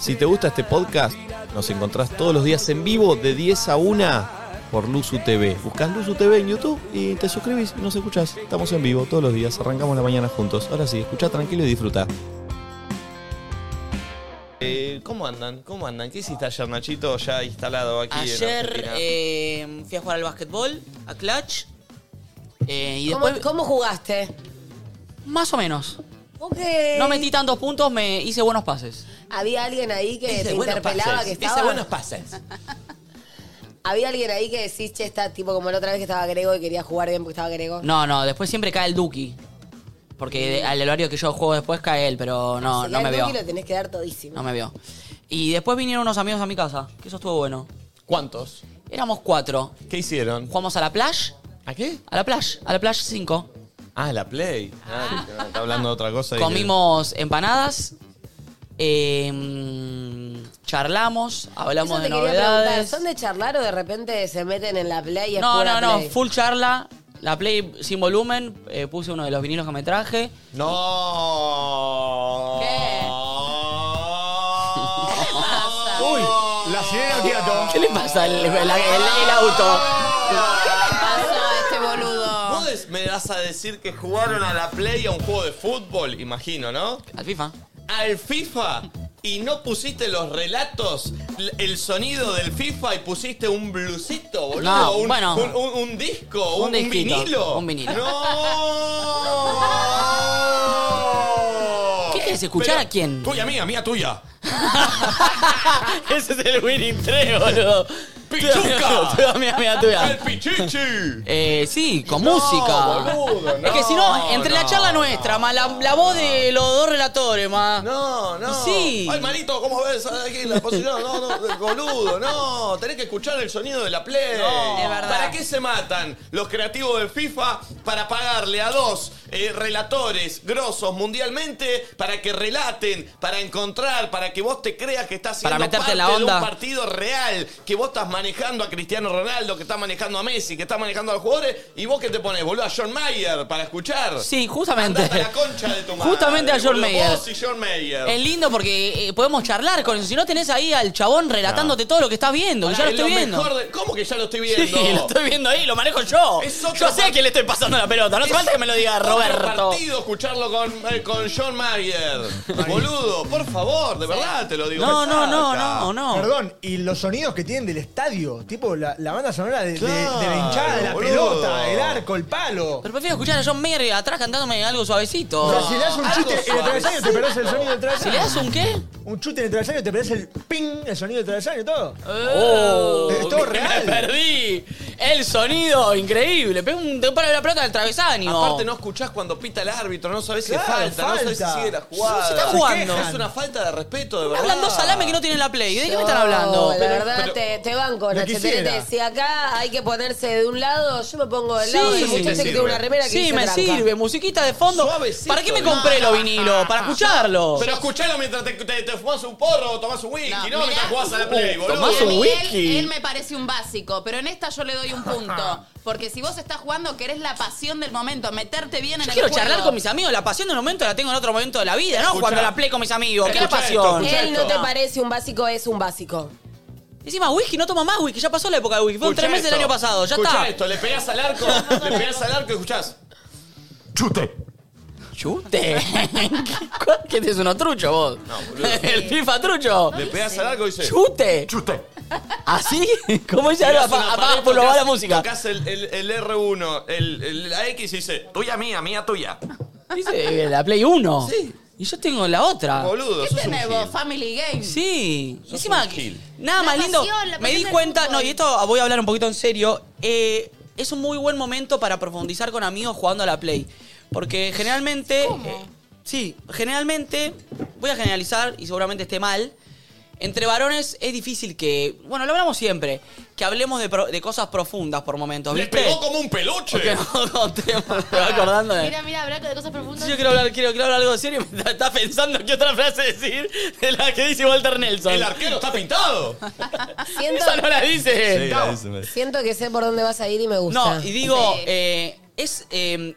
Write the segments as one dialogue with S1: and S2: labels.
S1: Si te gusta este podcast, nos encontrás todos los días en vivo de 10 a 1 por Luzu TV. Buscás Luzu TV en YouTube y te suscribís y nos escuchás. Estamos en vivo todos los días, arrancamos la mañana juntos. Ahora sí, escuchá tranquilo y disfruta. Eh, ¿Cómo andan? ¿Cómo andan? ¿Qué hiciste ayer, Nachito? Ya instalado aquí en
S2: Ayer
S1: Argentina.
S2: eh, fui a jugar al básquetbol, a Clutch. eh, y
S3: ¿Cómo,
S2: después,
S3: cómo jugaste?
S2: más o menos.
S3: Ok.
S2: No metí tantos puntos, me hice buenos pases.
S3: Había alguien ahí que
S4: Dice
S3: te
S4: buenos
S3: interpelaba
S4: pases.
S3: que
S4: Dice
S3: estaba.
S4: buenos pases.
S3: Había alguien ahí que decís, che, está tipo como la otra vez que estaba Grego y quería jugar bien porque estaba Grego.
S2: No, no, después siempre cae el Duki. Porque de- al horario que yo juego después cae él, pero no,
S3: Sería
S2: no me
S3: el
S2: vio.
S3: Ah, Duki, lo tenés que dar todísimo.
S2: No me vio. Y después vinieron unos amigos a mi casa, que eso estuvo bueno.
S4: ¿Cuántos?
S2: Éramos cuatro.
S1: ¿Qué hicieron?
S2: Jugamos a la playa,
S4: ¿A qué?
S2: a la playa, a la playa 5.
S1: Ah, la Play. Ah, está hablando de otra cosa. y-
S2: Comimos empanadas, eh, charlamos, hablamos
S3: Eso
S2: de
S3: te quería preguntar,
S2: novedades.
S3: ¿son de charlar o de repente se meten en la play y es
S2: No,
S3: pura
S2: no, no,
S3: play?
S2: full charla. La play sin volumen, eh, puse uno de los vinilos que me traje.
S1: No.
S3: ¿Qué? ¿Qué pasa?
S5: Uy, la sirena del teatro.
S2: ¿Qué le pasa al el, auto?
S6: pasó a este boludo?
S1: ¿Vos des- me vas a decir que jugaron a la Play a un juego de fútbol, imagino, ¿no?
S2: Al FIFA.
S1: Al FIFA y no pusiste los relatos, l- el sonido del FIFA y pusiste un blusito, boludo.
S2: No,
S1: un,
S2: bueno.
S1: un, un- un disco,
S2: Un
S1: un,
S2: disquito,
S1: vinilo.
S2: un vinilo.
S1: ¡No!
S2: ¿Qué querés escuchar a quién?
S1: Tuya mía, mía tuya.
S2: Ese es el winning 3, boludo.
S1: ¡Pichuca!
S2: Te da miedo, mira, te da
S1: ¡El
S2: miedo.
S1: pichichi!
S2: Eh, sí, con
S1: No,
S2: música.
S1: boludo, no,
S2: es que si no, entre la
S1: no.
S2: charla nuestra, más la, la voz de los dos relatores, más.
S1: No, no.
S2: Sí.
S1: Ay, manito, ¿cómo ves aquí la posición? No, no, boludo, no. Tenés que escuchar el sonido de la play.
S2: es verdad.
S1: ¿Para qué se matan los creativos de FIFA para pagarle a dos eh, relatores grosos mundialmente para que relaten, para encontrar, para que vos te creas que estás
S2: Para
S1: siendo
S2: meterte
S1: parte
S2: en la
S1: de un
S2: onda.
S1: partido real, que vos estás manejando a Cristiano Ronaldo, que estás manejando a Messi, que estás manejando a los jugadores, y vos que te pones, boludo, a John Mayer para escuchar.
S2: Sí, justamente.
S1: Andate a la concha de tu madre,
S2: Justamente a John
S1: boludo.
S2: Mayer.
S1: Vos y John Mayer.
S2: Es lindo porque eh, podemos charlar con eso. Si no tenés ahí al chabón relatándote todo lo que estás viendo, que ya lo
S1: Es
S2: estoy viendo.
S1: mejor de- ¿Cómo que ya lo estoy viendo?
S2: Sí, lo estoy viendo ahí, lo manejo yo.
S1: Es otro
S2: Yo sé
S1: par-
S2: a quién le estoy pasando la pelota, no hace falta que me lo diga
S1: Otro
S2: Roberto.
S1: partido escucharlo con, eh, con John Mayer. Boludo, por favor, de verdad te lo digo.
S2: No,
S1: me
S2: no, no,
S1: saca.
S2: no, no.
S5: Perdón, y los sonidos que tienen del estadio, tipo la, la banda sonora de, de-
S1: Claro,
S5: de la hinchada, de la
S1: boludo.
S5: pelota, el arco, el palo.
S2: Pero prefiero escuchar a John Mayer atrás cantándome algo suavecito.
S5: O sea, si le das un
S1: algo
S5: chute en el travesaño, te perdés el sonido
S2: Si le
S5: del travesaño.
S2: das un qué?
S5: Un chute en el travesaño, te perdés el ping, el sonido del travesaño y todo.
S2: Oh,
S5: Es todo
S2: que
S5: real.
S2: Me perdí. El sonido, increíble. Pega un te paro de la pelota del travesaño.
S1: Aparte no escuchás cuando pita el árbitro, no sabés
S5: Claro,
S1: si falta, no sabés si
S5: falta.
S1: sigue la jugada.
S2: Se está jugando.
S1: Es una falta de respeto, de verdad.
S2: Hablan dos salames que no tienen la play. ¿De qué me están
S3: No,
S2: hablando?
S3: La
S1: Pero-
S3: verdad,
S1: pero-
S3: te, te banco,
S5: Lo
S3: Nachete.
S5: quisiera.
S3: Si acá hay que ponerse de un lado, yo me pongo del lado
S2: Sí.
S3: del
S1: Sí, te
S3: muchacho que
S1: sirve.
S3: tiene una remera que
S2: Sí,
S3: dice
S2: me
S3: tranca.
S2: sirve. Musiquita de fondo.
S1: Suavecito,
S2: ¿Para qué me
S1: ¿no?
S2: compré los vinilos? Para escucharlo.
S1: Pero escuchalo mientras te, te, te fumás un porro o tomás un whisky,
S6: No, mirá.
S1: ¿no? Mientras jugás a la play, boludo.
S2: tomás
S6: Mira,
S2: un
S6: Miguel,
S2: whisky.
S6: Él me parece un básico, pero en esta yo le doy un punto. Porque si vos estás jugando, querés la pasión del momento, meterte bien en
S2: Yo
S6: el
S2: quiero
S6: juego.
S2: charlar con mis amigos. La pasión de un momento la tengo en otro momento de la vida, ¿no?
S1: Escuchá.
S2: Cuando la play con mis amigos. ¿Qué es la
S1: Escuchá esto,
S2: pasión?
S1: escuchá
S3: Él no te
S1: esto.
S3: parece un básico, es un básico.
S2: Encima, whisky no toma más whisky. Ya pasó la época de whisky. Fueron
S1: Escuchá
S2: tres meses
S1: esto.
S2: el año pasado. Ya
S1: Escuchá
S2: está.
S1: esto, le pegás al arco, le pegás al arco y escuchás.
S5: Chute.
S2: Chute. ¿Qué es uno trucho vos?
S1: No, boludo.
S2: El FIFA trucho.
S1: Le pegás al arco y dices.
S2: Chute.
S5: Chute.
S2: ¿Así? ¿Cómo dice
S1: Tirás
S2: algo?
S1: una
S2: Apaga,
S1: pared,
S2: apaga, lo va
S1: tocás-
S2: la música.
S1: Tocás el, el, el R1, el, el- la X y dice, tuya mía, mía tuya.
S2: Dice eh, la Play 1.
S1: Sí.
S2: Y yo tengo la otra.
S1: Boludo,
S6: ¿Qué
S1: sos un
S6: tenés vos?
S1: gil.
S6: Family Game.
S2: Sí.
S1: Sos
S2: Encima,
S1: un gil.
S2: nada
S6: La
S2: más lindo.
S6: pasión, la
S2: Me di
S6: pasión del
S2: cuenta,
S6: fútbol.
S2: no, y esto voy a hablar un poquito en serio. eh, es un muy buen momento para profundizar con amigos jugando a la Play. Porque generalmente. eh, sí, generalmente, voy a generalizar y seguramente esté mal. Entre varones es difícil que. Bueno, lo hablamos siempre. Que hablemos de, pro- de cosas profundas por momentos.
S1: Le
S2: ¿Viste?
S1: pegó como un peluche.
S2: Que no contemos, te vas acordando de-
S6: Mira, mira, hablar de cosas profundas.
S2: Sí, yo quiero hablar, quiero, quiero hablar algo serio. Me está, está pensando qué otra frase decir de la que dice Walter Nelson.
S1: El arquero está pintado.
S3: Siento,
S2: Esa no la dice. él.
S3: siento que sé por dónde vas a ir y me gusta.
S2: No, y digo,
S6: Sí.
S2: eh, es. eh,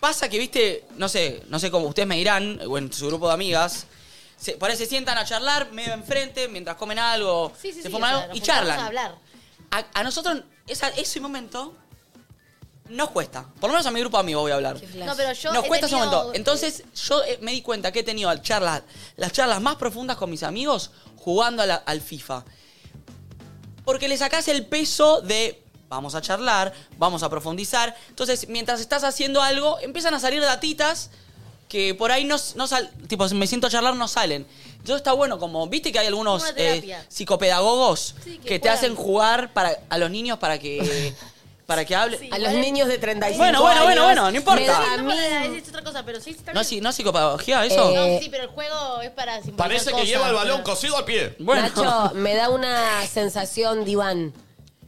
S2: pasa que, viste, no sé, no sé cómo ustedes me dirán, o en su grupo de amigas, se- por ahí se sientan a charlar medio enfrente mientras comen algo,
S7: Sí, sí, sí,
S2: se fuman
S7: o sea,
S2: algo
S7: nos
S2: y
S7: juntamos
S2: charlan.
S7: a hablar.
S2: A, a nosotros esa- ese momento nos cuesta. Por lo menos a mi grupo de amigos voy a hablar.
S7: No, pero yo
S2: nos
S7: he
S2: cuesta ese
S7: tenido-
S2: momento. Entonces yo eh, me di cuenta que he tenido charlas, las charlas más profundas con mis amigos jugando a la- al FIFA. Porque le sacás el peso de vamos a charlar, vamos a profundizar. Entonces, mientras estás haciendo algo, empiezan a salir datitas que por ahí no, no sal, tipo, me siento a charlar, no salen. Entonces está bueno, como, viste que hay algunos
S7: Una terapia.
S2: eh, psicopedagogos
S7: Sí, que
S2: que, te
S7: juegan.
S2: hacen jugar para, a los niños para que, para que hablen.
S7: Sí.
S3: A los niños de 35
S2: Bueno, bueno, bueno,
S3: años,
S2: bueno, no importa.
S3: me da
S7: No,
S3: a
S7: no, para
S3: mí-
S7: es otra cosa, pero sí está
S2: ¿No,
S7: bien.
S2: es- ¿No es psicopedagogía eso?
S3: Eh,
S7: No, sí, pero el juego es para simbolizar
S1: Parece que
S7: cosas,
S1: lleva el balón
S7: pero-
S1: cosido al pie.
S2: bueno,
S3: Nacho, me da una sensación diván.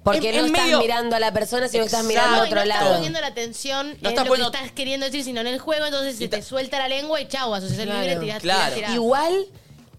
S3: Porque
S2: En-
S3: no
S2: en
S3: estás
S2: medio-
S3: mirando a la persona, sino estás
S2: Exacto.
S3: mirando
S7: No,
S3: a
S7: y
S3: otro
S7: no estás
S3: lado.
S7: poniendo la atención en
S2: estás
S7: lo
S2: poniendo-
S7: que estás queriendo decir, sino en el juego, entonces se
S2: ta-
S7: te suelta la lengua y chau, asocias el
S3: Claro.
S7: libre, tirás,
S2: Claro.
S7: tirás, tirás.
S3: Igual,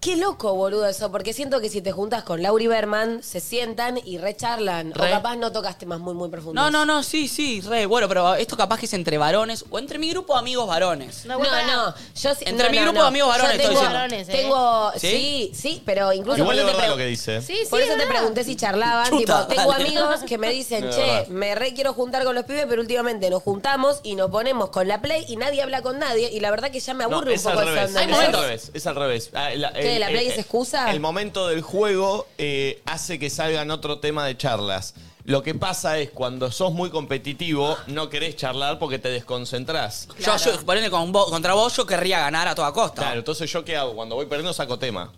S3: qué loco, boludo, eso. Porque siento que si te juntas con Lauri Berman, se sientan y recharlan.
S2: Re.
S3: O capaz no tocas temas muy, muy profundos.
S2: no, no, no, sí, sí, re, bueno, pero esto capaz que es entre varones o entre mi grupo de amigos varones.
S7: No,
S3: No,
S7: vos pará. eh.
S3: no, yo sí-
S2: Entre
S3: no,
S2: mi
S3: no,
S2: grupo
S3: no.
S2: de amigos varones,
S3: Yo tengo,
S2: estoy
S7: diciendo.
S3: tengo-
S2: ¿Sí?
S3: ¿Sí? sí, pero incluso
S1: Igual
S3: por
S1: es
S3: eso te
S1: verdad lo que
S3: pregun-
S1: dice.
S7: Sí, sí,
S3: Por eso
S7: es
S3: te
S7: verdad.
S3: pregunté si charlaban.
S2: Chuta,
S3: tipo, tengo
S2: dale.
S3: amigos que me dicen,
S1: Es
S3: che,
S1: verdad.
S3: me re quiero juntar con los pibes, pero últimamente nos juntamos y nos ponemos con la play y nadie habla con nadie. Y la verdad que ya me
S1: No,
S3: aburre un
S1: es
S3: poco
S1: al
S3: esa
S1: revés.
S3: onda.
S2: Hay
S1: Es al
S2: momentos.
S1: revés. Es al revés. Ah, el-
S3: ¿Qué,
S1: el-
S3: la Play
S1: el-
S3: es excusa?
S1: El momento del juego eh, hace que salgan otro tema de charlas. Lo que pasa es cuando sos muy competitivo, no querés charlar porque te desconcentrás.
S2: Yo, yo, ponele con vos- contra vos, yo querría ganar a toda costa.
S1: Claro, entonces yo qué hago? Cuando voy perdiendo saco tema.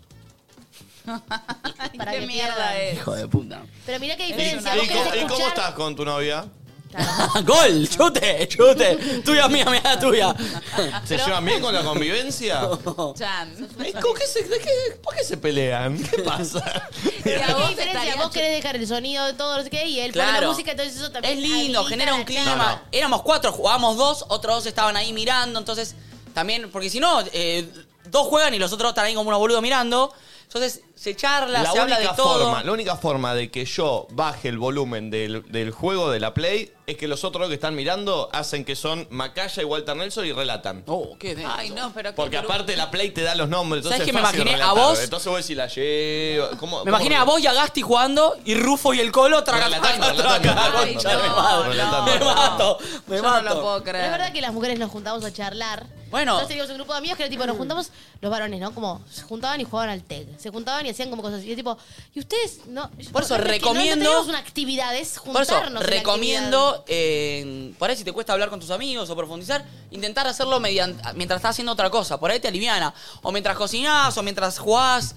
S7: Para
S6: Qué
S7: que
S6: mierda
S7: pierdan.
S6: es.
S2: Hijo de puta.
S7: Pero mirá qué
S1: ¿Y,
S7: diferencia.
S1: y
S7: vos
S1: cómo-
S7: querés
S1: y cómo
S7: escuchar-
S1: estás con tu novia?
S2: ¡Gol! ¡Chute! ¡Chute! ¡Tuya mía, mía, tuya!
S3: Ah,
S1: ¿Se llevan bien con la convivencia?
S6: Chan.
S1: ¿Y con qué se- de qué- ¿Por qué se pelean? ¿Qué pasa?
S7: Pero
S6: Mira,
S7: ¿Qué
S6: vos
S7: diferencia?
S6: estarías
S7: Vos querés dejar el sonido de todo, no sé qué, y él pone la
S2: Claro.
S7: música, entonces eso también.
S2: Es lindo,
S7: habilita
S2: genera un
S7: la
S2: clima.
S7: charla.
S2: Éramos cuatro, jugábamos dos, otros dos estaban ahí mirando, entonces también, porque si no, eh, dos juegan y los otros están ahí como unos boludos mirando. Entonces se charla,
S1: la
S2: se habla de
S1: única
S2: todo.
S1: forma, la única forma de que yo baje el volumen del, del juego de la Play es que los otros que están mirando hacen que son Macaya y Walter Nelson y relatan.
S2: Oh, qué denso.
S6: Ay, no, pero qué
S1: Porque
S6: bru-
S1: aparte la Play te da los nombres.
S2: ¿Sabes
S1: Entonces es
S2: que me
S1: fácil
S2: imaginé a
S1: relatar.
S2: vos?
S1: Entonces vos decís, la llevo. ¿Cómo-
S2: Me
S1: cómo
S2: imaginé a vos y a Gasti jugando y Rufo y el Colo traga
S1: Relatando,
S2: traga,
S1: relatando,
S2: traga,
S1: relatando.
S2: concha
S1: Ay,
S2: de
S1: no,
S2: madre.
S1: relatando.
S2: Me mato, me
S6: Yo no
S2: mato.
S6: lo puedo
S7: Pero
S6: creer.
S7: es verdad que las mujeres nos juntamos a charlar.
S2: Bueno.
S7: Entonces teníamos un grupo de amigos que era tipo, nos juntamos los varones, ¿no? Como se juntaban y jugaban al TEG. Se juntaban y hacían como cosas. Y yo tipo, ¿y ustedes no? Yo,
S2: Por eso
S7: ejemplo, es que no-
S2: recomiendo-
S7: No, tenemos una actividad, es
S2: Por
S7: juntarnos.
S2: eso,
S7: en la actividad.
S2: recomiendo, eh, por ahí si te cuesta hablar con tus amigos o profundizar, intentar hacerlo mediante, mientras estás haciendo otra cosa. Por ahí te aliviana. O mientras cocinás, o mientras jugás.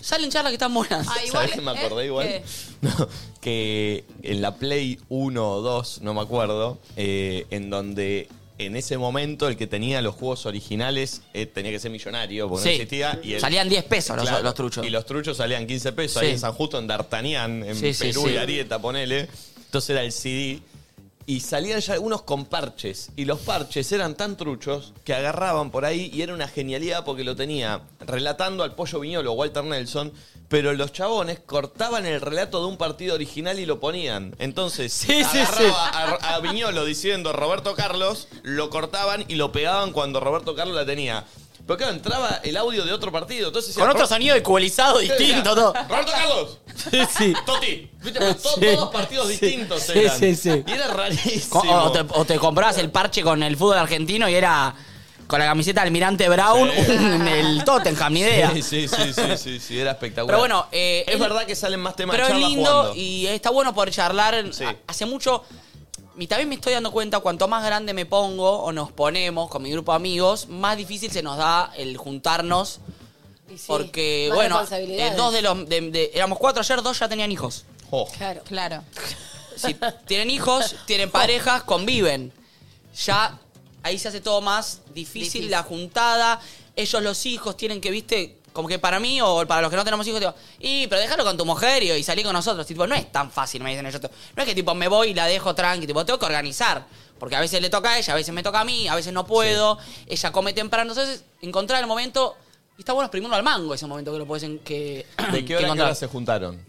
S2: Salen charlas que están buenas.
S7: Ah,
S6: Ay, igual,
S1: ¿Sabés que me acordé
S6: ¿eh?
S1: igual?
S6: ¿Qué?
S1: No, que en la Play 1 o 2, no me acuerdo, eh, en donde en ese momento el que tenía los juegos originales eh, tenía que ser millonario porque
S2: Sí.
S1: no existía. Y el-
S2: Salían 10 pesos los-
S1: Claro,
S2: los truchos.
S1: Y los truchos salían 15 pesos
S2: Sí.
S1: ahí en San Justo, en D'Artagnan, en
S2: Sí, sí,
S1: Perú
S2: sí.
S1: y Arieta, ponele. Entonces era el CD. Y salían ya algunos con parches. Y los parches eran tan truchos que agarraban por ahí y era una genialidad porque lo tenía relatando al pollo viñolo Walter Nelson. Pero los chabones cortaban el relato de un partido original y lo ponían. Entonces,
S2: Sí, sí,
S1: agarraba
S2: sí.
S1: A, a Viñolo diciendo Roberto Carlos, lo cortaban y lo pegaban cuando Roberto Carlos la tenía. Pero claro, entraba el audio de otro partido. Entonces,
S2: Con
S1: decía,
S2: otro
S1: "Ro-
S2: sonido ecualizado distinto, todo.
S1: Roberto Carlos.
S2: Sí, sí.
S1: Toti. Viste, pero to-
S2: Sí.
S1: todos partidos
S2: Sí.
S1: distintos
S2: Sí,
S1: eran.
S2: sí, sí.
S1: Y era
S2: Co-
S1: rarísimo.
S2: O, te, o te comprabas el parche con el fútbol argentino y era con la camiseta de Almirante Brown,
S1: Sí.
S2: un- el Tottenham, ni idea.
S1: Sí, sí, sí, sí, sí, sí, era espectacular.
S2: Pero bueno, eh,
S1: es,
S2: es-
S1: verdad que salen más temas
S2: Pero
S1: de
S2: es
S1: charla
S2: lindo
S1: jugando.
S2: y está bueno poder charlar.
S1: Sí.
S2: A- Hace mucho. Y también me estoy dando cuenta, cuanto más grande me pongo o nos ponemos con mi grupo de amigos, más difícil se nos da el juntarnos.
S3: Y sí,
S2: porque,
S3: más
S2: bueno,
S3: responsabilidades.
S2: eh, dos de los. de- de- éramos cuatro ayer, dos ya tenían hijos.
S1: Oh.
S3: Claro.
S6: Claro.
S2: Si tienen hijos, tienen parejas, conviven. Ya ahí se hace todo más difícil,
S6: Difícil.
S2: la juntada. Ellos, los hijos, tienen que, viste, como que para mí o para los que no tenemos hijos, digo, y pero déjalo con tu mujer y, y salí con nosotros. Tipo, no es tan fácil, me dicen ellos. No es que tipo me voy y la dejo tranqui, tipo, tengo que organizar. Porque a veces le toca a ella, a veces me toca a mí, a veces no puedo, ella come temprano. Entonces, encontrar el momento. Y está bueno exprimirlo al mango ese momento que lo puedes que.
S1: ¿De
S2: que
S1: qué hora, a qué
S2: encontrar.
S1: hora se juntaron?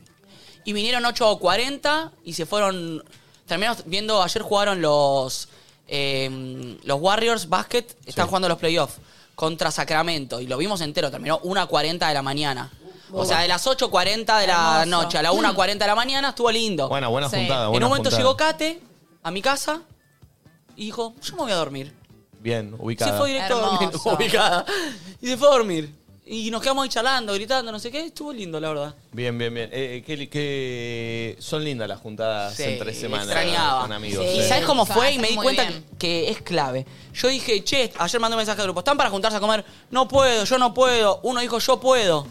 S2: Y vinieron 8.40 y se fueron. Terminamos viendo, em, ayer jugaron los. eh, los Warriors Basket, están jugando los playoffs. contra Sacramento y lo vimos entero, terminó 1.40 de la mañana. O sea, de las 8.40 de la
S6: Hermoso.
S2: noche a la 1.40 de la mañana estuvo lindo.
S1: Buena, buena
S6: Sí.
S1: juntada.
S6: En
S2: en
S1: buena
S2: un momento
S1: juntada.
S2: llegó Kate a mi casa y dijo, yo me voy a dormir.
S1: Bien, ubicada.
S2: Se fue directo a dormir,
S6: Hermoso.
S2: ubicada. Y se fue a dormir. Y nos quedamos ahí charlando, gritando, no sé qué. Estuvo lindo, la verdad.
S1: Bien, bien, bien. Eh, eh, qué- qué- Son lindas las juntadas
S2: Sí,
S1: entre semanas
S2: extrañaba.
S1: con amigos.
S3: Sí.
S2: ¿Y sabes cómo
S6: Se
S2: fue?
S6: hacen
S2: Y me di
S6: muy
S2: cuenta
S6: bien.
S2: que es clave. Yo dije, che, ayer mandé un mensaje al grupo, ¿están para juntarse a comer? No puedo, yo no puedo. Uno dijo, yo puedo.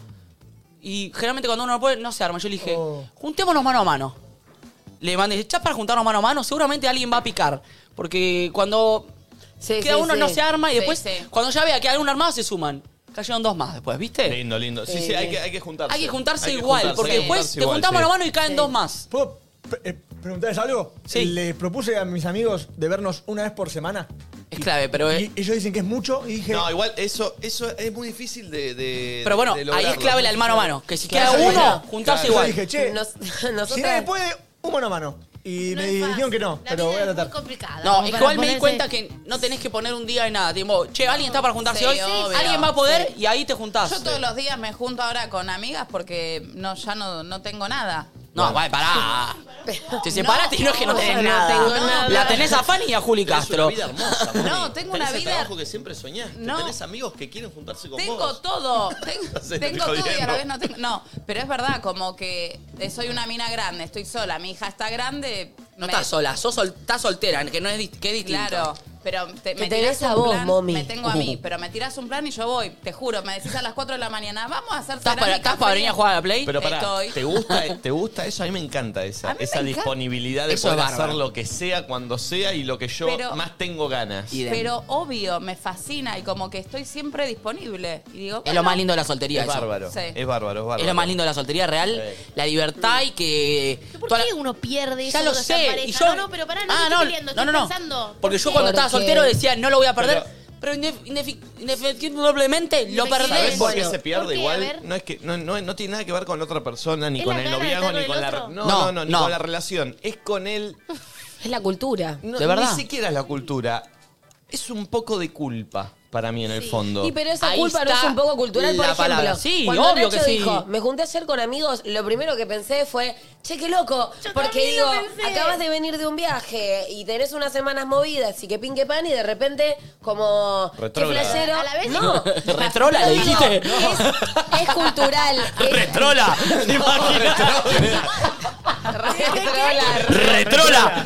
S2: Y generalmente cuando uno no puede, no se arma. Yo le dije, juntémonos mano a mano. Le mandé, ¿estás para juntarnos mano a mano? Seguramente alguien va a picar. Porque cuando
S3: Sí,
S2: queda
S3: sí,
S2: uno
S3: sí.
S2: no se arma y
S6: Sí,
S2: después,
S6: sí.
S2: cuando ya vea que hay un armado, se suman. Cayeron dos más después, ¿viste?
S1: Lindo, lindo. Sí, sí, hay que, hay que juntarse.
S2: Hay que juntarse
S1: Hay que
S2: igual,
S1: juntarse,
S2: porque
S1: hay que
S2: después
S1: juntarse
S2: te
S1: igual,
S2: juntamos
S1: sí.
S2: mano a mano y caen dos más.
S5: ¿Puedo pre- eh, preguntarles algo?
S2: Sí.
S5: Le propuse a mis amigos de vernos una vez por semana.
S2: Es clave, pero... eh,
S5: Y ellos dicen que es mucho y dije...
S1: No, igual eso, eso es muy difícil de. de-
S2: Pero bueno,
S1: de
S2: ahí es
S1: lograrlo.
S2: clave la del mano a mano. Que si
S5: Claro,
S2: queda
S5: sí,
S2: uno,
S5: sí.
S2: juntarse
S5: Yo
S2: igual.
S5: dije, che,
S3: Nos-
S5: si
S3: nosotras-
S5: nadie puede, un mano a mano. Y me
S7: es fácil.
S5: dijeron que no,
S7: La
S5: pero
S7: vida
S5: voy a
S7: Es muy
S5: tratar.
S7: complicada.
S2: No,
S7: como
S2: es
S7: para
S2: que igual me
S7: ponerse-
S2: di cuenta que no tenés que poner un día de nada. Tipo, che, alguien está para juntarse
S6: Sí,
S2: hoy.
S6: obvio.
S2: alguien va a poder y ahí te juntás.
S6: Yo todos los días me junto ahora con amigas porque no, ya no, no tengo nada.
S2: No, vale, pará. Te separaste y no es que no tenés
S3: no
S2: nada.
S3: tengo nada.
S2: La tenés a Fanny y a Juli
S1: Tenés
S2: Castro.
S1: una vida hermosa, Moni.
S6: No, tengo una
S1: Tenés el
S6: vida-
S1: trabajo que siempre soñaste.
S6: No.
S1: Tenés amigos que quieren juntarse con
S6: Tengo
S1: vos.
S6: todo,
S1: No
S6: tengo,
S1: sé, te
S6: tengo todo
S1: estoy
S6: y a
S1: jodiendo.
S6: la vez no tengo. No, pero es verdad, como que eh, soy una mina grande, estoy sola, mi hija está grande.
S2: No
S6: me-
S2: estás sola, sos sol- estás soltera, que no es, di- que es distinto.
S6: Claro, pero te,
S3: Te tenés
S6: tirás
S3: a
S6: un
S3: vos,
S6: plan,
S3: mommy.
S6: Me tengo a mí,
S2: Uh.
S6: pero me tirás un plan y yo voy, te juro, me decís a las 4 de la mañana, vamos a hacer
S2: ¿Estás para,
S6: cerámica
S2: estás para venir
S6: fría.
S2: a jugar a la Play?
S1: Pero pará,
S6: Estoy.
S1: ¿te gusta, ¿te gusta eso? A mí me encanta esa,
S6: A mí me
S1: esa
S6: encanta.
S1: disponibilidad de
S2: Eso es
S1: poder
S2: bárbaro.
S1: hacer lo que sea, cuando sea y lo que yo
S6: Pero-
S1: más tengo ganas.
S2: Y de-
S6: Pero obvio, me fascina y como que estoy siempre disponible. Y
S2: Es
S6: digo,
S2: lo
S6: bueno,
S2: más lindo de la soltería.
S1: Es
S2: eso.
S1: bárbaro,
S6: Sí.
S1: es bárbaro, es bárbaro.
S2: Es lo más lindo de la soltería real.
S1: Sí.
S2: La libertad y que.
S7: ¿Por
S2: toda la-
S7: qué uno pierde
S2: Ya
S7: eso
S2: lo
S7: cuando está en
S2: sé.
S7: pareja?
S2: Y yo,
S7: No, no, pero pará, no
S2: Ah,
S7: estoy peleando,
S2: no,
S7: estoy
S2: no, no.
S7: pensando.
S2: Porque yo
S7: ¿Por
S2: cuando
S7: qué?
S2: estaba soltero decía, no lo voy a perder. Pero, indefi- indefi- indefectiblemente lo
S7: Indefectible.
S2: perdés.
S1: ¿Sabes por qué
S7: Bueno,
S1: se pierde
S7: ¿por qué? A
S1: igual?
S7: ver.
S1: No es que no, no- no tiene nada que ver con la otra persona, ni
S7: ¿Es
S1: con
S7: la
S1: el
S7: gana de
S1: noviazgo,
S7: estar
S1: ni
S7: con
S1: con
S7: el
S1: la.
S7: otro?
S1: No,
S2: No,
S1: no, no, ni
S2: no.
S1: con la relación. Es con él.
S3: Es la cultura.
S1: No,
S2: ¿De verdad?
S1: Ni siquiera es la cultura. Es un poco de culpa para mí en el fondo.
S3: Y pero esa
S2: Ahí
S3: culpa no es
S2: está
S3: un poco cultural, por
S2: la
S3: ejemplo.
S2: palabra. Sí,
S3: Cuando
S2: obvio
S3: Nacho
S2: que sí.
S3: dijo, me junté ayer con amigos, lo primero que pensé fue, che, qué loco,
S7: Yo
S3: porque
S7: también
S3: digo,
S7: lo pensé.
S3: acabas de venir de un viaje y tenés unas semanas movidas y que pin que pan y de repente como,
S1: Retrógrada.
S3: qué flashero.
S7: A la vez-
S3: No.
S2: Retrola, le
S3: Pero digo,
S2: dijiste.
S3: Es, es cultural. Es-
S2: Retrola, ¿te imaginas?
S3: Retrola.
S2: Retrola.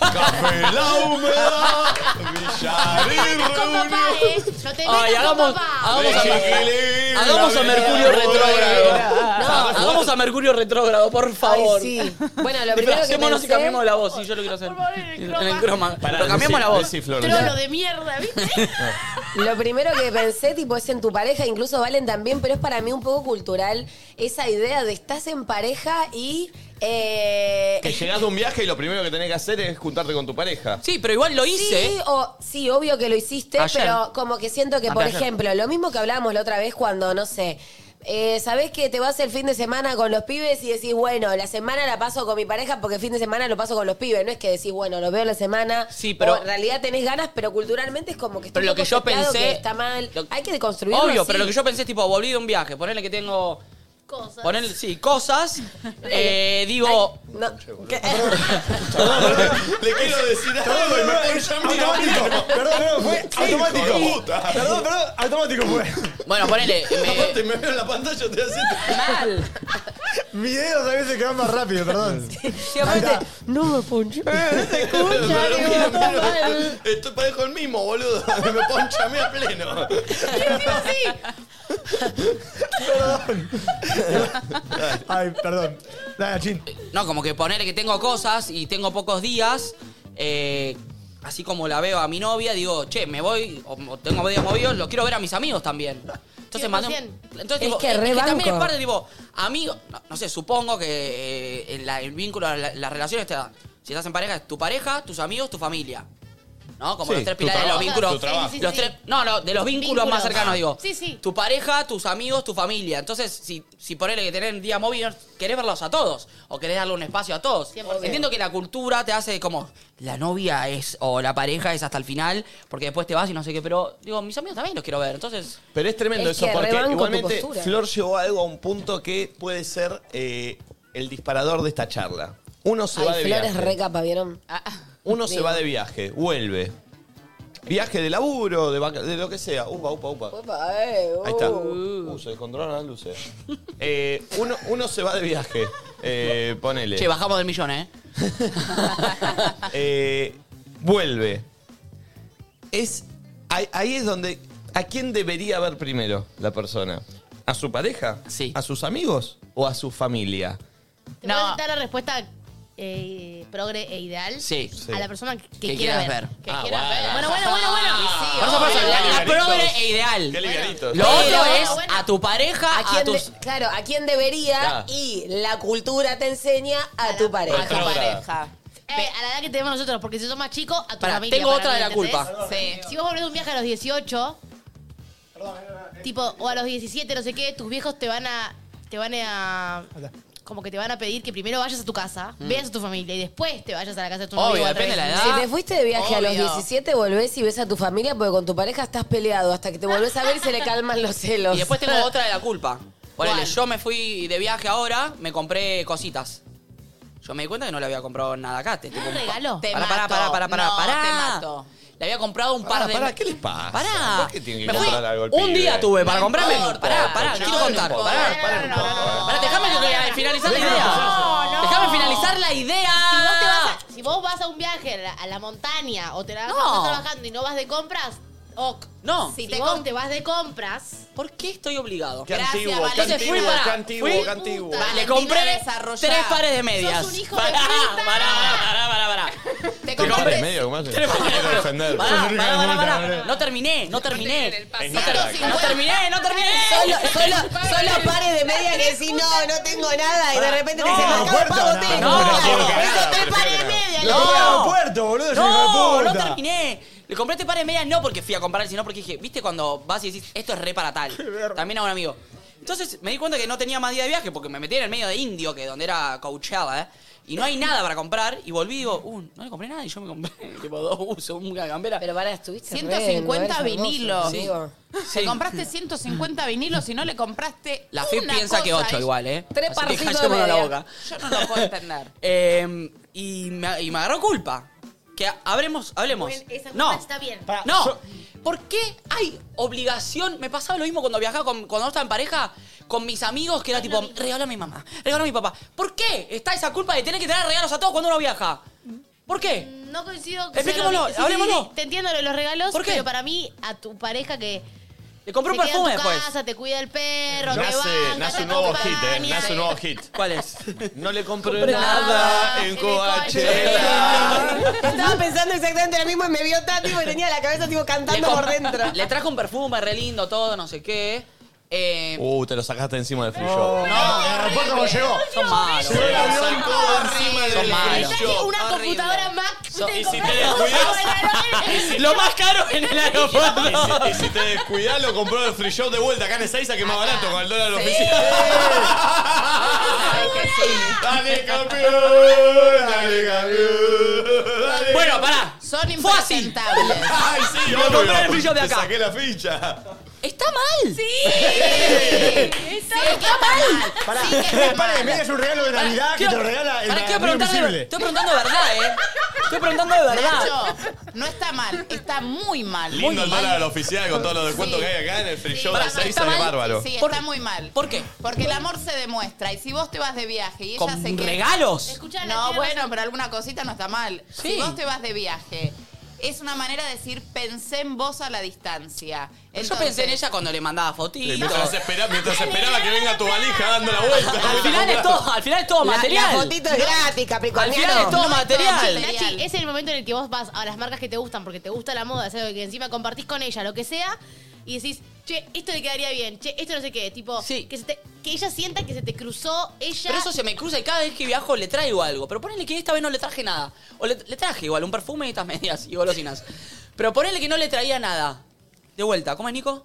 S1: Café la humedad, billar y
S7: Con papá, ¿eh? No te metas
S2: Ay,
S7: con
S2: hagamos,
S7: papá.
S2: hagamos,
S1: Chiquilín,
S2: a, hagamos a
S1: la
S2: Mercurio
S1: vida
S2: retrógrado.
S1: volverá.
S2: No, hagamos a Mercurio retrógrado, por
S3: Ay,
S2: favor.
S3: sí. Bueno, lo primero que
S2: Disfracémonos
S3: pensé...
S2: y cambiemos la voz. Sí, yo lo quiero hacer.
S7: Por favor, en el
S2: En
S7: croma.
S2: el croma.
S1: Pará,
S2: Pero cambiemos
S1: decí-
S2: la voz.
S1: decí, Flor,
S7: Trolo de mierda, ¿viste?
S3: Lo primero que pensé, tipo, es en tu pareja, incluso Valen también, pero es para mí un poco cultural esa idea de estás en pareja y. eh,
S1: Que llegás de un viaje y lo primero que tenés que hacer es juntarte con tu pareja.
S2: Sí, pero igual lo hice.
S3: Sí, o, sí, obvio que lo hiciste,
S2: Ayer.
S3: pero como que siento que, por
S2: Anteayer.
S3: ejemplo, lo mismo que hablábamos la otra vez cuando, no sé, eh, sabés que te vas el fin de semana con los pibes y decís, bueno, la semana la paso con mi pareja porque el fin de semana lo paso con los pibes. No es que decís, bueno, lo veo la semana.
S2: Sí, pero-
S3: o en realidad tenés ganas, pero culturalmente es como que está
S2: Pero lo
S3: un poco
S2: que yo
S3: seteado
S2: pensé.
S3: que está mal.
S2: lo-
S3: Hay que deconstruirlo.
S2: Obvio,
S3: así.
S2: pero lo que yo pensé es tipo, volví de un viaje, ponele que tengo.
S7: Cosas.
S2: Ponele, sí, cosas. eh, digo.
S3: No, ¿qué?
S1: Le quiero decir algo y me pone ya
S5: Automático, perdón, perdón, fue automático.
S1: de puta.
S5: Perdón, perdón, automático fue.
S2: Bueno, ponele. me-
S1: Aparte me veo en la pantalla, te haces.
S5: Mis dedos a veces quedan más rápido, perdón.
S3: Sí, aparte, no me funciona.
S1: Estoy parejo el mismo, boludo. Me poncha a mí a pleno.
S5: Ay, perdón. Dale, chin.
S2: no, como que ponele que tengo cosas y tengo pocos días. eh, así como la veo a mi novia, digo, che, me voy, o o tengo días movidos, lo quiero ver a mis amigos también. Entonces mandé un-
S7: 100%.
S2: entonces,
S3: Es
S2: tipo,
S3: que re
S2: también es
S3: banco.
S2: parte, tipo, amigo, no, no sé, supongo que eh, el, la- el vínculo, la- las relaciones te dan. Si estás en pareja, es tu pareja, tus amigos, tu familia. ¿no? Como
S8: Sí,
S2: los tres
S8: tu
S2: pilares de los
S8: trabajo,
S2: vínculos.
S7: tu trabajo.
S2: Los tres- no, no, de los vínculos,
S7: Vínculos.
S2: más cercanos, digo.
S7: Sí, sí.
S2: Tu pareja, tus amigos, tu familia. Entonces, si, si ponele que tenés día móvil, querés verlos a todos. O querés darle un espacio a todos.
S7: 100%.
S2: Entiendo que la cultura te hace como. La novia es. o la pareja es hasta el final, porque después te vas y no sé qué. Pero, digo, mis amigos también los quiero ver. Entonces.
S1: Pero es tremendo
S3: Es
S1: eso,
S3: que
S1: porque
S3: rebanco tu
S1: igualmente
S3: postura.
S1: Flor llevó algo a un punto que puede ser eh, el disparador de esta charla. Uno se va
S3: Ay,
S1: de
S3: Flor es
S1: viaje.
S3: re capa, ¿vieron?
S2: ah,
S1: Uno se
S3: Digo.
S1: va de viaje, vuelve. Viaje de laburo, de, vaca- de lo que sea. Upa, upa, upa.
S3: Opa, eh,
S1: Ahí está.
S3: uh.
S1: Uh, se descontrolaron las luces. Eh, uno, uno se va de viaje. eh, ponele.
S2: Che, bajamos del millón, ¿eh?
S1: Eh, vuelve. Es, ahí, ahí es donde. ¿A quién debería ver primero la persona? ¿A su pareja?
S2: Sí.
S1: ¿A sus amigos? ¿O a su familia?
S7: Te
S2: No.
S7: voy a dar la respuesta eh, progre e ideal
S2: Sí.
S7: a la persona que,
S2: Que
S7: quieras
S2: quieras
S7: ver.
S2: ver.
S7: Que
S1: Ah,
S7: quieras
S1: bueno.
S7: ver. Bueno, bueno, bueno, bueno.
S6: sí,
S2: Por eso, por eso,
S6: obvio.
S2: la, la
S1: Qué
S2: progre
S1: livianitos.
S2: e ideal.
S1: Qué livianitos.
S2: Lo otro
S7: Pero-
S2: es
S7: bueno.
S2: a tu pareja,
S3: ¿A
S2: a,
S3: quién
S2: tus.
S3: de- claro, a quién debería
S1: Ah.
S3: y la cultura te enseña a, tu
S6: A
S3: pareja.
S6: tu
S1: Otra.
S6: pareja.
S7: Eh, a la edad que tenemos nosotros, porque si sos más chico, a tu
S2: Pará,
S7: familia.
S2: tengo otra
S7: mí,
S2: de la
S7: ¿entendés?
S2: culpa.
S6: Sí.
S7: Si vos volvés de un viaje a los 18, tipo, o a los 17, no sé qué, tus viejos te van a. te van a. como que te van a pedir que primero vayas a tu casa, veas a tu familia y después te vayas a la casa de tu
S2: Obvio,
S7: novio o al
S2: depende de la
S7: revés.
S2: edad.
S3: Si te fuiste de viaje a
S6: Obvio.
S3: los 17, volvés y ves a tu familia porque con tu pareja estás peleado. Hasta que te volvés a ver y se le calman los celos.
S2: Y después tengo otra de la culpa. Ponele,
S6: ¿Cuál?
S2: yo me fui de viaje ahora, me compré cositas. Yo me di cuenta que no le había comprado nada acá. Te,
S7: ¿Un regalo?
S6: Te
S2: pará, pará,
S6: mato.
S2: pará, pará, pará,
S6: No,
S2: pará.
S6: te mato.
S2: Le había comprado un par
S1: Pará,
S2: de.
S1: pará, ¿qué les pasa?
S2: Pará.
S1: ¿Por qué tienen
S2: Me
S1: que
S2: fui-
S1: comprar algo al
S2: Un
S1: pibe?
S2: día tuve para
S6: No
S2: comprarme.
S6: importa.
S2: Pará, pará,
S6: Yo
S2: quiero
S6: no
S2: contar.
S6: importa.
S2: Pará.
S1: Paren un poco, eh.
S2: Pará, déjame que- eh, finalizar la idea. Déjame finalizar la idea.
S7: Si vos, te vas a, si vos vas a un viaje a la, a la montaña o te la vas
S2: No.
S7: estás trabajando y no vas de compras, ok.
S2: No.
S7: Si,
S6: Si te
S7: vos
S6: com-
S7: te vas de compras,
S2: ¿Por qué estoy obligado?
S1: Qué
S6: Gracias,
S1: antiguo, qué
S6: Valentina.
S1: antiguo,
S2: Fui para-
S1: qué antiguo,
S2: fui-
S1: qué antiguo.
S6: Puta.
S2: Le
S6: Valentina
S2: compré
S6: desarrollada.
S2: tres pares de medias.
S7: Sos un hijo de
S2: pará,
S7: puta.
S2: pará, pará, pará, pará.
S6: Te
S1: Te
S6: compraste
S1: compré medio, ¿cómo haces? Quiero defender.
S2: Pará,
S5: Sos
S2: pará,
S5: un hijo de
S2: pará,
S5: puta,
S2: pará.
S5: boludo.
S2: No terminé, no terminé.
S1: En
S2: No, ter-
S1: Caracas.
S2: no terminé, no terminé.
S3: Solo, solo, solo pares de media que decís, no, no tengo nada. Y de repente te
S2: No,
S3: dicen, acá
S5: puerta,
S3: pago
S5: no,
S3: tengo.
S2: no,
S3: Claro,
S2: quiero
S1: que
S3: esos
S1: nada,
S3: tres
S1: prefiero
S3: pares
S1: que
S3: de
S1: nada.
S3: media.
S5: Lo compré al aeropuerto, boludo, ese hijo
S2: No,
S5: de
S2: no
S5: puta.
S2: terminé. Le compré este par de medias no porque fui a comprar, sino porque dije, viste cuando vas y decís, esto es re para tal. También a un amigo. Entonces me di cuenta que no tenía más día de viaje porque me metí en el medio de Indio, que donde era coachada, ¿eh? Y no hay nada para comprar. Y volví y digo, uh, no le compré nada. Y yo me compré tipo dos usos, una gambera.
S3: Pero para, estuviste. re en
S6: 150
S3: lugares hermosos,
S6: vinilos.
S3: amigo.
S2: Sí.
S6: Te compraste 150 vinilos y no le compraste.
S2: La FIP
S6: una
S2: piensa que
S6: cosa.
S2: 8 igual, ¿eh?
S3: Tres
S2: Así que
S3: partidos de
S2: callémonos la
S3: media.
S2: boca.
S6: Yo no lo puedo entender.
S2: Eh, y, me, y me agarró culpa. Que hablemos, hablemos.
S7: bueno, esa
S2: no,
S7: culpa está bien.
S5: Pará,
S2: no.
S5: yo-
S2: ¿Por qué hay obligación? Me pasaba lo mismo cuando viajaba, con, cuando estaba en pareja, con mis amigos, que era tipo, regalo a mi mamá, regalo a mi papá. ¿por qué está esa culpa de tener que traer regalos a todos cuando uno viaja? ¿Por qué?
S7: No coincido con
S2: Expliquémoslo, hablémoslo.
S7: te entiendo lo de los regalos,
S2: ¿Por qué?
S7: pero para mí, a tu pareja que.
S2: Le compré un
S7: se queda en
S2: perfume pues.
S7: tu
S2: después.
S7: casa, te cuida el perro, te
S1: Nace,
S7: banca,
S1: nace
S7: te
S1: un nuevo hit,
S7: acompaña,
S1: eh. Nace un nuevo hit.
S2: ¿Cuál es?
S1: No le compré,
S7: nada
S1: nada en
S7: en
S1: Coachella.
S3: Estaba pensando exactamente lo mismo y me vio tan tipo, y tenía la cabeza tipo
S2: Le
S3: cantando por
S2: comp-
S3: dentro.
S2: Le trajo un perfume re lindo, todo, no sé qué. Eh,
S1: Uh, te lo sacaste encima del free show.
S5: No, el aeropuerto como llegó.
S2: son malos.
S5: Llegó el
S2: boludo.
S5: avión todo encima
S2: Son
S5: del
S2: malos.
S5: free
S7: Traje
S5: show.
S7: una
S2: Horrible.
S7: computadora Mac.
S2: So-
S7: te
S2: y si te
S7: compraste un
S1: descuidas-
S7: celular.
S2: Lo más caro en el aeropuerto.
S1: Y si te descuidás, lo compró el free show de vuelta acá en Ezeiza, que es más barato con el dólar
S6: Sí.
S1: oficial.
S6: Ay, que sí.
S1: Dale campeón, dale campeón. dale.
S2: Bueno, pará.
S6: Son
S2: Fue así.
S6: impresentables.
S1: Ay, sí,
S2: Lo
S1: obvio.
S2: compré en el free show de
S1: Te
S2: acá.
S1: saqué la ficha.
S2: Está mal. Sí.
S6: Sí, que está mal.
S5: Pará,
S6: Sí, que
S5: tres
S6: está
S5: pares
S6: mal.
S5: de media es un regalo de Navidad que te lo regala el
S2: estoy
S5: amigo
S2: preguntando,
S5: invisible.
S2: estoy preguntando de verdad, ¿eh? Estoy preguntando de verdad.
S6: Nacho, no está mal, está muy mal. muy
S1: Lindo el
S6: mal.
S1: dólar al oficial con todos los descuentos
S6: Sí.
S1: que hay acá en el free show de
S6: Pará,
S1: Ezeiza,
S6: está
S1: que es
S6: mal,
S1: bárbaro.
S6: Sí, sí,
S2: ¿Por-
S6: está muy mal.
S2: ¿Por qué?
S6: Porque el amor se demuestra. Y si vos te vas de viaje y ella
S2: ¿Con
S6: se queda.
S2: regalos?
S7: Escuchá, la
S6: No,
S7: tía
S6: bueno, pero alguna cosita no está mal.
S2: Sí.
S6: Si vos te vas de viaje, es una manera de decir pensé en vos a la distancia.
S2: Yo pensé en ella cuando le mandaba
S1: Sí,
S2: fotitos.
S1: Mientras, espera- mientras esperaba que venga tu valija dando la vuelta.
S2: Al final es todo, al final es todo
S3: La-
S2: material.
S3: La, fotito es gratis,
S2: al final es
S3: Capricorniano.
S2: todo
S6: No,
S2: material.
S6: entonces-
S7: Nachi, es el momento en el que vos vas a las marcas que te gustan porque te gusta la moda, es algo que encima compartís con ella, lo que sea, y decís, che, esto le quedaría bien, che, esto no sé qué, tipo,
S2: Sí.
S7: que, se te- que ella sienta que se te cruzó ella.
S2: Pero eso se me cruza y cada vez que viajo le traigo algo. Pero ponele que esta vez no le traje nada. O le, le traje igual un perfume y estas medias y golosinas. Pero ponele que no le traía nada. De vuelta, ¿cómo es, Nico?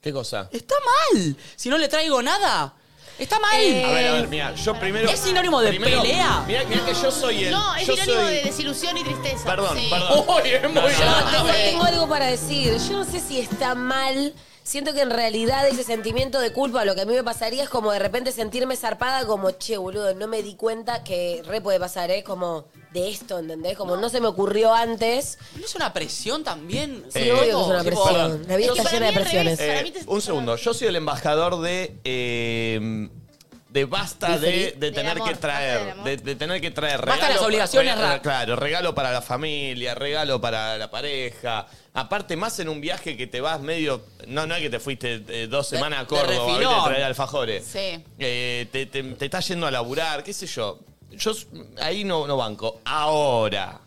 S1: ¿Qué cosa?
S2: Está mal. Si no le traigo nada, está mal.
S7: Eh,
S1: A ver, a ver, mira, yo primero.
S2: ¿Es sinónimo de pelea?
S1: Mira, que yo soy el.
S7: No, es
S1: yo
S7: sinónimo
S1: soy-
S7: de desilusión y tristeza.
S1: Perdón,
S6: Sí.
S1: perdón.
S2: es muy
S1: No, no, no.
S3: Tengo, tengo algo para decir. Yo no sé si está mal. Siento que en realidad ese sentimiento de culpa, lo que a mí me pasaría es como de repente sentirme zarpada, como che, boludo, no me di cuenta que re puede pasar, ¿eh? Como de esto, ¿entendés? Como no se me ocurrió antes.
S2: ¿No es una presión también?
S3: Sí,
S1: Eh,
S3: obvio que es una
S2: tipo,
S3: presión. La vida
S7: Es que
S3: está
S7: para
S3: llena de
S7: mí al
S3: presiones.
S7: revés. Para
S1: Eh,
S7: mí te-
S1: un segundo, yo soy el embajador de. eh, de basta de, de
S7: Del
S1: tener
S7: amor,
S1: que
S7: basta
S1: traer,
S7: del
S1: de,
S7: amor.
S1: de tener que traer
S2: Basta
S1: regalo
S2: las obligaciones,
S1: regalo-
S2: Ra.
S1: claro, regalo para la familia, regalo para la pareja. Aparte, más en un viaje que te vas medio. No, no es que te fuiste eh, dos
S2: De-
S1: semanas a
S2: de
S1: Córdoba y
S2: refilón.
S1: te traer alfajores.
S6: Sí.
S1: Eh, te, te- te estás yendo a laburar, qué sé yo. Yo s- ahí no, no banco. Ahora.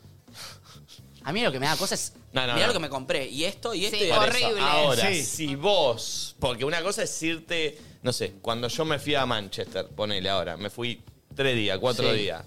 S2: A mí lo que me da cosa es.
S1: No, no,
S2: mirá lo
S1: no.
S2: que me compré. Y esto, y esto.
S6: Sí,
S2: y
S1: Por
S6: horrible.
S1: eso, Ahora,
S5: Sí.
S1: si vos, porque una cosa es irte, no sé, cuando yo me fui a Manchester, ponele ahora, me fui tres días, cuatro
S2: Sí.
S1: días.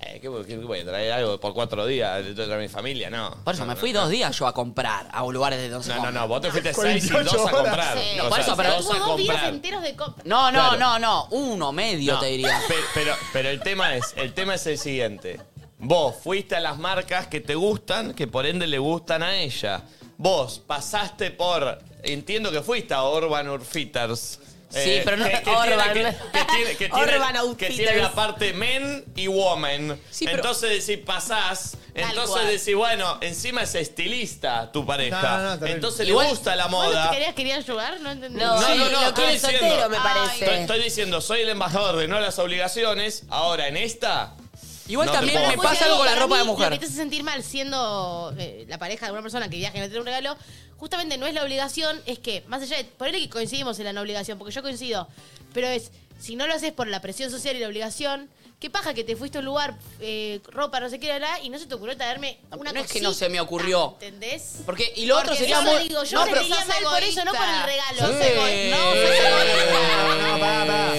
S1: Eh, ¿qué, qué- qué voy a traer algo por cuatro días de toda mi familia? No.
S2: Por eso
S1: No,
S2: me
S1: no,
S2: fui
S1: no.
S2: dos días yo a comprar a lugares de donde se
S1: No, no,
S2: compra.
S1: no, vos te fuiste seis y dos
S5: 48
S1: a
S5: horas.
S1: comprar.
S6: Sí.
S1: O
S2: No, por
S1: sea,
S2: eso, pero
S7: Pero
S1: dos
S7: tuvo
S1: a
S7: dos días
S1: comprar.
S7: enteros de compra.
S2: No, no,
S1: Claro.
S2: no, no. Uno medio
S1: No,
S2: te diría.
S1: pe- Pero, pero el tema es, el tema es el siguiente. Vos fuiste a las marcas que te gustan, que por ende le gustan a ella. Vos pasaste por, entiendo que fuiste a Urban Outfitters. Eh,
S2: Sí, pero no-
S1: que, que
S2: Urban.
S1: Tiene, que, que tiene, que tiene-
S2: Urban
S1: que
S2: Outfitters.
S1: tiene la parte men y woman.
S2: Sí, pero-
S1: entonces decís, pasás. Entonces
S6: cual.
S1: decís, bueno, encima es estilista tu pareja.
S5: No, no, no, terrible.
S1: entonces le
S2: Igual-
S1: gusta la
S7: ¿Vos no
S1: moda.
S7: te querías, querías ayudar? No entendí.
S3: No,
S1: No,
S3: sí,
S1: no, no,
S3: lo
S1: estoy
S3: quiere el
S1: diciendo.
S3: soltero, me
S6: Ay,
S3: parece.
S1: Estoy, estoy diciendo, soy el embajador de no las obligaciones. Ahora en esta.
S2: Igual
S1: no te
S2: también
S1: puedo-
S2: me
S7: Porque
S2: pasa algo con la
S7: para
S2: ropa de
S7: mí, Lo que
S2: mujer.
S7: te hace sentir mal siendo eh, la pareja de una persona que viaja y no tiene un regalo, justamente no es la obligación, es que, más allá de ponerle que coincidimos en la no obligación, porque yo coincido, pero es, si no lo haces por la presión social y la obligación, ¿qué paja que te fuiste a un lugar, eh, ropa, no sé qué, la, la, y no se te ocurrió traerme
S2: No,
S7: una
S2: no es que
S7: cosita,
S2: no se me ocurrió.
S7: ¿Entendés?
S2: Porque, y lo otro
S6: Porque
S2: sería
S7: eso
S2: muy.
S7: digo, yo
S2: no,
S7: me
S2: pero-
S7: sentía mal por eso, no por el regalo.
S2: Sí.
S7: sos egoísta. No, sos egoísta.
S5: No, pará, pará.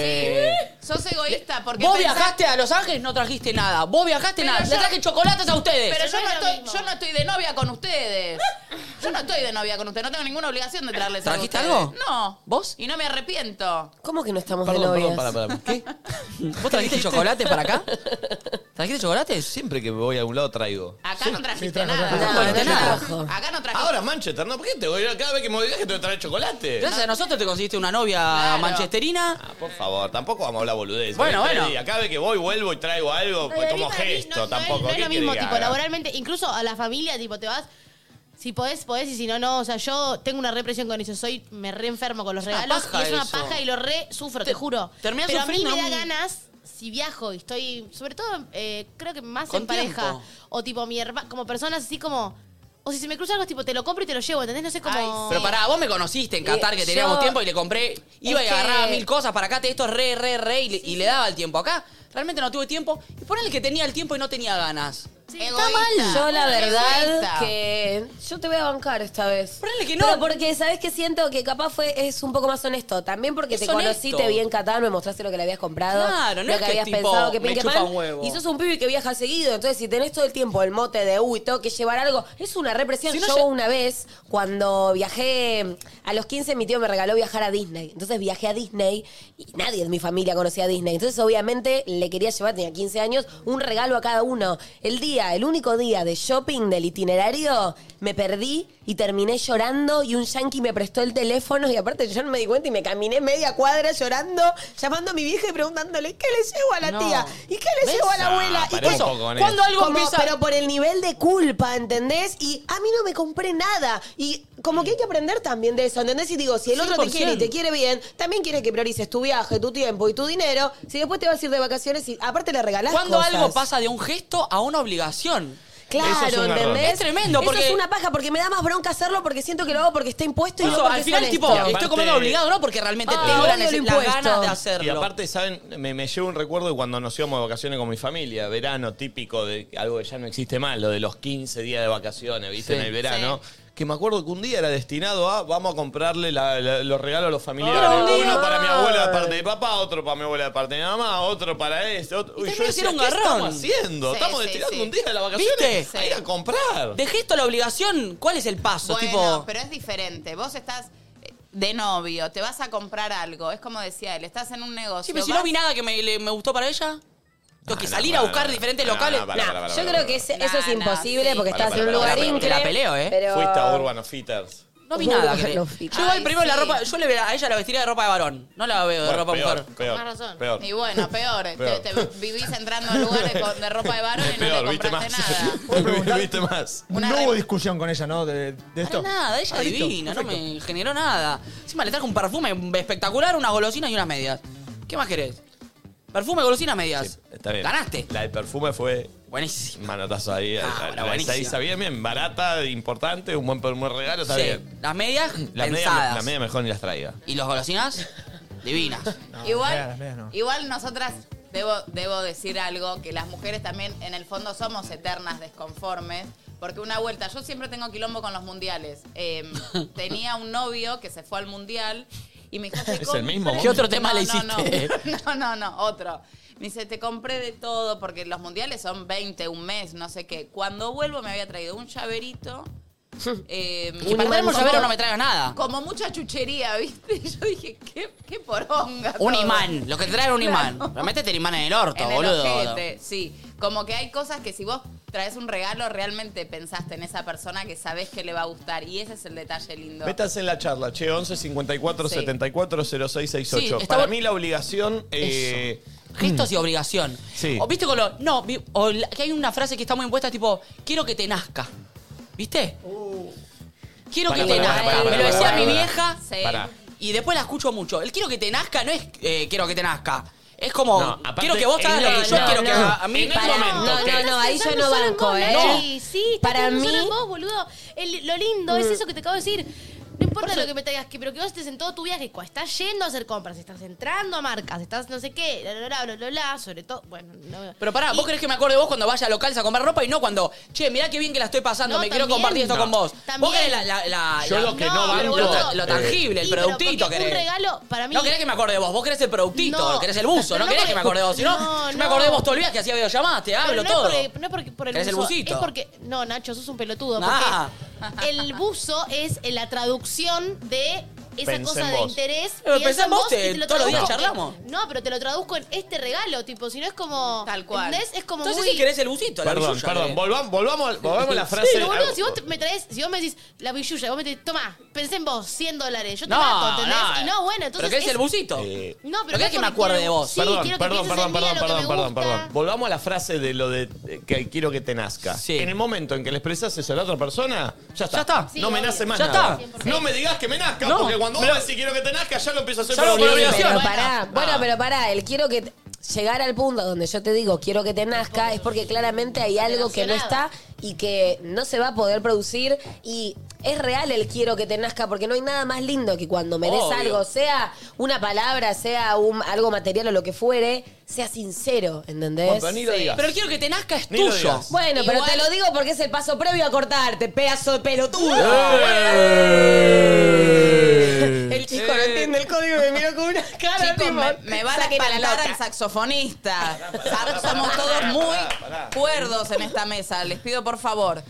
S6: Sos egoísta porque
S2: Vos
S6: pensás-
S2: viajaste a Los Ángeles, no trajiste nada. Vos viajaste
S6: Pero
S2: nada.
S6: yo-
S2: Le traje chocolates a ustedes.
S6: Pero yo
S7: no
S6: no,
S7: es lo
S6: estoy,
S7: mismo.
S6: yo no estoy de novia con ustedes. Yo no estoy de novia con ustedes. No tengo ninguna obligación de traerles algo. a
S2: ¿Trajiste
S6: ustedes.
S2: algo?
S6: No.
S2: ¿Vos?
S6: Y no me arrepiento.
S3: ¿Cómo que no estamos
S1: Perdón,
S3: de
S1: perdón,
S3: novias?
S1: para, para. ¿Qué?
S2: ¿Vos trajiste chocolates para acá? ¿Trajiste chocolates?
S1: Siempre que voy a algún lado traigo.
S6: Acá no trajiste
S5: trajo,
S6: nada.
S3: trajo. No,
S2: no
S3: trajo.
S6: Acá no trajiste.
S1: Ahora Manchester, ¿no? ¿Por qué te voy a cada vez que me voy de viaje te voy a traer chocolate?
S2: Gracias a nosotros te conseguiste una novia
S6: Claro.
S2: manchesterina.
S1: Ah, por favor, tampoco vamos a hablar boludez.
S2: Bueno, bueno.
S1: Cada vez que voy, vuelvo y traigo algo pues,
S7: No, y a mí
S1: como
S7: para mí
S1: gesto,
S7: no- no
S1: tampoco.
S7: es- No es,
S1: ¿Qué
S7: lo mismo,
S1: querés que
S7: tipo,
S1: haga?
S7: laboralmente, incluso a la familia, tipo, te vas. Si podés, podés, y si no, no. O sea, yo tengo una represión con eso. Soy, me re enfermo con los
S2: una
S7: regalos.
S2: paja
S7: y es una
S2: eso.
S7: paja y lo re sufro, te,
S2: Te-
S7: juro.
S2: terminás
S7: Pero a mí me
S2: sufriendo
S7: da
S2: un-
S7: ganas si viajo y estoy, sobre todo, eh, creo que más
S2: Con
S7: en pareja.
S2: tiempo.
S7: O tipo, mi hermana, como personas así como. O si se me cruza algo, es tipo, te lo compro y te lo llevo, ¿entendés? No sé
S6: Ay,
S7: cómo.
S6: sí.
S2: Pero pará, vos me conociste en Qatar que
S3: Eh,
S2: teníamos
S3: yo-
S2: tiempo y le compré. Iba y
S3: Es que-
S2: agarraba mil cosas para acá, te- esto es re, re, re y, le- y le daba el tiempo. Acá realmente no tuve tiempo. Y ponele que tenía el tiempo y no tenía ganas.
S3: Está
S6: Egoísta.
S3: mal. Yo la
S6: Egoísta.
S3: verdad que yo te voy a bancar esta vez.
S2: Ponele que no.
S3: Pero porque sabes que siento que capaz fue es un poco más honesto. También porque
S2: Es
S3: te conocí,
S2: honesto.
S3: te vi en Catán, me mostraste lo que le habías comprado,
S2: Claro, no
S3: lo
S2: es
S3: que
S2: que
S3: habías
S2: tipo,
S3: pensado, que
S2: me
S3: pin, que
S2: chupa
S3: pan.
S2: un huevo.
S3: Y sos un pibe que viaja seguido, entonces si tenés todo el tiempo el mote de uy, tengo que llevar algo, es una represión.
S2: Si no,
S3: yo
S2: ya-
S3: una vez cuando viajé a los 15 mi tío me regaló viajar a Disney. Entonces viajé a Disney y nadie de mi familia conocía a Disney. Entonces obviamente le quería llevar, tenía 15 años, un regalo a cada uno. El día, el único día de shopping del itinerario, me perdí y terminé llorando y un yankee me prestó el teléfono y aparte yo no me di cuenta y me caminé media cuadra llorando, llamando a mi vieja y preguntándole, ¿qué le llevo a la
S2: No.
S3: tía? ¿Y qué le
S2: ¿Ves?
S3: llevo a la
S1: Ah,
S3: abuela? ¿Y
S1: pará
S3: qué
S1: un
S3: eso?
S1: poco con
S2: ¿Cuándo algo
S3: Como-
S2: empieza?
S3: Pero por el nivel de culpa, ¿entendés? Y a mí no me compré nada. Y como que hay que aprender también de eso, ¿entendés? Y digo, si el otro te
S2: 100%.
S3: quiere y te quiere bien, también quiere que priorices tu viaje, tu tiempo y tu dinero. Si después te vas a ir de vacaciones y aparte le regalás
S2: Cuando
S3: cosas.
S2: algo pasa de un gesto a una obligación.
S3: Claro,
S1: Eso es un garrón.
S3: ¿entendés?
S2: Es tremendo, porque-
S3: Eso es una paja, porque me da más bronca hacerlo porque siento que lo hago porque está impuesto y
S2: Por
S3: no
S2: eso,
S3: porque
S2: al
S3: es
S2: final,
S3: honesto.
S2: tipo,
S1: Y aparte-
S2: estoy comiendo obligado, ¿no? Porque realmente
S3: Ah,
S2: tengo la,
S3: odio lo
S2: nece- la
S3: impuesto.
S2: ganas de hacerlo.
S1: Y aparte, ¿saben? Me, me llevo un recuerdo de cuando nos íbamos de vacaciones con mi familia. Verano típico de algo que ya no existe más, lo de los 15 días de vacaciones, ¿viste?
S2: Sí.
S1: en el verano. que me acuerdo que un día era destinado a vamos a comprarle la- la- los regalos a los familiares.
S2: Pero un día-
S1: Uno para mi abuela de parte de papá, otro para mi abuela de parte de mamá, otro para este. Otro.
S2: Y
S1: Uy, yo
S2: terminó
S1: decía,
S2: siendo un
S1: ¿qué
S2: garrón.
S1: estamos haciendo?
S6: Sí,
S1: estamos
S6: sí,
S1: destinando
S6: sí.
S1: un día de las vacaciones
S2: ¿Viste?
S1: a ir a comprar.
S2: De gesto a la obligación, ¿cuál es el paso?
S6: Bueno,
S2: tipo,
S6: pero es diferente. Vos estás eh, de novio, te vas a comprar algo. Es como decía él, estás en un negocio.
S2: sí, pero si
S6: vas-
S2: no vi nada que me, le- me gustó para ella, tengo que
S1: Ah, no,
S2: salir
S1: pará,
S2: a buscar
S1: no,
S2: diferentes
S1: no, no,
S2: locales.
S1: pará,
S3: Nah,
S1: pará, pará,
S3: yo
S1: pará,
S3: creo
S1: pará.
S3: que ese- eso es
S6: Nah, nah,
S3: imposible
S6: sí.
S3: porque
S1: Pará,
S3: estás en un
S1: pará, pará,
S3: lugar
S1: pará,
S3: increíble.
S2: te la peleo, ¿eh?
S3: Pero...
S1: Fuiste a Urban Fitters.
S2: No vi nada.
S3: Bueno,
S2: que le-
S3: no vi.
S2: yo igual
S6: Ay,
S2: primero la
S6: sí.
S2: ropa, yo le veo a ella la vestiría de ropa de varón. No la veo de ropa de mujer.
S1: peor, peor,
S7: Con más razón.
S1: peor.
S6: Y bueno, peor. te-
S1: Peor.
S6: Te, vivís entrando a lugares con- de ropa de varón y no
S1: Peor,
S6: le
S1: viste
S6: compraste
S1: más.
S6: nada.
S1: viste más.
S6: Una
S5: no
S6: re-
S5: hubo discusión con ella, ¿no? De, de
S2: Para
S5: esto.
S2: nada, ella
S5: Ah, listo,
S2: divina, no
S5: perfecto.
S2: me generó nada. Encima le traje un perfume espectacular, unas golosinas y unas medias. ¿Qué más querés? Perfume, golosinas, medias.
S1: Sí, está bien.
S2: Ganaste.
S1: La del perfume fue
S2: Buenísimo.
S1: manotazo ahí.
S2: Ah,
S1: La-
S2: bueno,
S1: la-
S2: buenísimo.
S1: esa hizo bien, bien. Barata, importante, un buen, un buen regalo, está
S2: Sí.
S1: bien.
S2: Las medias
S1: Las medias,
S2: pensadas.
S1: las medias mejor ni las traiga.
S2: Y los golosinas, divinas.
S5: No, las
S6: Igual,
S5: medias, las medias no.
S6: igual nosotras debo, debo decir algo, que las mujeres también en el fondo somos eternas desconformes. Porque una vuelta, yo siempre tengo quilombo con los mundiales. Eh, tenía un novio que se fue al mundial y me dijo, "Te
S1: ¿Es el mismo
S6: compré-".
S2: ¿Qué otro tema le
S6: No,
S2: hiciste?
S6: no, no, no, otro. Me dice, te compré de todo, porque los mundiales son 20, un mes, no sé qué. Cuando vuelvo me había traído un llaverito. eh,
S2: Y para traerme un llavero no me traigas nada.
S6: como mucha chuchería, ¿viste? Y yo dije, qué, qué poronga.
S2: Un
S6: todo.
S2: imán, lo que trae un imán.
S6: Claro.
S2: Pero Métete el imán en el orto,
S6: En el
S2: boludo.
S6: ojete, sí. Como que hay cosas que si vos traes un regalo, realmente pensaste en esa persona que sabés que le va a gustar. Y ese es el detalle lindo.
S1: Métanse en la charla, che, 11 54
S6: Sí.
S1: 74 06
S2: Sí,
S1: 68.
S2: está
S1: Para
S2: bu-
S1: mí la obligación. eh,
S2: Gestos y obligación.
S1: Sí.
S2: O viste con lo. No, vi- o la- que hay una frase que está muy impuesta, tipo, quiero que te nazca. ¿Viste? Quiero
S1: Uh. Pará,
S2: que te
S1: pará,
S2: nazca.
S1: pará, pará,
S2: Me lo
S1: pará,
S2: decía
S1: pará,
S2: mi
S1: pará.
S2: vieja.
S6: Sí.
S1: Pará.
S2: Y después la escucho mucho. El quiero que te nazca no es eh, quiero que te nazca. Es como,
S1: No, aparte,
S2: quiero que vos hagas
S1: en
S2: lo que
S1: el-
S2: Eh, yo
S1: no,
S2: quiero que
S1: no.
S2: haga. A mí
S1: En el
S3: Pará,
S1: momento,
S3: no,
S1: ok.
S3: no, no, ahí yo
S7: Estás
S3: no
S7: pensando solo en
S3: banco,
S7: vos,
S3: ¿eh?
S7: Nachi. Sí, estás
S3: Para
S7: pensando
S3: mí, Mm.
S7: solo en vos, boludo. El- lo lindo es eso que te acabo de decir. No importa lo que me traigas, que, pero que vos estés en todo tu viaje, cua- estás yendo a hacer compras, estás entrando a marcas, estás no sé qué, bla, bla, bla, bla, bla, bla, sobre todo, bueno, no...
S2: Pero pará, vos querés que me acuerde de vos cuando vaya a locales a comprar ropa y no cuando, che, mirá qué bien que la estoy pasando,
S7: No,
S2: me quiero
S7: también.
S2: compartir esto
S7: No.
S2: con vos. Vos
S7: También.
S2: querés la, la- la-
S1: Yo
S2: la-
S1: lo que no
S7: No, pero
S1: banco.
S7: boludo.
S2: lo tangible, el
S7: Sí, pero
S2: productito
S7: porque
S2: querés.
S7: Un regalo para mí...
S2: No querés que me acorde de vos, vos querés el productito,
S7: No.
S2: querés el buzo,
S7: Pero
S2: no,
S7: no
S2: querés
S7: porque-
S2: que me acorde de vos, sino
S7: No,
S2: yo me acordé de
S7: no.
S2: vos todo el día que hacía videollamadas, te
S7: Pero
S2: hablo
S7: no
S2: todo.
S7: Es porque, no es porque por el
S2: Querés el
S7: buzo,
S2: busito.
S7: es porque no, Nacho, sos un pelotudo,
S2: Ah.
S7: porque el buzo es eh, la traducción de esa
S1: Pensé
S7: cosa
S1: en
S7: de
S1: vos.
S7: interés.
S2: Pero
S7: pienso
S2: pensá en vos,
S7: y
S2: te- todos los
S7: traduzco.
S2: días
S7: Eh,
S2: charlamos.
S7: No, pero te lo traduzco en este regalo, tipo, si no es como
S6: Tal cual.
S7: ¿entendés? Es como
S2: Entonces
S7: muy
S2: si querés el bucito, la
S1: Perdón,
S2: billulla,
S1: perdón.
S2: eh.
S1: Volvamos, volvamos, al- volvamos a la frase.
S7: Sí, boludo,
S1: al-
S7: si vos te- me traes, si vos me decís la billulla, y vos me decís, toma, pensé en vos, 100 dólares, yo te
S2: No,
S7: mato, ¿entendés?
S2: no.
S7: y no, bueno, entonces
S2: Pero querés
S7: es-
S2: el bucito.
S1: Eh,
S7: No,
S2: Pero
S7: pero
S2: querés que me
S7: porque
S2: acuerde
S7: quiero-
S2: de vos.
S7: Sí, quiero que pienses en mí, en lo que me gusta.
S1: Volvamos a la frase de lo de eh, que quiero que te nazca.
S2: Sí.
S1: En el momento en que le expresas eso a la otra persona, ya está.
S2: Ya está.
S7: Sí,
S1: no me
S7: obvio.
S1: nace más
S2: Ya
S1: nada.
S2: está.
S1: No me digas que me nazca,
S2: No,
S1: porque cuando
S2: pero-
S1: vos decís quiero que te nazca, ya lo empiezo a hacer
S2: Ya lo
S1: por
S2: volví a
S3: Bueno,
S2: hacer.
S3: pero
S1: obligación.
S2: Bueno,
S3: pará, bueno,
S1: Ah.
S3: pero pará, el quiero que llegar al punto donde yo te digo quiero que te nazca es porque claramente hay algo que no está y que no se va a poder producir y es real el quiero que te nazca porque no hay nada más lindo que cuando mereces
S2: Obvio.
S3: algo, sea una palabra, sea un, algo material o lo que fuere, sea sincero, ¿entendés?
S1: Bueno, pero ni lo
S3: Sí.
S1: digas.
S2: Pero quiero que te nazca es
S1: Ni lo
S2: tuyo.
S1: digas.
S3: Bueno, pero
S6: Igual-
S3: te lo digo porque es el paso previo a cortarte, pedazo de pelotudo.
S9: Eh.
S3: El chico no entiende el código y me miró con una cara
S6: Chicos,
S3: tipo,
S6: me, me van a
S3: "Saquen la
S6: espaldar
S3: loca".
S6: al saxofonista.
S1: pará,
S6: Somos
S1: pará,
S6: todos
S1: pará,
S6: muy
S1: pará.
S6: cuerdos en esta mesa. Les pido por favor.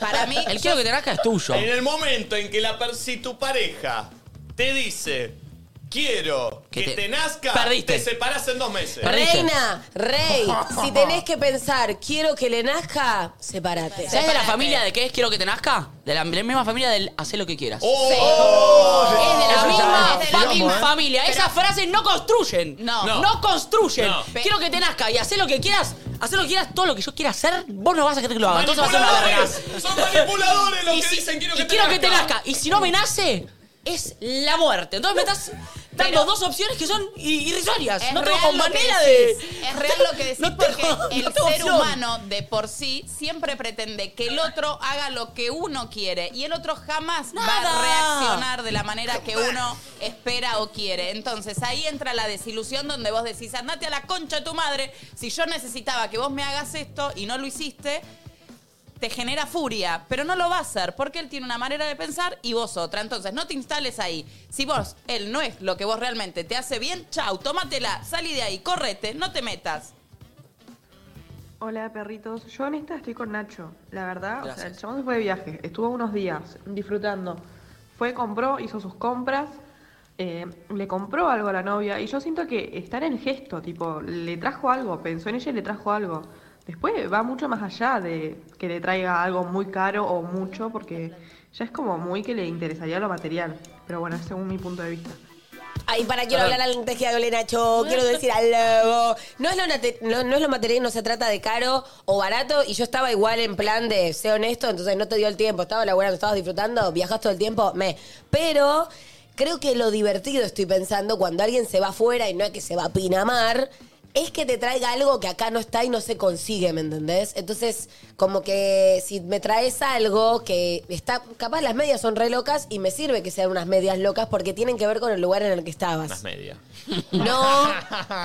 S6: Para mí,
S2: El quiero que te nazca es tuyo.
S1: En el momento en que la per- si tu pareja te dice quiero
S2: Que
S1: que,
S2: te-
S1: te, nazca,
S2: Perdiste.
S1: te separás en dos meses.
S2: Perdiste.
S3: Reina, rey, si tenés que pensar, quiero que le nazca, sepárate.
S2: ¿Sabes de la
S6: Sepárate.
S2: familia de qué es quiero que te nazca? De la, de la misma familia del hacer lo que quieras.
S1: ¡Oh!
S2: Es de la
S6: Eso
S2: misma
S6: ya es
S2: fucking
S6: quilombo, ¿eh?
S2: familia. Esas frases no construyen.
S6: No.
S2: No, construyen.
S1: No.
S2: Quiero que te nazca y haz lo que quieras. Haz lo que quieras, todo lo que yo quiera hacer, vos no vas a querer que lo haga. Entonces vas a ser una verga.
S1: ¡Manipuladores! Son manipuladores los
S2: Y
S1: que
S2: si-
S1: dicen quiero
S2: y
S1: que te
S2: quiero
S1: nazca.
S2: que te nazca. Y si no me nace, es la muerte. Entonces me estás dando dos opciones que son i- irrisorias.
S6: Es
S2: No
S6: real
S2: tengo
S6: lo que
S2: manera de.
S6: decís. Es real lo que decís
S2: No tengo-
S6: porque
S2: no
S6: el
S2: tengo
S6: ser
S2: opción.
S6: humano de por sí siempre pretende que el otro haga lo que uno quiere y el otro jamás va
S2: Nada.
S6: a reaccionar de la manera que uno espera o quiere. Entonces ahí entra la desilusión donde vos decís, andate a la concha de tu madre, si yo necesitaba que vos me hagas esto y no lo hiciste. te genera furia, pero no lo va a hacer porque él tiene una manera de pensar y vos otra. Entonces, no te instales ahí. Si vos, él no es lo que vos realmente te hace bien, chau, tómatela, salí de ahí, correte, no te metas.
S10: Hola perritos, yo en esta estoy con Nacho, la verdad, o sea, el
S6: Gracias.
S10: chabón se fue de viaje, estuvo unos días disfrutando, fue, compró, hizo sus compras, eh, le compró algo a la novia y yo siento que está en el gesto, tipo, le trajo algo, pensó en ella y le trajo algo. Después va mucho más allá de que le traiga algo muy caro o mucho, porque ya es como muy que le interesaría lo material, pero bueno, es según mi punto de vista.
S3: Ay, para, quiero hablar antes que hable Nacho, quiero decir algo. No es, lo nate- no, no es lo material, no se trata de caro o barato, y yo estaba igual en plan de, sé honesto, entonces no te dio el tiempo, estaba laburando, estabas disfrutando, viajas todo el tiempo, me. Pero creo que lo divertido, estoy pensando, cuando alguien se va afuera y no es que se va a Pinamar, es que te traiga algo que acá no está y no se consigue, ¿me entendés? Entonces, como que si me traes algo que está, capaz las medias son re locas y me sirve que sean unas medias locas porque tienen que ver con el lugar en el que estabas.
S1: Unas medias.
S3: No,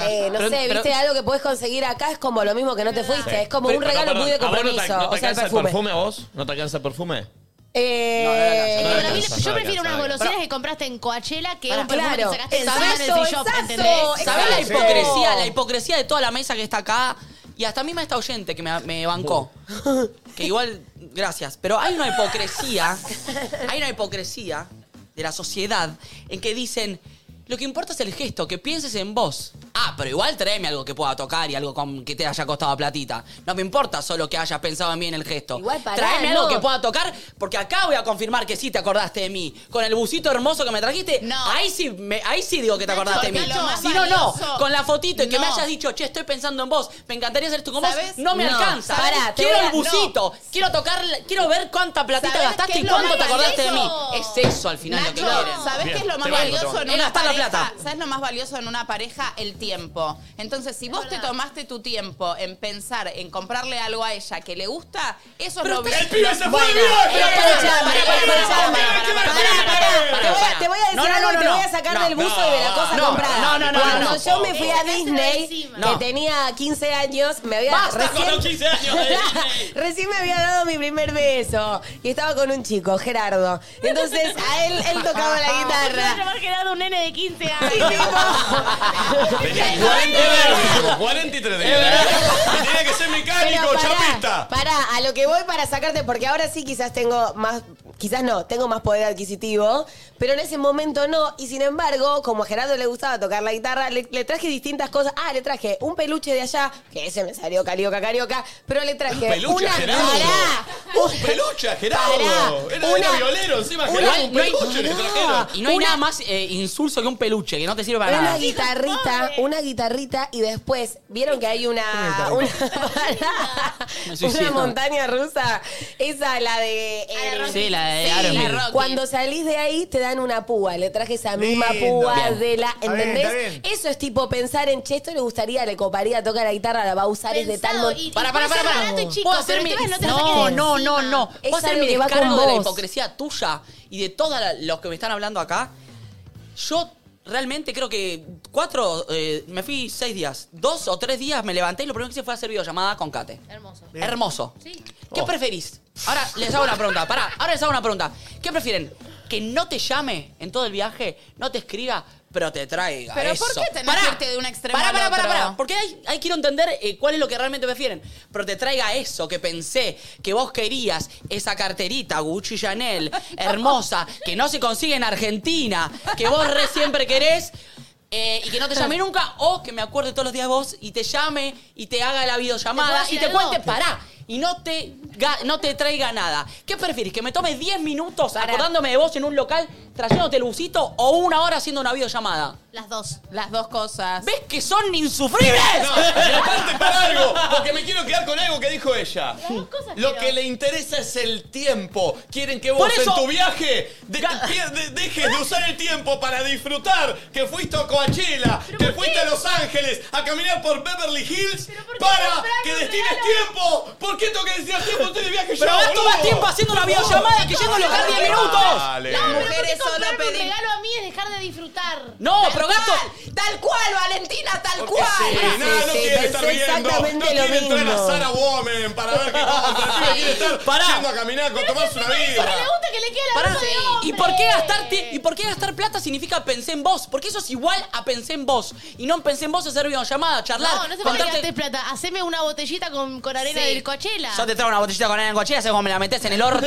S3: eh, no
S2: Pero-
S3: sé,
S2: pero-
S3: viste algo que puedes conseguir acá es como lo mismo que no te fuiste, es como un regalo muy de compromiso, o sea, el perfume.
S1: a vos? ¿No te alcanza el perfume?
S3: Eh,
S7: Pero
S1: No
S7: a mí-
S1: alcanza,
S7: yo
S1: no
S7: prefiero
S1: alcanza,
S7: unas
S1: no alcanza.
S7: golosinas que compraste en Coachella que
S3: Para,
S7: un perfume
S3: claro.
S7: que sacaste
S3: Exacto,
S7: encima en el free shop,
S3: exacto.
S7: ¿entendés?
S3: Exacto.
S2: ¿Sabés la
S5: Sí.
S2: hipocresía? La hipocresía de toda la mesa que está acá. Y hasta misma esta oyente que me, me bancó. Que igual, gracias. Pero hay una hipocresía. Hay una hipocresía de la sociedad en que dicen. Lo que importa es el gesto, que pienses en vos. Ah, pero igual tráeme algo que pueda tocar y algo con- que te haya costado platita. No me importa solo que hayas pensado en mí en el gesto.
S3: Igual, pará,
S2: Tráeme
S3: no.
S2: algo que pueda tocar, porque acá voy a confirmar que sí te acordaste de mí. Con el busito hermoso que me trajiste,
S6: No.
S2: ahí sí me- ahí sí digo que te acordaste de mí.
S6: Porque lo más
S2: Si no, no,
S6: valioso-
S2: con la fotito y que me
S6: No.
S2: hayas dicho, che, estoy pensando en vos, me encantaría ser tú con vos,
S6: ¿Sabes?
S2: no me
S3: No,
S2: alcanza.
S3: pará, te
S2: quiero
S3: voy a-
S2: el busito, quiero tocar, quiero ver cuánta platita
S6: ¿Sabes
S2: gastaste
S6: qué
S2: y
S6: es lo
S2: cuánto te
S6: más
S2: acordaste de mí.
S6: valioso?
S2: Es eso al final lo que
S6: Nacho,
S2: quieren.
S6: ¿sabés
S1: Bien,
S6: qué es lo más
S1: te banco, te
S6: valioso en
S2: banco. ¿Dónde está
S6: una
S2: la
S6: pareja?
S2: plata?
S6: ¿Sabés lo más valioso en una pareja? El tiempo. Entonces, si vos te tomaste tu tiempo en pensar en comprarle algo a ella que le gusta, eso es lo vi-
S1: se
S3: Bueno, pero escuchame, escuchame. Pará, pará, Te voy a- te voy a
S2: No,
S3: decir
S2: no,
S3: algo
S2: no,
S3: y te
S2: no.
S3: voy a sacar
S2: No,
S3: del buzo y de la cosa
S2: no,
S3: comprada.
S2: no, no, no,
S3: Cuando
S2: no.
S3: yo me fui a
S7: Déjate de
S3: Disney,
S7: encima.
S3: que
S2: No.
S3: tenía 15 años, me había
S2: Basta con
S3: recién-
S2: los 15 años de Disney.
S3: Recién me había dado mi primer beso y estaba con un chico, Gerardo. Entonces a él él tocaba la
S7: Me voy a
S3: guitarra.
S7: llamar Gerardo un nene de 15
S3: Y
S7: años.
S3: tipo-
S1: Tenía 43, 43 de edad. Tenía que ser mecánico,
S3: Pero pará,
S1: chapista.
S3: Pará, a lo que voy para sacarte, porque ahora sí quizás tengo más, quizás no, tengo más poder adquisitivo, pero en ese momento no. Y sin embargo, como a Gerardo le gustaba tocar la guitarra, le, le traje distintas cosas. Ah, le traje un peluche de allá, que ese me salió carioca, carioca, pero le traje
S1: ¿Un peluche
S3: una.
S1: a Gerardo?
S3: Pará,
S1: Un peluche a Gerardo.
S3: Pará,
S1: Era, era violero, encima
S3: una-
S1: Gerardo, un
S2: no hay-
S1: peluche le
S3: no.
S1: trajeron.
S2: Y no hay
S3: Una-
S2: nada más eh, insulso que un peluche, que no te sirve para
S3: Una
S2: nada.
S3: guitarrita, una guitarrita y después, ¿vieron que hay una una,
S2: Me
S3: una
S2: suicido.
S3: montaña rusa? Esa, la de... eh,
S2: Sí, la de
S6: Sí,
S2: Aerosmith.
S6: la Rocky.
S3: Cuando salís de ahí te dan una púa, le traje esa misma
S5: Lindo.
S3: púa
S5: Bien.
S3: de la,
S5: Está bien,
S3: ¿entendés?
S5: está bien.
S3: Eso es tipo pensar en, che, esto le gustaría, le coparía, toca la guitarra, la va a usar, es de tal...
S7: Pensado
S3: mon-
S7: y-
S2: Para, para,
S7: puede
S2: para,
S7: ser
S2: para.
S7: barato y chico,
S2: ¿Puedo hacer
S7: pero
S2: mi...
S7: el tema es no te lo saques
S2: no,
S7: de
S2: no, no,
S7: encima.
S2: no.
S3: Es
S2: ¿Puedo hacer
S3: algo
S2: mi
S3: que va
S2: descargo
S3: con
S2: de la
S3: vos.
S2: hipocresía tuya y de todos los que me están hablando acá? Yo realmente creo que cuatro... eh, me fui seis días. Dos o tres días me levanté y lo primero que hice fue hacer videollamada con Kate.
S7: Hermoso.
S2: Hermoso.
S7: Sí.
S2: ¿Qué preferís? Ahora les hago una pregunta. Pará, ahora les hago una pregunta. ¿Qué prefieren? ¿Que no te llame en todo el viaje, no te escriba, pero te traiga
S6: Pero
S2: eso?
S6: ¿por qué tenés que irte de un extremo
S2: pará,
S6: al
S2: pará, pará,
S6: otro?
S2: pará. Porque ahí, ahí quiero entender eh, cuál es lo que realmente prefieren. Pero te traiga eso que pensé, que vos querías, esa carterita Gucci Chanel, hermosa, que no se consigue en Argentina, que vos re siempre querés. eh, y que no te llame nunca, o que me acuerde todos los días vos y te llame y te haga la
S7: ¿Te puedo
S2: videollamada y
S7: decir
S2: te
S7: algo?
S2: cuente, pará, y no te, ga- no te traiga nada. ¿Qué prefieres? ¿Que me tome 10 minutos acordándome de vos en un local trayéndote el busito o una hora haciendo una videollamada?
S7: Las dos.
S6: Las dos cosas.
S2: ¿Ves que son insufribles?
S1: No, y aparte para algo, porque me quiero quedar con algo que dijo ella.
S7: dos cosas
S1: Lo
S7: quiero.
S1: que le interesa es el tiempo. Quieren que
S2: Por
S1: vos
S2: eso-
S1: en tu viaje de- pie- de- dejes de usar el tiempo para disfrutar. Que fuiste a Coachella, que fuiste a Los Ángeles, a caminar por Beverly Hills,
S7: ¿Pero por qué
S1: para
S7: comprarme
S1: que
S7: un
S1: destines
S7: regalo?
S1: tiempo. ¿Por qué tengo que decir al tiempo? Estoy de viaje yo,
S2: Pero gasto más
S1: boludo.
S2: tiempo haciendo una videollamada que yendo al local 10 minutos.
S1: Dale.
S6: Las
S7: Pero
S6: mujeres
S7: que
S6: solo
S7: comprarme un
S6: pedimos.
S7: regalo a mí es dejar de disfrutar.
S2: No, pero gasto.
S6: Tal, tal cual, Valentina, tal
S1: Porque
S6: cual.
S1: sí, nada, no
S3: sí,
S1: quiere
S3: pensé
S1: estar viendo.
S3: exactamente
S1: No
S3: lo
S1: quiere entrar a
S3: mismo.
S1: Sarah Woman para ver qué compra. El pibe quiere estar
S2: Pará.
S1: yendo a caminar con tomarse una
S7: Eso que le
S1: birra.
S7: gusta que le quede la
S2: Pará,
S7: ropa de
S2: ¿y
S7: hombre.
S2: por qué gastar tie- y por qué gastar plata significa pensé en vos? Porque eso es igual a pensé en vos. Y no en pensé en vos es hacer videollamada, charlar,
S7: No, no se puede
S2: contarte.
S7: gastar plata. Haceme una botellita con, con arena
S6: Sí.
S7: del Coachella.
S2: Yo te traigo una botellita con arena en coachera, ¿sabes cómo me la metes en el orto?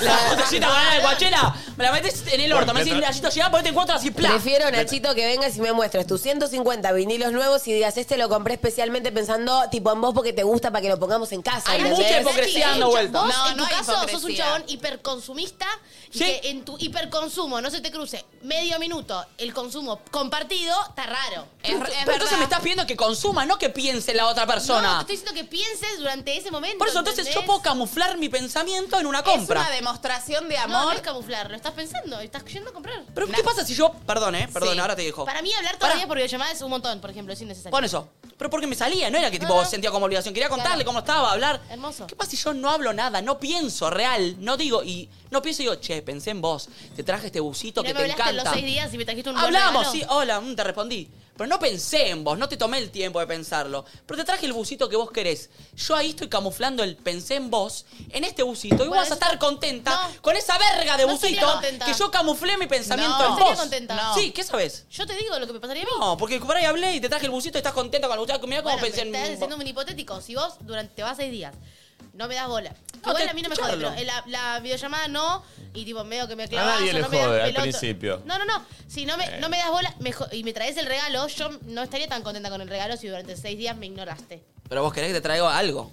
S2: la botellita con arena en coachera, me la metes en el orto. me decís, gallito, llegá, ponete en cuatro, así, plá.
S3: Prefiero, Nachito, que vengas y me muestres tus 150 vinilos nuevos y digas, este lo compré especialmente pensando tipo en vos porque te gusta para que lo pongamos en casa.
S2: Hay
S3: ¿entendés?
S2: mucha
S7: Nachi,
S2: hipocresía
S7: es
S2: dando
S7: un cha-
S2: vueltas.
S7: Vos,
S6: No,
S7: en
S6: no
S7: tu
S6: hay
S7: caso, sos un
S6: hipocresía.
S7: chabón hiperconsumista y
S2: Sí.
S7: que en tu hiperconsumo no se te cruce medio minuto el consumo compartido, está raro.
S6: Es, es
S2: Pero
S6: verdad.
S2: entonces me estás pidiendo que consuma, no que piense en la otra
S7: No, te
S2: persona.
S7: estoy diciendo que pienses durante ese momento.
S2: Por eso, entonces yo
S7: ¿entendés?
S2: puedo camuflar mi pensamiento en una
S6: Es
S2: compra.
S6: una demostración de
S7: No, no
S6: amor.
S7: es camuflar, lo estás pensando, estás yendo a comprar.
S2: Pero,
S6: Na-
S2: ¿qué pasa si yo.? Perdón, ¿eh? Perdón,
S6: Sí.
S2: ahora te dejo.
S7: Para mí hablar
S2: Pará.
S7: todavía por videollamada es un montón, por ejemplo, es innecesario.
S2: Pon eso. Pero porque me salía, no era que tipo
S7: No, no.
S2: sentía como obligación. Quería
S7: Claro.
S2: contarle cómo estaba, hablar.
S7: Hermoso.
S2: ¿Qué pasa si yo no hablo nada? No pienso real, no digo. Y no pienso y digo, che, pensé en vos. Te traje este
S7: Y
S2: busito
S7: no me
S2: que te
S7: hablaste en los
S2: encanta.
S7: seis días y me trajiste un buen
S2: Hablamos,
S7: regalo.
S2: sí, hola, mm, te respondí. Pero no pensé en vos, no te tomé el tiempo de pensarlo. Pero te traje el busito que vos querés. Yo ahí estoy camuflando el pensé en vos en este busito y
S7: Bueno,
S2: vos vas
S7: eso-
S2: a estar contenta
S7: No.
S2: con esa verga de
S7: No estaría
S2: busito
S7: contenta.
S2: que yo camuflé mi pensamiento
S6: No.
S2: en
S6: No
S2: vos.
S7: estaría contenta.
S6: No.
S2: Sí, ¿qué sabes?
S7: Yo te digo lo que me pasaría a mí.
S2: No, porque por ahí hablé y te traje el busito y estás contenta con el busito. Mirá cómo
S7: Bueno,
S2: pensé
S7: pero estás
S2: en
S7: diciendo un hipotético. Si vos durante te vas seis días, no me das bola.
S2: No,
S7: Igual
S2: te-
S7: a mí no me
S2: te
S7: jode,
S2: charlo.
S7: pero eh, la, la videollamada no. Y tipo, medio que me clavas.
S1: nadie
S7: o
S1: le
S7: no me das
S1: jode al
S7: pelota.
S1: principio. Eh.
S7: No, no, no. Si no me, no me das bola me jo- y me traes el regalo, yo no estaría tan contenta con el regalo si durante seis días me ignoraste.
S2: Pero vos querés que te traiga algo.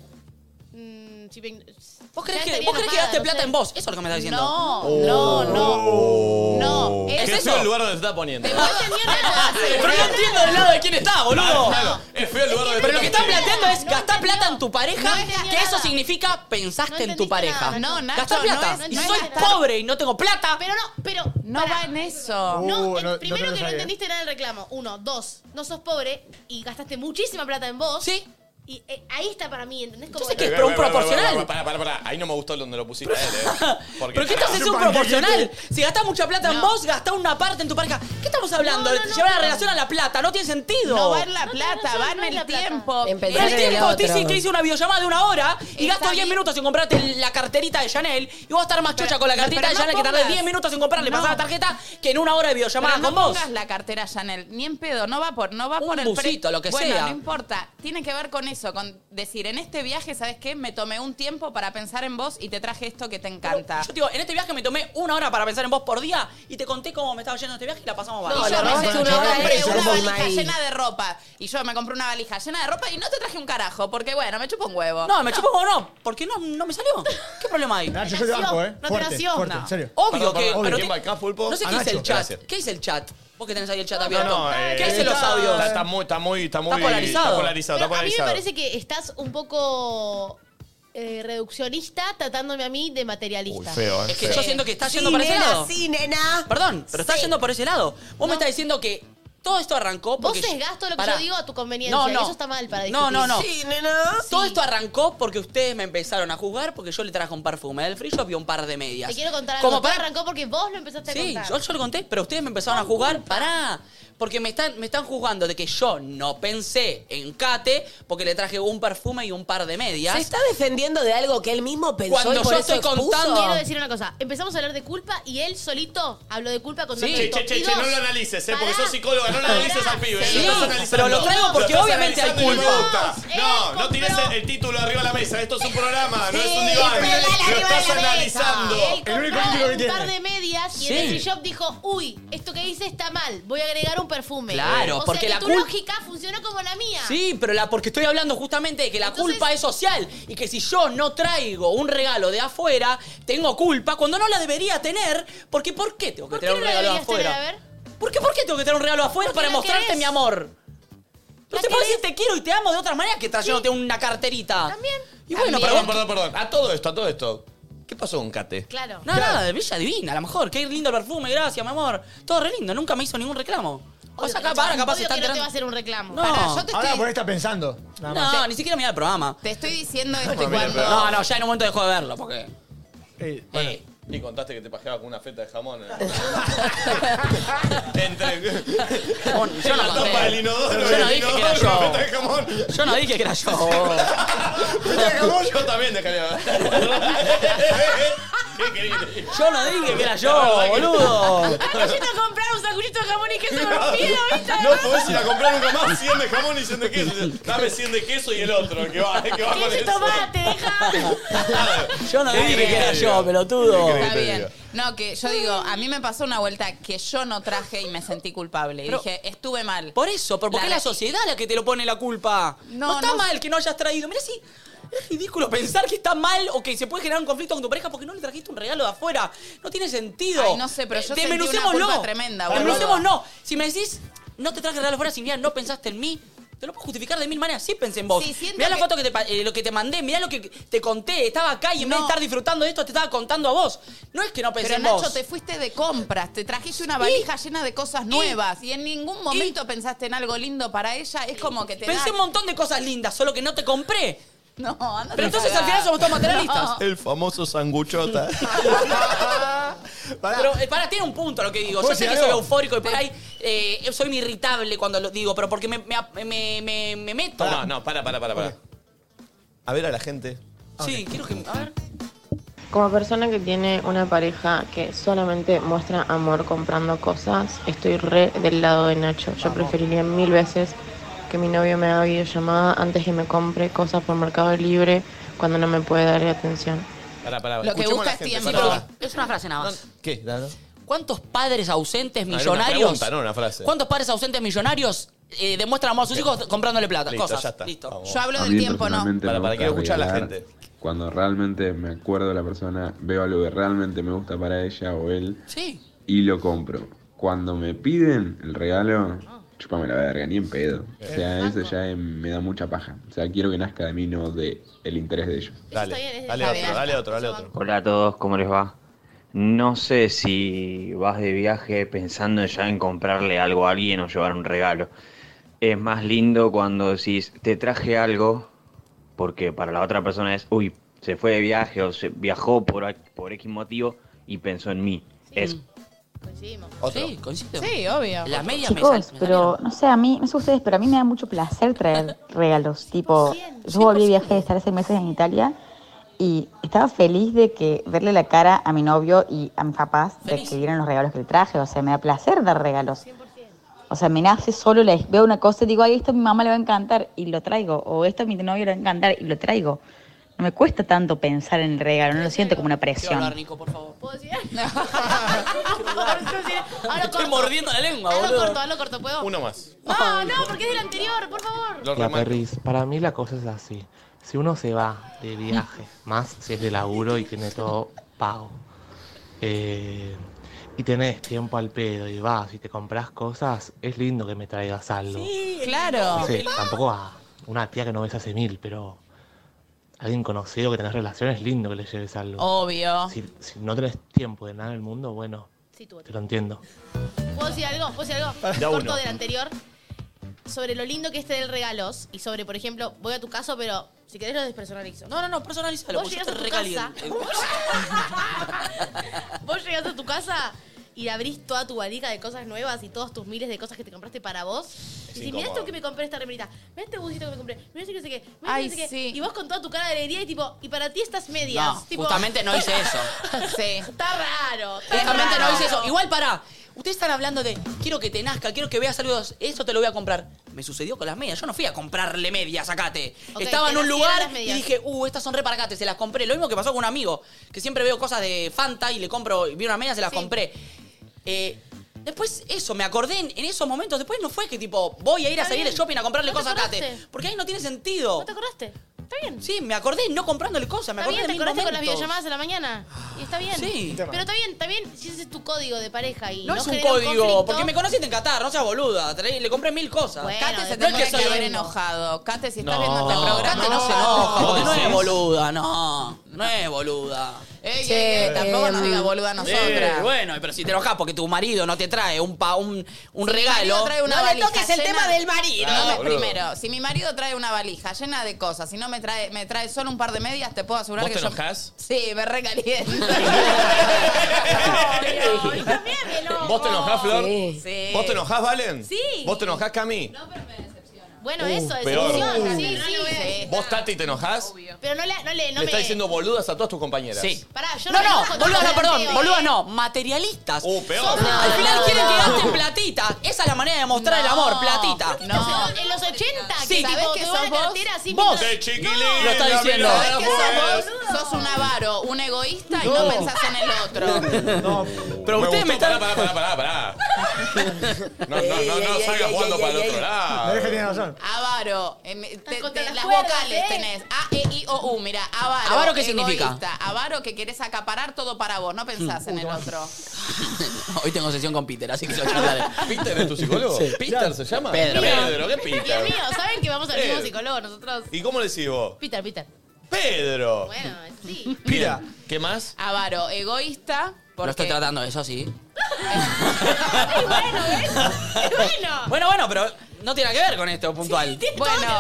S7: Mm, si me ign-
S2: Vos
S7: Ya
S2: querés que,
S7: estaría
S2: vos querés que
S7: enojada,
S2: gaste
S7: no
S2: plata
S7: sé.
S2: en vos. Eso es lo que me estás diciendo.
S6: No, no, no.
S2: Oh.
S6: No.
S1: Oh. Que
S6: Es
S1: feo
S2: eso?
S1: el lugar donde se está poniendo.
S6: Te puedo-
S2: Pero no entiendo del lado de quién está, boludo.
S1: Claro, es feo el lugar donde
S2: Pero lo que están
S1: poniendo.
S2: planteando es
S7: No
S2: gastar
S7: entendió.
S2: plata en tu pareja,
S7: No entendió
S2: que eso
S7: nada.
S2: significa
S7: No
S2: pensaste en tu
S7: entendiste
S2: pareja.
S7: nada,
S6: No, Nacho,
S2: gastar
S6: no
S2: plata.
S6: es-
S2: y
S7: no es
S2: soy
S7: gastar.
S2: pobre y no tengo plata.
S7: Pero no, pero.
S6: No
S7: pará.
S6: va en eso.
S7: No,
S5: Uh,
S7: eh,
S5: no- no
S7: primero
S5: te
S7: que
S5: lo
S7: no
S5: sabía.
S7: entendiste nada del reclamo. Uno, dos, no sos pobre y gastaste muchísima plata en vos.
S2: Sí.
S7: Y eh, ahí está para mí, ¿entendés? Como
S2: Entonces,
S7: que-
S2: ¿qué? Pero un
S1: Pará, pará,
S2: proporcional.
S1: pará, Pará, pará, pará. Ahí no me gustó donde lo pusiste a él, eh. Porque-
S2: ¿Pero qué estás haciendo un proporcional? Si gastás mucha plata en vos, gastás una parte en tu pareja. ¿Qué estamos hablando?
S7: No, no, no,
S2: Llevar la
S7: no.
S2: relación a la plata, no tiene sentido.
S6: No va en la
S7: No te- no
S6: plata,
S7: sé,
S6: va
S7: no
S6: en
S7: es la
S6: el
S7: plata.
S6: tiempo.
S3: En
S2: Pero
S3: pensar
S2: el
S3: en
S2: tiempo
S3: otro.
S2: te dicen que hice una videollamada de una hora y
S6: Está
S2: gasto 10
S6: bien.
S2: minutos en comprarte la carterita de Chanel y vos a estar más chocha con la
S6: pero
S2: carterita de
S6: no
S2: Chanel que tardé
S6: pongas-
S2: 10 minutos en comprarle,
S6: No.
S2: pasar la tarjeta, que en una hora de videollamada
S6: Pero no
S2: con vos.
S6: pongas la cartera Chanel, ni en pedo, no va por, no va
S2: Un
S6: por el pre-
S2: busito, lo que
S6: bueno,
S2: sea.
S6: no importa. Tiene que ver con eso, con decir, en este viaje, ¿sabes qué? Me tomé un tiempo para pensar en vos y te traje esto que te encanta.
S2: Yo te digo, en este viaje me tomé una hora para pensar en vos por día y te conté cómo me estaba yendo este viaje y la pasamos
S6: Y
S2: mal.
S3: No,
S6: yo
S3: la
S6: me,
S3: robaste
S6: llevé-
S3: una
S6: yo
S3: hora de
S6: compré
S3: precios,
S6: una
S3: vos,
S6: valija
S3: Maí.
S6: llena de ropa. Y yo me compré una valija llena de ropa y no te traje un carajo, porque bueno, me chupa un huevo.
S2: No, me chupó o no, porque no, no me salió. ¿Qué problema hay?
S5: Nacho, yo te banco, ¿eh?
S7: No te
S5: fuerte,
S7: nació,
S5: fuerte,
S7: no.
S5: en serio.
S2: Obvio
S1: Perdón,
S2: que.
S1: perdón,
S2: pero
S1: ¿quién
S2: te-
S1: va acá, Pulpo?
S2: No sé
S5: A
S2: qué dice
S5: Nacho.
S2: el chat.
S1: Gracias.
S2: ¿Qué dice el chat? Vos que tenés ahí el chat
S1: No,
S2: abierto.
S1: no, eh,
S2: ¿Qué dicen los
S1: está-
S2: audios?
S1: Está muy, está muy, está muy.
S2: polarizado.
S1: Está polarizado,
S7: Pero
S1: está
S7: a mí me
S1: polarizado.
S7: parece que estás un poco eh, reduccionista tratándome a mí de
S1: Uy,
S7: materialista.
S1: feo, eh.
S2: Es que
S1: feo.
S2: yo siento que está
S3: Sí,
S2: yendo para ese
S3: nena,
S2: lado.
S3: sí, nena.
S2: Perdón, pero está
S7: Sí.
S2: yendo por ese lado. Vos me
S7: No.
S2: estás diciendo que todo esto arrancó
S7: Vos
S2: porque.
S7: sesgás todo lo que
S2: Pará.
S7: yo digo a tu conveniencia.
S2: No, no.
S7: Eso está mal para
S2: No,
S7: discutir.
S2: no, no.
S3: Sí, nena.
S2: Todo esto arrancó porque ustedes me empezaron a juzgar porque yo le traje un perfume del free shop y un par de medias.
S7: Te quiero contar algo.
S2: Como
S7: Todo
S2: para
S7: arrancó porque vos lo empezaste
S2: Sí,
S7: a
S2: yo,
S7: contar.
S2: yo lo conté, pero ustedes me empezaron a juzgar. Pará. Porque me están, me están juzgando de que yo no pensé en Kate porque le traje un perfume y un par de medias.
S3: ¿Se está defendiendo de algo que él mismo pensó
S2: Cuando
S3: y por
S2: yo
S3: eso
S2: estoy
S3: expuso?
S2: contando-
S7: Quiero decir una cosa. Empezamos a hablar de culpa y él solito habló de culpa con
S2: Sí.
S1: Che, che, che, che, no lo analices, eh, porque sos psicóloga, no lo analices al pibe.
S2: Sí,
S1: lo estás analizando.
S2: pero lo traigo porque
S1: estás
S2: obviamente hay
S1: analizando y no
S2: culpa.
S1: me gusta.
S7: Él
S1: No, no tires el,
S7: compró-
S1: el título arriba de la mesa. Esto es un programa, no es un
S7: Sí,
S1: diván.
S7: eh, pero dale
S1: Lo
S7: arriba de
S1: estás
S7: la mesa.
S1: analizando.
S7: Él
S5: El único
S7: compró
S5: título que
S7: un
S5: tiene.
S7: par de medias y
S2: Sí.
S7: en el free shop dijo, uy, esto que hice está mal, voy a agregar un perfume.
S2: Claro,
S7: o sea
S2: porque
S7: que
S2: la
S7: tu
S2: cul-
S7: lógica funcionó como la mía.
S2: Sí, pero la, porque estoy hablando justamente de que la
S7: Entonces-
S2: culpa es social y que si yo no traigo un regalo de afuera, tengo culpa cuando no la debería tener, porque ¿por qué tengo que
S7: ¿Por qué
S2: tener un
S7: no la
S2: regalo de
S7: deberías tener?
S2: afuera?
S7: A ver.
S2: ¿Por qué, por qué tengo que tener un regalo de afuera
S7: Porque
S2: para
S7: la
S2: mostrarte
S7: querés.
S2: mi amor? No
S7: La
S2: te puedo
S7: querés.
S2: decir te quiero y te amo de otra manera que trayéndote una carterita.
S7: También.
S2: Y
S7: También.
S2: bueno, pero
S1: Perdón,
S2: vos-
S1: perdón, perdón. A todo esto, a todo esto. ¿Qué pasó con Kate?
S7: Claro.
S2: No, nada, bella divina, a lo mejor. Qué lindo el perfume, gracias, mi amor. Todo re lindo, nunca me hizo ningún reclamo. O sea, capaz, capaz se
S7: Obvio
S2: está
S7: que no te va a
S2: enterando.
S7: hacer un reclamo.
S2: No.
S6: Pará, yo te
S5: Ahora por ahí
S6: estoy,
S5: está pensando. Nada más.
S2: No, ni siquiera mira el programa.
S6: te estoy diciendo esto
S1: mira,
S6: cuando.
S1: pero-
S2: No, no, ya en un momento dejó de verlo, porque.
S5: Eh,
S2: Eh,
S1: Y contaste que te pajeabas con una feta de jamón. ¿eh? Entre.
S2: bueno, yo no
S1: la tapa del
S2: conté.
S1: inodoro.
S2: Yo no
S1: el
S2: dije que era
S1: inodoro,
S2: yo.
S1: Una feta de jamón.
S2: Yo no dije que era yo.
S1: Feta de jamón yo también dejaría. ¿Qué querés?
S2: Yo no dije que era
S1: La verdad
S2: yo,
S1: que-
S2: boludo.
S6: Ah,
S7: Yendo a comprar un sanguchito de jamón y queso con ¿viste?
S1: No podés ir a comprar nunca más 100 de jamón y 100 de queso. Dame 100 de queso y el otro que va, que va con
S7: Ese
S1: eso.
S7: tomate, deja.
S2: Yo no
S1: ¿Qué
S2: dije que era
S1: querés?
S2: yo, pelotudo.
S1: ¿Qué querés?
S6: Está
S1: te
S6: bien.
S1: digo.
S6: No, que yo digo, a mí me pasó una vuelta que yo no traje y me sentí culpable. Y
S2: Pero-
S6: dije, estuve mal.
S2: Por eso, por- porque
S6: La-
S2: es la sociedad la que te lo pone la culpa. No,
S6: No,
S2: está
S6: no-
S2: mal que no hayas traído. Mira, sí, es ridículo pensar que está mal o que se puede generar un conflicto con tu pareja porque no le trajiste un regalo de afuera. No tiene sentido. Eh,
S6: Ay, no sé, pero yo sentí una
S2: Desmenucémoslo.
S6: culpa tremenda, boludo.
S2: Desmenucémoslo. Si me decís, no te traje regalo de afuera, si mirá, no pensaste en mí. Te lo puedo justificar de mil maneras, sí pensé en vos.
S6: Sí, siento
S2: mirá la
S6: que-
S2: foto que te, pa- eh, lo que te mandé, mirá lo que te conté, estaba acá y en vez de
S6: No.
S2: estar disfrutando de esto, te estaba contando a vos. No es que no pensé
S6: Pero
S2: en
S6: Nacho,
S2: vos.
S6: te fuiste de compras, te trajiste una valija llena de cosas nuevas y en ningún momento pensaste en algo lindo para ella. Es como que te
S2: Pensé
S6: da-
S2: un montón de cosas lindas, solo que no te compré.
S6: No, andate
S2: Pero
S6: a
S2: entonces
S6: cagar.
S2: al final somos todos materialistas.
S1: El famoso sanguchota.
S5: pará.
S2: Pero eh, para, tiene un punto lo que digo. Yo
S5: ¿Puedo
S2: sé que
S5: decir
S2: soy
S5: algo?
S2: eufórico y por ahí eh, soy irritable cuando lo digo, pero porque me, me, me- me- me meto.
S1: No, no, para, para, para, para. A ver a la gente.
S2: Sí, quiero que. A ver.
S11: Como persona que tiene una pareja que solamente muestra amor comprando cosas, estoy re del lado de Nacho. Yo preferiría mil veces que mi novio me haga videollamada antes que me compre cosas por Mercado Libre cuando no me puede dar atención.
S1: Para, para,
S6: Lo que busca es tiempo.
S2: Es una frase nada más.
S1: ¿Qué? Dano?
S2: ¿Cuántos padres ausentes
S1: una
S2: millonarios.
S1: pregunta, no una frase.
S2: ¿Cuántos padres ausentes millonarios eh, demuestran amor a sus hijos comprándole plata?
S1: Listo,
S2: cosas.
S1: ya está.
S2: Listo.
S1: Vamos.
S6: Yo hablo
S12: A
S6: del
S12: mí
S6: tiempo, no.
S12: personalmente
S1: Para-
S12: me
S1: para,
S12: gusta
S1: quiero escuchar a la
S12: regalar
S1: gente.
S12: Cuando realmente me acuerdo de la persona, veo algo que realmente me gusta para ella o él
S2: Sí.
S12: y lo compro. Cuando me piden el regalo, chupame la verga, ni en pedo. O sea, eso ya eh, me da mucha paja. O sea, quiero que nazca de mí, no de el interés de ellos.
S1: Dale,
S7: está bien, es-
S1: dale
S6: está
S1: otro,
S6: bien.
S1: dale otro, dale otro.
S13: Hola a todos, ¿cómo les va? No sé si vas de viaje pensando ya en comprarle algo a alguien o llevar un regalo. Es más lindo cuando decís, te traje algo, porque para la otra persona es, uy, se fue de viaje o se viajó por, ac- por X motivo y pensó en mí. Es
S7: Coincidimos.
S1: Otro.
S2: Sí, coincido.
S6: Sí, obvio.
S2: Las medias me sal-
S11: Chicos,
S2: me
S11: pero
S2: salieron.
S11: no sé, a mí, no sé ustedes, pero a mí me da mucho placer traer regalos. Tipo, yo volví de viaje de estar seis meses en Italia y estaba feliz de que verle la cara a mi novio y a mis papás de
S2: Feliz.
S11: que vieron los regalos que le traje. O sea, me da placer dar regalos. O sea, me nace solo, la, veo una cosa y digo, ay, esto a mi mamá le va a encantar y lo traigo. O esto a mi novio le va a encantar y lo traigo. No me cuesta tanto pensar en el regalo, no lo siento como una
S2: Quiero hablar,
S11: presión.
S2: Nico, por favor.
S7: ¿Puedo decir? Ahora
S2: Estoy mordiendo la lengua,
S7: Hazlo
S2: boludo.
S7: corto, hazlo corto, ¿puedo?
S1: Uno más.
S7: No, no, porque es del anterior, por favor.
S1: Lo
S14: La
S1: remarco.
S14: perris, para mí la cosa es así. Si uno se va de viaje, más si es de laburo y tiene todo pago, eh, y tenés tiempo al pedo y vas y te compras cosas, es lindo que me traigas algo.
S6: Claro.
S14: Sí, tampoco a una tía que no ves hace mil, pero alguien conocido que tenés relaciones, es lindo que le lleves algo.
S6: Obvio.
S14: Si, si no tenés tiempo de nada en el mundo, bueno,
S7: Sí, tú,
S14: te lo entiendo.
S7: ¿Puedo decir algo? ¿Puedo decir algo?
S1: Da
S7: Corto
S1: uno.
S7: del anterior. Sobre lo lindo que es tener regalos y sobre, por ejemplo, voy a tu caso, pero si querés lo despersonalizo. No,
S2: No, no, no, personalizalo.
S7: Vos
S2: porque yo
S7: llegás
S2: estoy
S7: a tu
S2: recaliente.
S7: vos llegás a tu casa y abrís toda tu valija de cosas nuevas y todos tus miles de cosas que te compraste para vos. Y si mirá
S1: incómodo.
S7: esto que me compré esta remerita, mirá este busito que me compré, mirá este que no sé qué, mirá
S6: Ay,
S7: este que no sé qué.
S6: sí.
S7: Y vos con toda tu cara de alegría y tipo, y para ti estas medias.
S2: No,
S7: tipo,
S2: justamente no hice eso.
S6: Sí.
S7: Está raro. está
S2: Justamente no
S7: raro.
S2: hice eso. Igual pará. Ustedes están hablando de quiero que te nazca, quiero que veas algo, eso te lo voy a comprar. Me sucedió con las medias. Yo no fui a comprarle medias, sacate.
S7: Ok,
S2: Estaba
S7: te
S2: en un
S7: nacieron
S2: lugar
S7: las
S2: y
S7: medias.
S2: dije, uh, estas son re para acá, se las compré. Lo mismo que pasó con un amigo, que siempre veo cosas de Fanta y le compro, y vi una media, se las
S7: Sí.
S2: compré. Eh, después eso, me acordé en, en esos momentos. Después no fue que tipo, voy a ir a
S7: Está
S2: salir de
S7: bien.
S2: shopping a comprarle
S7: ¿No te
S2: cosas a Kate.
S7: acordaste?
S2: Porque ahí no tiene sentido.
S7: ¿No te acordaste? Está bien.
S2: Sí, me acordé no comprándole cosas, me
S7: Está
S2: acordé
S7: bien, te
S2: de mis
S7: acordaste con las
S2: momentos.
S7: videollamadas de la mañana. Y está bien.
S2: Sí.
S7: Pero está bien, está bien si ese es tu código de pareja y
S2: No,
S7: no,
S2: es un
S7: genera
S2: código,
S7: conflicto.
S2: porque me conociste en Qatar, no seas boluda. Traí- Le compré mil cosas.
S7: Bueno,
S6: Kate se
S7: no es
S6: tendría
S7: que
S6: que haber
S7: sabemos.
S6: enojado. Kate, si estás
S1: No.
S6: viendo este
S2: No,
S6: programa.
S2: Kate no se
S6: hagas
S2: enoja,
S1: no.
S2: porque no es
S1: ¿Decís?
S2: boluda, no. No es boluda.
S6: Eh, que- que tampoco nos diga boluda a nosotras.
S2: Eh, bueno, pero si te enojas porque tu marido no te trae un, pa- un, un
S6: Si mi marido
S2: regalo.
S6: trae una
S2: no le
S6: valija
S2: toques el
S6: llena-
S2: tema del marido.
S1: Ah,
S6: No, me- primero, si mi marido trae una valija llena de cosas y no me trae, me trae solo un par de medias, te puedo asegurar
S1: ¿Vos
S6: que
S1: te
S6: yo-
S1: enojás?
S6: Sí, me recaliento.
S1: ¿Vos te enojás, Flor?
S6: Sí.
S1: ¿Vos te enojás, Valen?
S6: Sí.
S1: ¿Vos te enojás, Cami?
S7: Bueno,
S1: Uh,
S7: eso, es
S1: peor.
S2: Uh.
S7: ilusión, sí,
S6: No
S7: sí.
S6: lo voy a
S1: ¿Vos, Tati, te enojás?
S7: Pero no le, no le, no
S1: Le
S7: me...
S1: estás diciendo boludas a todas tus compañeras. Sí.
S7: Pará, yo no,
S2: No,
S7: me
S2: no,
S7: enojo,
S2: boluda no,
S7: tampoco
S2: perdón,
S7: planteo,
S2: boluda
S7: ¿eh?
S2: no, materialistas.
S1: Uh, peor.
S2: Al final
S7: no,
S2: quieren
S7: no.
S2: que gasten platita. Esa es la manera de mostrar el amor, platita.
S7: No. En los 80,
S2: Sí.
S7: que
S2: ¿Sabés
S7: tipo,
S2: que
S7: que
S2: sos
S7: una
S2: vos?
S7: cartera así
S2: Vos.
S7: mientras-
S2: De chiquilín, Lo está diciendo.
S6: ¿Sabés qué
S1: pues.
S6: sos vos? Sos un avaro, un egoísta y no
S1: No.
S6: pensás en el otro.
S1: Pero ustedes me están. Pará, pará, pará, pará. No, no, no, no salgas jugando para el otro
S5: La vieja tiene
S1: lado.
S5: razón.
S6: Avaro. em, te-
S7: contra
S6: te-
S7: las
S6: las
S7: cuerdas,
S6: vocales
S7: ¿eh?
S6: tenés. A, E, I, O, U. Mira, avaro.
S2: ¿Avaro qué significa?
S6: egoísta. Avaro que querés acaparar todo para vos. No pensás en el otro.
S2: Hoy tengo sesión con Peter, así que se lo charlaré.
S1: ¿Peter es tu psicólogo?
S2: Sí.
S1: ¿Peter se llama?
S2: Pedro.
S1: Pedro, ¿qué
S7: Y el mío,
S1: Peter?
S7: ¿saben que vamos al
S1: Eh.
S7: mismo psicólogo nosotros?
S1: ¿Y cómo le decís vos?
S7: Peter, Peter.
S1: Pedro.
S7: Bueno, sí.
S1: Mira, ¿qué más?
S6: Avaro, egoísta.
S2: Lo
S6: Porque
S2: estoy tratando, eso sí.
S7: bueno.
S2: Bueno, bueno, pero no tiene nada que ver con esto puntual.
S6: Bueno,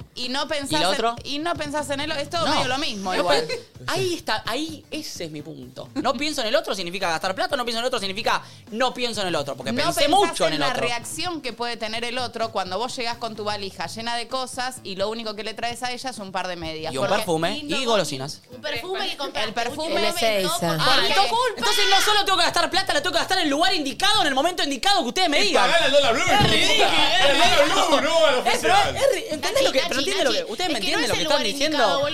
S2: no.
S6: y no pensás
S2: ¿Y lo otro?
S6: En, y no pensás en el otro. Es todo
S2: No.
S6: medio lo mismo
S2: No
S6: igual.
S2: pe- Ahí está, ahí ese es mi punto. No pienso en el otro significa gastar plata, no pienso en el otro significa no pienso en el otro, porque
S6: no
S2: pensé
S6: pensás
S2: mucho en
S6: en,
S2: el
S6: la
S2: otro.
S6: reacción que puede tener el otro cuando vos llegás con tu valija llena de cosas y lo único que le traes a ella es un par de medias.
S2: Y un
S6: Porque-
S2: perfume y golosinas.
S7: Un perfume que compraste.
S6: El perfume
S3: En Ezeiza.
S2: Ah,
S6: ¿Por qué?
S2: entonces- Entonces no solo tengo que gastar plata, la tengo que gastar en el lugar indicado, en el momento indicado que ustedes me
S1: Es
S2: digan.
S1: pagar el dólar blue,
S2: Es
S1: puta.
S2: ridículo, es
S1: El dólar
S2: ridículo.
S1: blue, no al
S2: Eh, pero
S1: oficial.
S2: es ri- ¿Entendés lo que, pero entiende lo que, ustedes me entienden lo que están diciendo?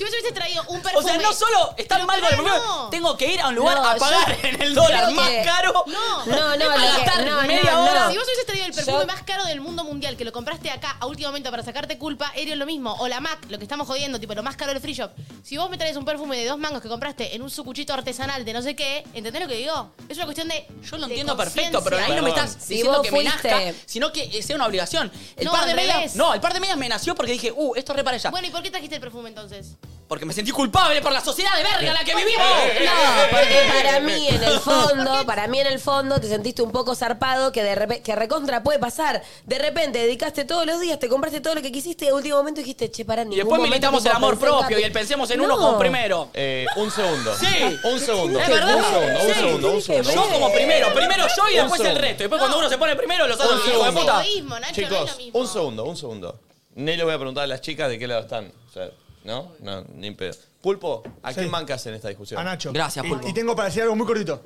S7: Si vos hubiese traído un
S2: O
S7: perfume.
S2: sea, no solo está
S7: Pero
S2: mal con el
S7: pará,
S2: problema,
S7: no.
S2: tengo que ir a un lugar
S3: No,
S2: a
S3: yo
S2: pagar en el dólar
S3: creo
S2: más
S3: que-
S2: caro.
S3: No,
S7: No.
S3: no,
S2: a
S3: lo que-
S2: gastar
S3: no, no,
S2: media
S3: no.
S2: hora.
S7: Si vos hubieses traído el perfume
S3: Yo-
S7: más caro del mundo mundial, que lo compraste acá a último momento para sacarte culpa, era lo mismo. O la Mac, lo que estamos jodiendo, tipo lo más caro del free shop. Si vos me traes un perfume de dos mangos que compraste en un sucuchito artesanal de no sé qué, ¿entendés lo que digo? Es una cuestión de.
S2: Yo lo
S7: de
S2: entiendo perfecto, pero
S7: conciencia.
S2: ahí no me estás
S3: Si
S2: diciendo
S3: vos
S2: que me
S3: fuiste-
S2: nazca, sino que sea una obligación. El
S7: No,
S2: par de
S7: al
S2: medias.
S7: revés.
S2: No, el par de medias me nació porque dije, uh, esto es re para ella.
S7: Bueno, ¿y por qué trajiste el perfume entonces?
S2: Porque me sentí culpable por la sociedad de verga en la que vivimos.
S3: No, porque para mí en el fondo, para mí en el fondo te sentiste un poco zarpado que de repente, que recontra puede pasar. De repente dedicaste todos los días, te compraste todo lo que quisiste y en último momento dijiste, che, para
S2: Y
S3: ningún
S2: después
S3: momento
S2: militamos el
S3: tipo
S2: amor
S3: pensé en
S2: propio
S3: Capi.
S2: y el pensemos en
S3: No.
S2: uno como primero.
S1: Eh, un segundo.
S2: Sí.
S1: Un segundo.
S2: Es verdad.
S1: Un segundo, un
S2: Sí.
S1: segundo, un segundo.
S2: Yo como primero, primero yo y
S1: Un
S2: después el
S1: segundo.
S2: resto. Y después cuando uno se pone primero, los
S1: Un
S2: otros hijos de
S1: segundo.
S2: puta.
S7: Egoísmo, Nacho, no es
S1: Chicos,
S7: lo mismo.
S1: un segundo, un segundo. Ni le voy a preguntar a las chicas de qué lado están. O sea, ¿no? No, ni pedo. Pulpo, ¿a quién mancas en
S12: Ah.
S1: esta discusión?
S5: A Nacho.
S2: Gracias,
S5: Y-
S2: Pulpo. Uh.
S5: Y, tengo para decir algo muy cortito.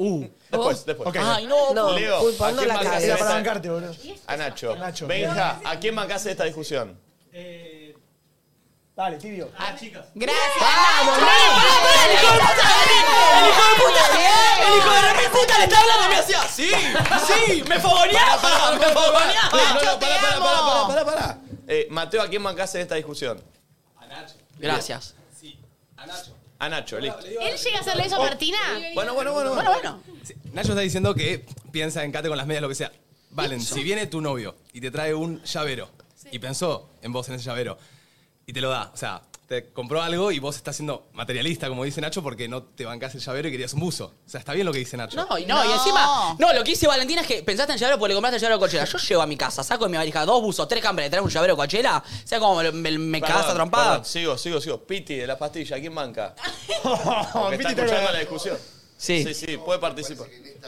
S1: Después, después.
S5: Ok.
S2: Ay, no.
S3: No,
S1: Leo,
S3: Pulpo,
S1: ¿a
S3: no
S1: quién
S3: la
S1: más
S5: Era
S3: cabeza.
S5: para bancarte, boludo.
S1: A Nacho.
S5: Nacho.
S1: Benja, ¿a quién mancas en esta discusión?
S5: Dale, tibio.
S6: Gracias.
S2: ¡El hijo de puta! ¡El hijo de puta! ¡El hijo de re puta le está hablando a mí así! ¡Sí! ¡Sí! ¡Me fogoneaba! ¡Me fogoneaba!
S1: No,
S6: Nacho,
S1: no,
S6: te
S1: pará, pará,
S6: amo.
S1: pará, pará, pará. Eh, Mateo, ¿a quién mancas en esta discusión?
S2: Gracias.
S1: A Nacho, listo.
S7: ¿Él llega a hacerle
S2: Oh.
S7: eso a Martina?
S1: Bueno, bueno, bueno.
S2: Bueno, bueno.
S15: Sí, Nacho está diciendo que piensa en Cate con las medias, lo que sea. Valen, si viene tu novio y te trae un llavero y pensó en vos en ese llavero y te lo da, o sea, te compró algo y vos estás siendo materialista, como dice Nacho, porque no te bancás el llavero y querías un buzo. O sea, está bien lo que dice Nacho.
S2: No, y no, y encima, no, lo que hice Valentina es que pensaste en llavero porque le compraste el llavero cochera. Yo llevo a mi casa, saco de mi valija dos buzos, tres cambres, traes un llavero cochera. ¿Sabes cómo me, me, me
S1: Perdón,
S2: cagás a trompada?
S1: perdón, Sigo, sigo, sigo. Piti de la pastilla, ¿a quién manca? Porque está
S5: Piti, te
S1: escuchando
S5: agradezco.
S1: la discusión.
S2: Sí.
S1: Sí, sí, puede participar.
S2: ¡Eh,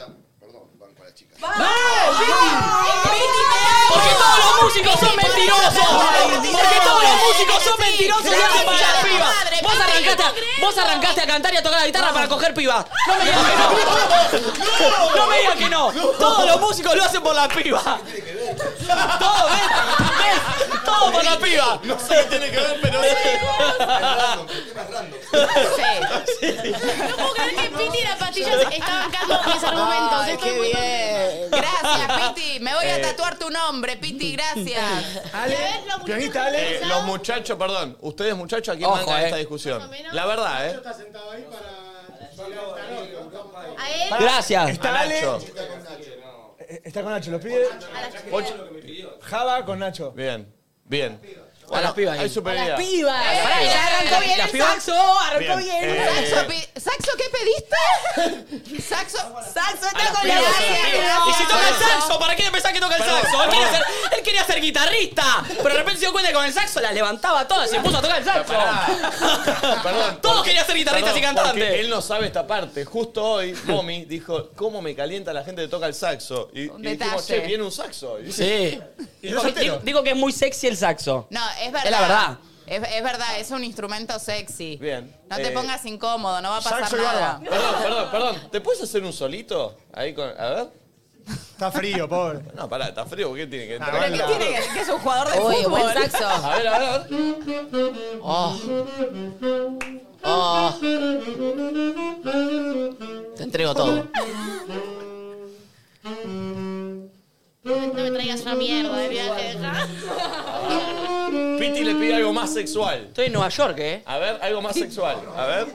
S2: Porque todos los músicos son mentirosos. Porque todos los músicos son mentirosos y hacen para las pibas. Vos arrancaste, a, vos arrancaste a cantar y a tocar la guitarra para coger pibas. No me digas que no. No me digas que no. Todos los músicos lo hacen por las pibas. Todo, ves, ves, todo por las pibas.
S1: No sé qué tiene que ver, pero.
S7: No puedo creer que Piti y la pastilla está bancando mis argumentos.
S6: Ay,
S7: Estoy
S6: qué
S7: muy
S6: bien. Gracias, Piti. Me voy
S2: Eh.
S6: a tatuar tu nombre, Piti. Gracias.
S5: Ale,
S7: ¿Sabés lo mucho
S5: pianista
S7: que
S5: Ale.
S1: Eh, los muchachos, perdón, ustedes muchachos, ¿a quién
S2: Ojo,
S1: manca en
S2: eh.
S1: esta discusión?
S7: Más o menos.
S1: La verdad, ¿eh?
S7: A él,
S2: Gracias.
S5: Está Ale.
S1: Nacho.
S5: Eh, Está con Nacho, lo pide.
S1: Ocho-
S5: Java con Nacho.
S1: Bien, bien.
S2: a las pibas. eh. Hay
S1: superioridad.
S3: pibas.
S2: Pará,
S6: ya arrancó bien
S2: las
S6: el
S2: pibas-
S6: saxo,
S1: arrancó Bien, bien. eh,
S6: Saxo, pi- ¿Saxo qué pediste? Saxo, saxo
S2: A
S6: está
S2: las
S6: con la
S2: pibas, a las
S6: área.
S2: pibas. Y si toca el
S6: Saxo.
S2: saxo, ¿para qué pensás que toca el
S6: Perdón,
S2: saxo? Él quería,
S6: perdón.
S2: ser, él quería ser guitarrista, pero de repente se dio cuenta que con el saxo las levantaba todas y se puso a tocar el saxo.
S1: Perdón.
S2: Todos
S1: porque-
S2: querían ser guitarristas
S1: perdón,
S2: y cantantes.
S1: porque Él no sabe esta parte. Justo hoy, Momi dijo, ¿cómo me calienta la gente que toca el saxo? Y, y dijimos,
S6: detalle.
S1: che, viene un saxo. hoy".
S2: Sí.
S1: Y yo
S2: Digo, que-
S1: soltero.
S2: digo que es muy sexy el saxo.
S6: No, es verdad.
S2: Es la verdad.
S6: Es, es verdad, es un instrumento sexy.
S1: Bien.
S6: No te
S1: Eh,
S6: pongas incómodo, no va a pasar
S1: Saxo y
S6: nada.
S1: barba. Perdón, perdón, perdón. ¿Te puedes hacer un solito? Ahí con. A ver.
S5: Está frío, pobre. Ah,
S1: No, pará, está frío, ¿qué tiene que entrar?
S6: ¿Pero qué tiene que que es un
S2: eh,
S6: jugador de
S1: Uy,
S6: fútbol?
S1: buen saxo. A ver, a ver, a ver.
S2: Oh. Ah.
S6: Oh.
S2: Te entrego todo.
S7: No me traigas una mierda de viaje.
S1: Piti le pide algo más sexual. Estoy
S2: en Nueva York, ¿eh?
S1: A ver, algo más sexual. A ver.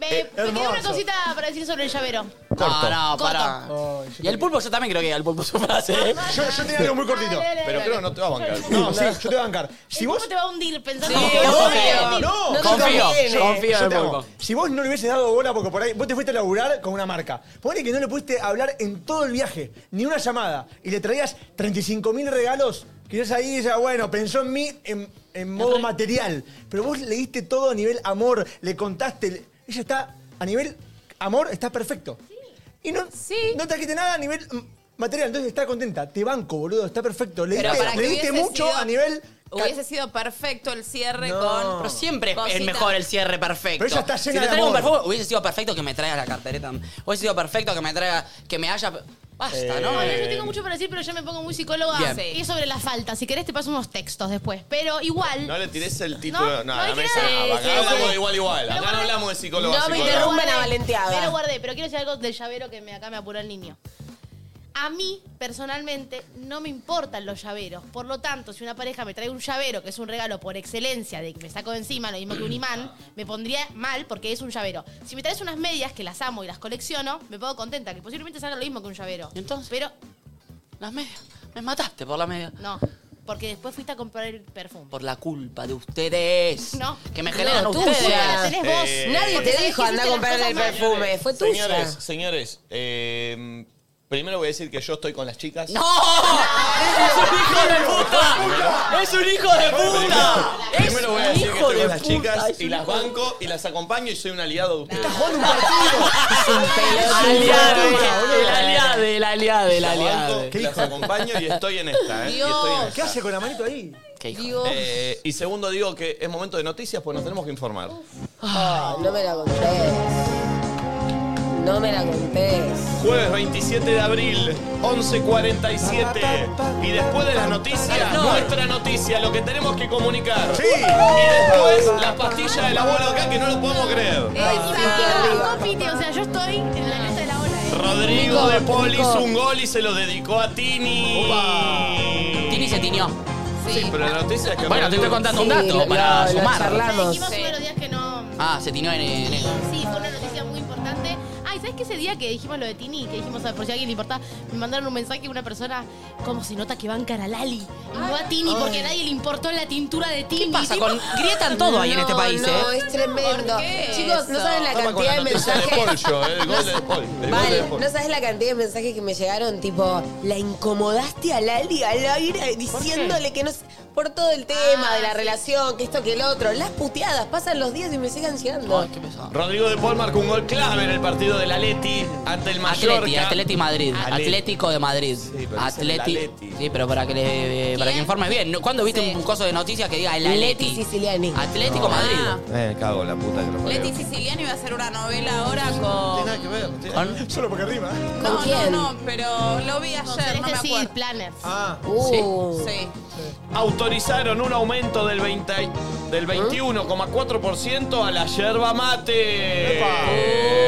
S7: Me, me quedó una cosita para decir sobre el llavero.
S2: Corto. No, Ah, no, pará. Y el pulpo, yo también creo que al pulpo su frase. ¿eh?
S5: Yo, yo tenía algo muy cortito.
S7: Dale, dale, Pero dale. creo que no
S1: te va a bancar.
S5: No, sí, yo te voy a bancar. Si vos.
S7: Eh, ¿Cómo te va a hundir pensando
S5: No,
S7: que te vas a
S5: no,
S7: hundir?
S5: no,
S7: No,
S5: no
S2: confío,
S5: conviene.
S2: confío en
S5: Yo
S2: el
S5: te amo.
S2: pulpo.
S5: Si vos no le hubiese dado bola, porque por ahí vos te fuiste a laburar con una marca. Ponle que no le pudiste hablar en todo el viaje, ni una llamada, y le traías 35 mil regalos. Quizás ahí decía, bueno, pensó en mí en, en modo material. Pero vos le diste todo a nivel amor, le contaste. le- Ella está, a nivel amor, está perfecto. Y no, no trajiste nada a nivel mm, material, entonces está contenta. Te banco, boludo, está perfecto. Le
S6: Pero
S5: diste,
S6: para que
S5: le diste
S6: hubiese
S5: mucho
S6: sido-
S5: a nivel. ca-
S6: Hubiese sido perfecto el cierre
S5: No.
S6: con.
S5: Pero
S2: Siempre es
S6: cosita.
S2: mejor el cierre perfecto.
S5: Pero ella está
S2: Si
S5: llena
S2: le
S5: de
S2: traigo un
S5: amor.
S2: perfume, hubiese sido perfecto que me traigas la cartereta. Hubiese sido perfecto que me traiga, que me haya... Basta, ¿no? eh.
S7: Bueno,
S5: Eh.
S7: yo tengo mucho para decir, pero yo me pongo muy psicóloga.
S2: Bien.
S7: Y es sobre la falta. Si querés te paso unos textos después. Pero igual.
S1: No le tires el título. No,
S7: No, no
S1: a
S7: hay
S1: la
S7: que
S1: mesa.
S7: darle-
S1: no, acá
S7: sí,
S1: hablamos
S7: sí.
S1: de igual igual. Acá no hablamos de psicólogo.
S3: No Ah, me
S1: psicóloga.
S3: interrumpan a Valenteada.
S7: Me lo guardé, pero quiero decir algo del llavero que me, acá me apuró el niño. A mí, personalmente, no me importan los llaveros. Por lo tanto, si una pareja me trae un llavero, que es un regalo por excelencia, de que me saco de encima, lo mismo que un imán, me pondría mal porque es un llavero. Si me traes unas medias, que las amo y las colecciono, me pongo contenta, que posiblemente salga lo mismo que un llavero. Entonces. Pero.
S2: Las medias. Me mataste por la media.
S7: No, porque después fuiste a comprar el perfume.
S2: Por la culpa de ustedes.
S7: No.
S2: Que me generan
S7: No, tú,
S2: ustedes.
S7: la tenés vos.
S1: Eh,
S3: Nadie
S7: Porque
S3: te
S7: sabés
S3: dijo
S7: que
S3: anda a
S7: hiciste
S3: comprar
S7: las
S3: el
S7: cosas mal.
S3: perfume. Fue tuya.
S1: Señores, señores. eh, primero voy a decir que yo estoy con las chicas.
S2: ¡No! ¡Es un hijo de puta! ¡Es un hijo de puta! ¡Es
S1: Primero voy a
S2: un
S1: decir
S2: hijo
S1: que estoy
S2: de
S1: con las
S2: puta!
S1: chicas y las banco y las acompaño y soy un aliado de ustedes.
S2: Aliade, el aliade, el aliade, el
S1: Las
S2: aliade.
S1: banco, Las acompaño y estoy en esta, ¿eh? Y estoy en esta.
S5: ¿Qué hace con la manito ahí?
S1: Eh, y segundo digo que es momento de noticias porque nos tenemos que informar.
S3: Ay, no me la contés. No me la contés.
S1: Jueves 27 de abril, 11.47. Y después de las noticias, nuestra noticia, lo que tenemos que comunicar.
S5: Sí.
S1: Y después la pastilla del abuelo acá que no lo podemos creer.
S7: Exacto, Piti, o sea, yo estoy en la cresta de la ola. ¿eh?
S1: Rodrigo de Poli hizo
S7: Nico.
S1: un gol y se lo dedicó a Tini.
S2: Tini se tiñó.
S1: Sí, pero la noticia es que.
S2: Bueno, te estoy contando un dato para sumar.
S7: Dijimos uno de los días que no.
S2: Ah, se tiñó en en el.
S7: Sí, fue una noticia muy importante. Ay, ¿sabes qué ese día que dijimos lo de Tini? Que dijimos, ah, por si a alguien le importa, me mandaron un mensaje de una persona, ¿cómo se nota que van a Lali? Y no a Tini, porque a nadie le importó la tintura de Tini. ¿Qué
S2: pasa con- grietan todo ahí en este país,
S3: no,
S2: ¿eh?
S3: es tremendo.
S6: qué
S3: Chicos, no
S6: eso?
S3: saben la
S1: Estaba con
S3: cantidad de
S1: la noticia
S3: mensajes.
S1: de Paul yo, eh, el gol de Paul, el gol de
S3: Vale,
S1: Paul.
S3: no sabes la cantidad de mensajes que me llegaron, tipo, la incomodaste a Lali al aire diciéndole que no sé, por todo el tema de la relación, que esto, que el otro, las puteadas, pasan los días y me siguen llegando.
S2: Ay, Oh, qué pesado.
S1: Rodrigo de Paul marcó un gol clave en el partido del Atleti ante el Mallorca.
S2: Atleti, Atleti Madrid. Atlético de Madrid. Atleti. Sí, pero para que, le- eh, para que informes bien. ¿no? ¿Cuándo viste un coso de noticias que diga el
S3: Leti Ah.
S2: Atleti?
S3: Siciliani.
S2: Atlético Madrid.
S1: Eh, cago en la puta que lo parió.
S6: Ah. Leti Siciliani va a hacer una novela ahora con.
S1: que ver, no tiene-
S2: ¿Con?
S5: Solo porque arriba.
S6: No,
S3: quién?
S6: no, no, pero lo vi ayer, no me
S7: sí,
S6: acuerdo.
S7: planners.
S5: Ah.
S3: Uh.
S6: Sí.
S1: Autorizaron un aumento del 20 y- del 21,4% a la yerba mate.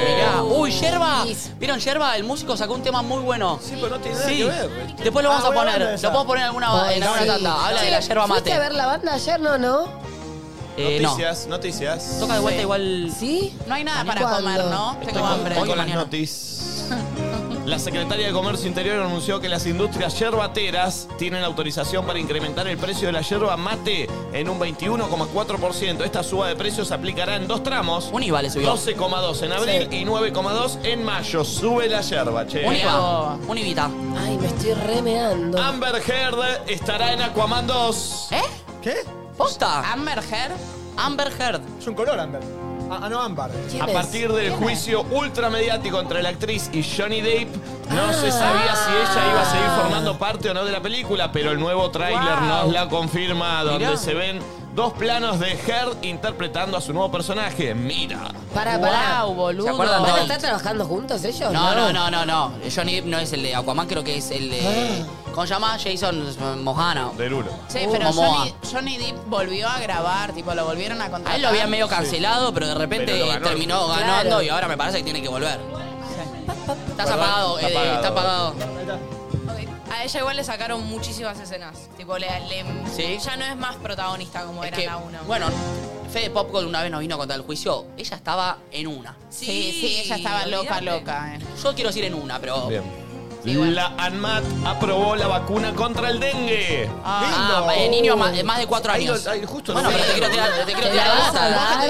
S2: Mirá. Uy, Yerba. ¿Vieron Yerba? El músico sacó un tema muy bueno. Sí,
S1: pero no tiene
S2: nada que ver. Después lo vamos
S5: Ah,
S2: a
S5: buena
S2: poner.
S5: banda esa.
S2: Lo podemos poner en alguna, en alguna tanda. Habla de la yerba mate.
S3: ¿Fuiste a ver la banda ayer? No, no.
S2: Eh, no.
S1: noticias, noticias.
S2: Toca de vuelta igual.
S3: ¿Sí?
S6: No hay nada para
S3: ¿Cuándo?
S6: comer, ¿no?
S1: Estoy
S6: Tengo
S1: con,
S6: hambre.
S1: estoy con las noticias. La Secretaría de Comercio Interior anunció que las industrias yerbateras tienen autorización para incrementar el precio de la yerba mate en un 21,4%. Esta suba de precios se aplicará en dos tramos. Un
S2: IVA le subió.
S1: 12,2 en abril y 9,2 en mayo. Sube la yerba, che.
S2: Un IVA. Un IVITA.
S3: Ay, me estoy remeando.
S2: Ah,
S1: Amber Heard estará en Aquaman 2.
S2: ¿Eh?
S5: ¿Qué?
S2: ¿Posta?
S6: Amber Heard.
S2: Amber Heard.
S5: Es un color, Amber. Ah, ah, no, ámbar.
S1: A partir del juicio ultramediático entre la actriz y Johnny Depp, no se sabía si ella iba a seguir formando parte o no de la película, pero el nuevo tráiler
S15: Wow.
S1: nos la confirma, donde
S15: Mirá.
S1: se ven dos planos de Heard interpretando a su nuevo personaje. Mira.
S3: Para, para.
S2: Guau, boludo.
S3: ¿Se acuerdan
S2: ¿Van a
S3: ¿Van a
S2: estar
S3: estar trabajando juntos ellos?
S2: No, no, no, no, no. Johnny Depp no es el de Aquaman, creo que es el de. ¿Cómo se llama? Jason Mohana.
S1: Del uno.
S6: Sí,
S2: uh,
S6: pero Johnny, Johnny Depp volvió a grabar, tipo, lo volvieron a contratar.
S2: A él lo habían medio cancelado, pero de repente
S6: Pero lo ganó.
S2: terminó
S6: Claro.
S2: ganando y ahora me parece que tiene que volver. Estás
S6: Perdón,
S2: apagado,
S6: está
S2: Ede,
S6: apagado.
S2: está apagado.
S16: A ella igual le sacaron muchísimas escenas. Tipo, le, le-
S2: Sí.
S16: ya no es más protagonista como era
S2: Que,
S16: la 1.
S2: bueno, Fede Popcorn una vez nos vino a contar el juicio. Ella estaba en una.
S6: Sí, sí, ella estaba loca, loca. eh.
S2: Yo quiero decir en una, pero.
S1: Bien. La ANMAT aprobó la vacuna contra el dengue.
S2: Ah,
S1: Lindo.
S2: eh, niño ma- de más de cuatro
S1: Ahí lo-
S2: años.
S1: ahí justo
S2: bueno,
S1: lo-
S2: pero te quiero tirar, te quiero
S3: ¿Te
S2: tirar
S3: la
S2: la
S3: vas a
S2: data.
S3: dar?
S2: Te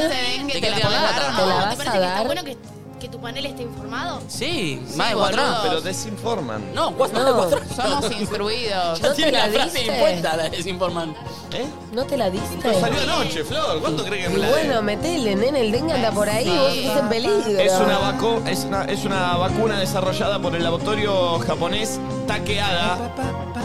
S3: ¿Te
S2: quiero
S3: la
S2: tirar la
S3: vas a dar?
S2: data.
S3: ¿Te la
S7: ¿Te
S3: vas
S7: parece
S3: a
S7: que está
S3: dar?
S7: bueno que, que tu panel esté informado?
S2: Sí,
S1: Sí,
S2: más de cuatro
S1: boludo,
S2: años.
S1: Pero desinforman.
S2: No, cuatro, cuatro años.
S6: Somos instruidos.
S2: Ya
S3: ¿No
S2: tiene
S3: te la
S2: la frase
S3: diste?
S2: impuesta, la desinforman.
S1: ¿Eh?
S3: ¿No te la diste?
S1: Pero salió anoche, Flor. ¿Cuánto crees que
S3: Y
S1: me la
S3: bueno, metele, nene, el dengue anda por ahí,
S6: Sí.
S3: vos estás en peligro.
S1: Es una, vacu- es, una, es una vacuna desarrollada por el laboratorio japonés Takeada.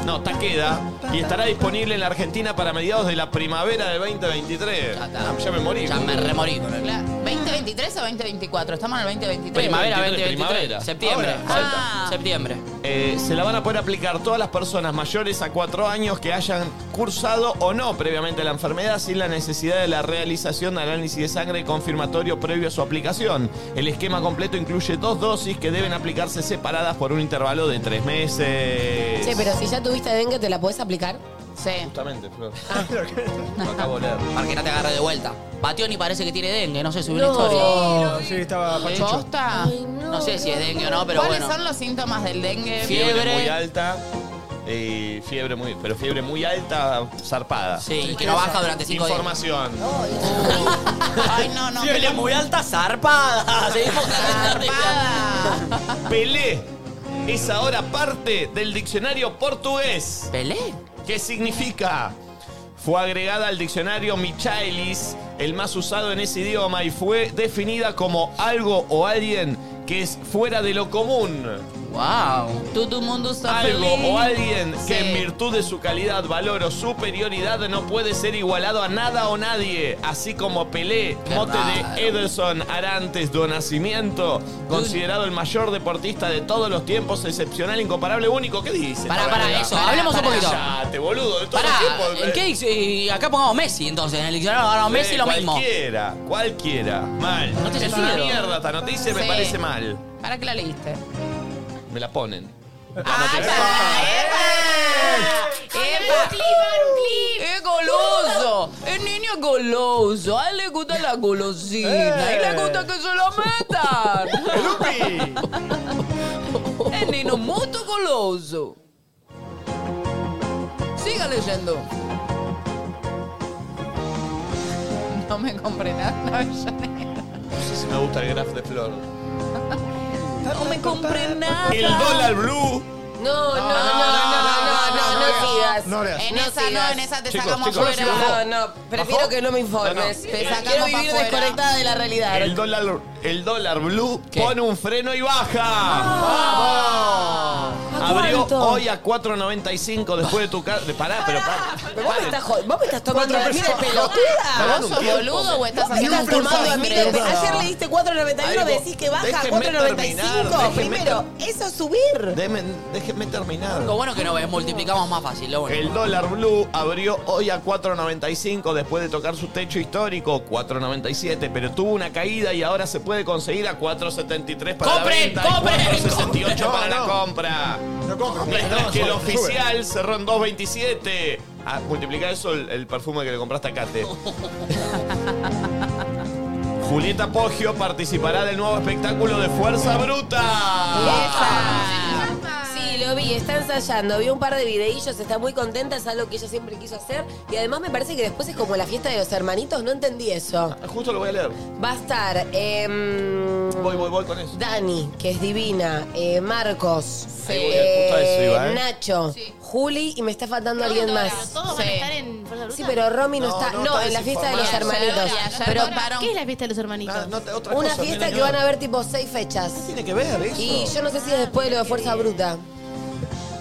S1: No, Takeda. Y estará disponible en la Argentina para mediados de la primavera del 2023. Ah, Ya me morí.
S2: Ya me remorí con el.
S6: La- ¿2023 o 2024? Estamos en el 2023.
S2: Primavera
S1: 2023,
S2: 2023.
S1: primavera.
S2: Septiembre.
S1: Ahora,
S2: Ah. Septiembre.
S1: Eh, se la van a poder aplicar todas las personas mayores a 4 años que hayan cursado o no previamente la enfermedad sin la necesidad de la realización de análisis de sangre confirmatorio previo a su aplicación. El esquema completo incluye dos dosis que deben aplicarse separadas por un intervalo de 3 meses.
S3: Che, pero si ya tuviste dengue, ¿te la podés aplicar?
S6: Sí.
S1: Justamente, Flor. Lo acabo de leer.
S2: Para que no te agarre de vuelta. Bationi parece que tiene dengue, no sé, subió una
S3: No.
S2: historia.
S5: Sí, estaba pachucho.
S6: ¿Posta?
S2: No sé si es dengue o no, pero
S6: ¿Cuáles
S2: bueno.
S6: son los síntomas del dengue?
S1: Fiebre,
S2: Fiebre.
S1: muy alta. eh, fiebre muy, pero fiebre muy alta, zarpada.
S2: Sí, y que no baja durante cinco días.
S1: Información.
S6: Ay, no, no.
S2: Fiebre muy alta, zarpada. Seguimos
S6: Zarpada.
S1: Pelé es ahora parte del diccionario portugués.
S2: ¿Pelé?
S1: ¿Qué significa? Fue agregada al diccionario Michaelis, el más usado en ese idioma, y fue definida como algo o alguien que es fuera de lo común.
S2: Wow.
S6: Todo el mundo está
S1: Algo
S6: feliz.
S1: o alguien
S6: Sí.
S1: que en virtud de su calidad, valor o superioridad no puede ser igualado a nada o nadie, así como Pelé,
S2: Qué
S1: mote
S2: raro.
S1: de Ederson Arantes do Nascimento, considerado el mayor deportista de todos los tiempos, excepcional, incomparable, único. ¿Qué dice?
S2: Pará,
S1: Pará,
S2: pará,
S1: pará.
S2: eso, hablemos un poquito.
S1: Cállate, boludo, de todos
S2: Pará,
S1: los tiempos.
S2: ¿en qué dic- eh, Acá pongamos Messi, entonces. En el diccionario agarramos Messi
S1: Eh,
S2: lo mismo.
S1: Cualquiera, cualquiera. Mal.
S2: No tiene
S1: es una
S2: sentido.
S1: mierda esta noticia y me
S6: Sí.
S1: parece mal.
S6: ¿Para qué la leíste?
S1: Me la ponen.
S6: ¡Epa!
S2: ¡Es goloso! El niño es goloso. A él le gusta la golosina. A él le gusta que se lo metan. El niño es muy goloso. Siga leyendo.
S6: No me compré nada, Avellaneda.
S1: No sé si me gusta el graf de Flor.
S2: No me compré nada.
S1: El dólar blue.
S3: No, no, no, no, no, no, no,
S6: no,
S3: sigas.
S5: no leas.
S6: En
S3: No
S6: esa no,
S3: sigas.
S6: en esa te
S1: Chicos,
S6: sacamos
S1: chicos,
S6: fuera.
S1: chicos,
S3: No, no, prefiero
S1: ¿Bajó?
S3: que no me informes.
S1: No,
S6: no. Te sacamos
S3: Quiero
S6: pa'
S3: vivir
S6: afuera.
S3: desconectada de la realidad.
S1: El dólar, el dólar blue
S2: ¿Qué?
S1: pone un freno y baja.
S3: ¿A
S1: Abrió
S3: cuánto?
S1: hoy a 4.95 después de tu casa. Pará, pero pará.
S3: Pero vos me estás jod- ¿Vos me estás tomando la mira de
S1: Pará
S3: pelotuda?
S1: un
S6: ¿Vos sos
S1: tiempo.
S6: boludo o estás
S3: Me estás
S6: haciendo un
S3: tomando la
S6: curso
S3: mira de
S6: de
S3: pelotuda. Ayer le diste 4.91,
S1: Algo-
S3: decís que baja a
S1: déjenme terminar,
S3: 4.95.
S1: déjenme
S3: Primero, eso es subir.
S1: Deme- déjenme terminar.
S2: Lo bueno que no ves, multiplicamos más fácil. Lo bueno.
S1: El dólar blue abrió hoy a 4.95 después de tocar su techo histórico, 4.97, pero tuvo una caída y ahora se puede conseguir a 4.73 para
S2: ¡Compren!
S1: la venta
S2: ¡Compren!
S1: y 4.68 para
S5: No,
S1: la
S5: no.
S1: compra.
S5: No compro.
S1: Mientras que el
S5: sube.
S1: oficial cerró en 2.27. Ah, multiplica eso el, el perfume que le compraste a Kate. Julieta Poggio participará del nuevo espectáculo de Fuerza Bruta.
S6: ¡Esa!
S3: está ensayando, vi un par de videillos, está muy contenta, es algo que ella siempre quiso hacer. Y además me parece que después es como la fiesta de los hermanitos, no entendí eso.
S1: Justo lo voy a leer.
S3: Va a estar. em,
S1: voy, voy, voy con eso.
S3: Dani, que es divina. eh, Marcos.
S1: Ahí voy, justo a eso iba, ¿eh?
S3: Nacho. Juli y me está faltando alguien más.
S7: Todos van a estar en Fuerza Bruta.
S3: Sí, pero Romy no, está. No, en la fiesta de los hermanitos. Pero
S7: ¿Qué es la fiesta de los hermanitos?
S3: una fiesta que van a haber tipo seis fechas. ¿Qué
S1: tiene que ver eso?
S3: Y yo no sé si es después de lo de Fuerza Bruta.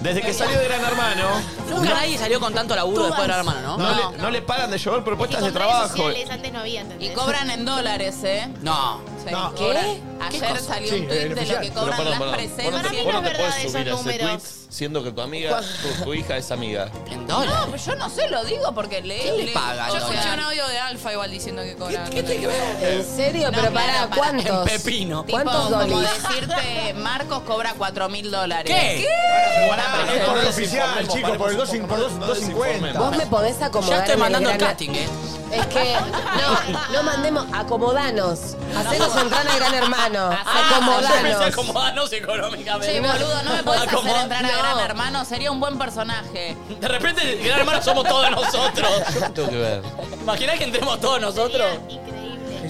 S1: Desde que salió de Gran Hermano.
S2: Nunca nadie salió con tanto laburo después de Gran Hermano, ¿no?
S1: No, Le, no le paran de llevar propuestas de trabajo.
S7: antes no había,
S6: Y cobran en dólares, ¿eh?
S2: No.
S6: Sí,
S1: No.
S6: cobran.
S1: ¿Qué?
S6: Ayer
S1: cosa?
S6: salió
S1: Sí,
S6: un tweet de
S1: el
S6: lo
S1: oficial.
S6: que
S1: Pero
S6: cobran
S1: perdón,
S6: las
S1: perdón.
S6: presencias.
S1: Vos no te, vos no te podés subir a ese tweet siendo que tu amiga, tu, tu hija es amiga.
S2: ¿En
S6: No, pero yo no sé, lo digo porque leí.
S16: ¿Quién le
S6: leí.
S16: paga
S6: Yo
S16: eso?
S6: escuché un
S16: audio de Alfa igual diciendo que cobran.
S6: ¿Qué tiene que ver?
S3: ¿En serio?
S6: No,
S3: pero
S6: claro,
S3: pará,
S6: pará.
S3: ¿cuántos?
S6: En
S2: pepino.
S6: Tipo,
S3: ¿Cuántos
S6: como
S3: dólares?
S6: decirte, Marcos cobra 4 mil dólares.
S3: ¿Qué?
S5: pero es por el oficial, chico, por el 2 por dos- 250.
S3: Vos me podés acomodar.
S2: Ya estoy
S3: en
S2: mandando el
S3: Gran-
S2: casting, ¿eh?
S3: Es que, no, no mandemos, acomodanos. Hacenos entrar a Gran Hermano.
S2: Yo pensé
S3: Acomodanos.
S2: acomodarnos económicamente.
S6: Che, Eh, boludo, Ah, no me podés hacer
S2: Acomodar-
S6: entrar a Gran Hermano, sería un buen personaje.
S2: De repente, Gran Hermano somos todos nosotros.
S1: Tengo que ver.
S2: Imaginás que entremos todos nosotros.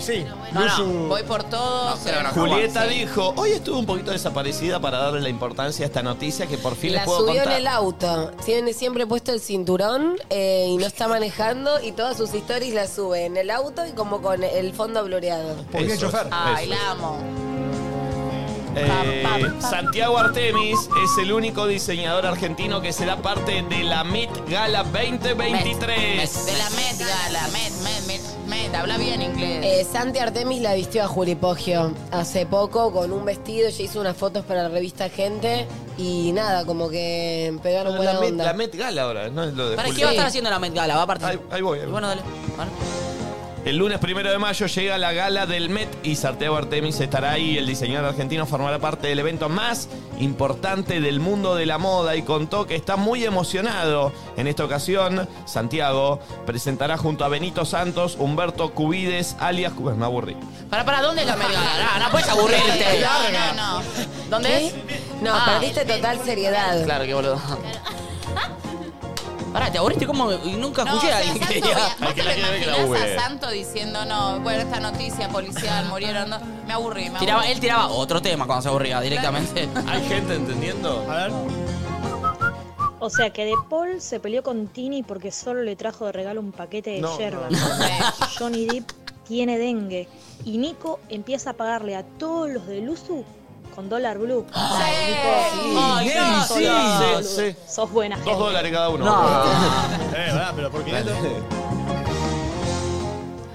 S5: Sí.
S2: No, no.
S6: Voy por todos. eh.
S1: Julieta dijo, hoy estuve un poquito desaparecida para darle la importancia a esta noticia que por fin
S3: La
S1: les puedo
S3: subió
S1: contar.
S3: en el auto. Tiene siempre puesto el cinturón eh, y no está manejando y todas sus stories las sube en el auto y como con el fondo blureado.
S1: Eso es,
S6: Ay,
S1: eso es.
S6: la amo.
S1: Eh, Santiago Artemis es el único diseñador argentino que será parte de la Met Gala 2023.
S6: De la Met Gala, Met, Met, Met, Met, habla bien inglés.
S3: Eh, Santi Artemis la vistió a Juli Poggio hace poco con un vestido. Ella hizo unas fotos para la revista Gente y nada, como que pegaron buena
S1: la, Met,
S3: onda.
S1: la Met Gala ahora, ¿no? Es lo de
S2: ¿Para
S1: Julio.
S2: qué va a estar haciendo la Met Gala? Va a participar.
S1: Ahí, ahí voy. ahí voy.
S2: Bueno, dale. Bueno.
S1: El lunes primero de mayo llega la gala del Met y Santiago Artemis estará ahí. El diseñador argentino formará parte del evento más importante del mundo de la moda y contó que está muy emocionado. En esta ocasión, Santiago presentará junto a Benito Santos, Humberto Cubides, alias Cubides. Me aburrí.
S2: Para, para, ¿dónde es la Met Gala? No, no puedes aburrirte.
S6: No, no, no.
S2: ¿Dónde
S3: ¿Qué?
S2: es?
S3: No,
S2: Ah.
S3: perdiste total seriedad.
S2: Claro, qué boludo. Pará, te aburriste como. Y nunca
S6: No,
S2: escuché a
S6: o sea,
S2: alguien que
S6: Santo,
S2: diga.
S6: ¿Vos te lo imaginás
S2: googleé.
S6: a Santo diciendo, no, bueno, esta noticia policial, murieron dos? Me aburrí, me aburrí.
S2: Tiraba, él tiraba otro tema cuando se aburría directamente.
S1: ¿Hay gente entendiendo?
S5: A ver.
S17: O sea que De Paul se peleó con Tini porque solo le trajo de regalo un paquete de
S18: No,
S17: yerba.
S18: no,
S17: Johnny Depp tiene dengue. Y Nico empieza a pagarle a todos los de Luzu con dólar blue. Dale, Nico.
S1: Ay,
S17: Nico,
S1: Nelly,
S17: sos
S1: sí,
S17: una
S1: sí,
S17: boluda.
S1: sí.
S17: Sos buena
S1: Dos
S17: gente.
S1: dólares cada uno.
S5: Eh, va, pero por 500.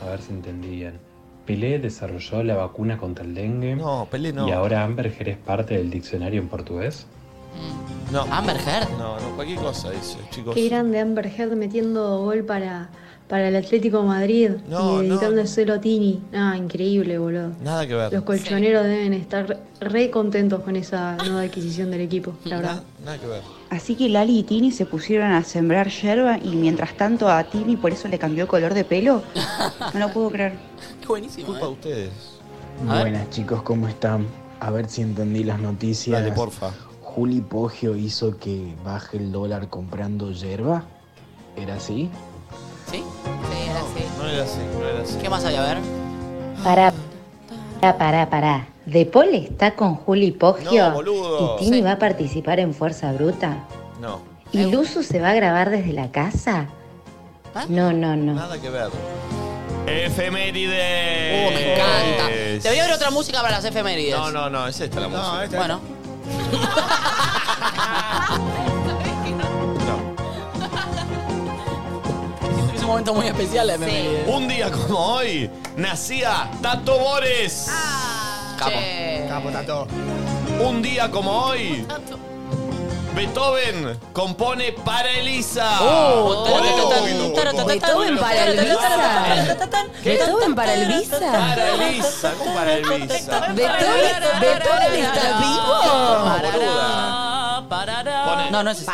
S19: A ver si entendían. Pelé desarrolló la vacuna contra el dengue.
S1: No, Pelé no.
S19: ¿Y ahora Amberger es parte del diccionario en portugués?
S1: No. ah,
S2: ¿Amber Heard?
S1: No, no, cualquier cosa dice, chicos.
S18: Qué grande Amber Heard metiendo gol para, para el Atlético de Madrid
S1: No,
S18: y
S1: no,
S18: dedicándoselo a Tini. Ah, increíble, boludo.
S1: Nada que ver.
S18: Los colchoneros deben estar re contentos con esa nueva adquisición del equipo, la verdad.
S1: Nada que ver.
S20: Así que Lali y Tini se pusieron a sembrar yerba y mientras tanto a Tini por eso le cambió el color de pelo. No lo puedo creer.
S2: Es buenísimo.
S1: Culpa a ustedes.
S2: A ver.
S21: Buenas chicos, ¿cómo están? A ver si entendí las noticias.
S1: Dale, porfa.
S21: Juli Poggio hizo que baje el dólar comprando yerba. ¿Era así?
S2: ¿Sí?
S6: Sí, era así.
S1: No era así, no era así.
S2: ¿Qué más hay a ver?
S9: Pará, pará, pará, pará. De Paul está con Juli Poggio.
S1: No, boludo.
S9: Y Tini
S1: Sí.
S9: va a participar en Fuerza Bruta.
S1: No.
S9: ¿Y Luzu se va a grabar desde la casa?
S2: ¿Ah?
S9: No, no, no.
S1: Nada que ver. Efeméride.
S2: Oh, me encanta. Debería haber otra música para las efemérides.
S1: No, no, no, es esta la música.
S2: Bueno. Es un momento muy especial la efeméride.
S1: Un día como hoy nacía Tato Bores.
S6: Ah.
S2: Capo.
S5: Capo, Tato.
S1: Un día como hoy. Beethoven compone para Elisa.
S2: Ah,
S3: Oh,
S1: Beethoven
S3: Beethoven para el Visa. Beethoven para el
S1: Para
S3: Visa.
S1: Elisa, ¿cómo para Elisa?
S3: Beethoven, Beethoven está vivo.
S1: Pone-
S2: No, no es esa.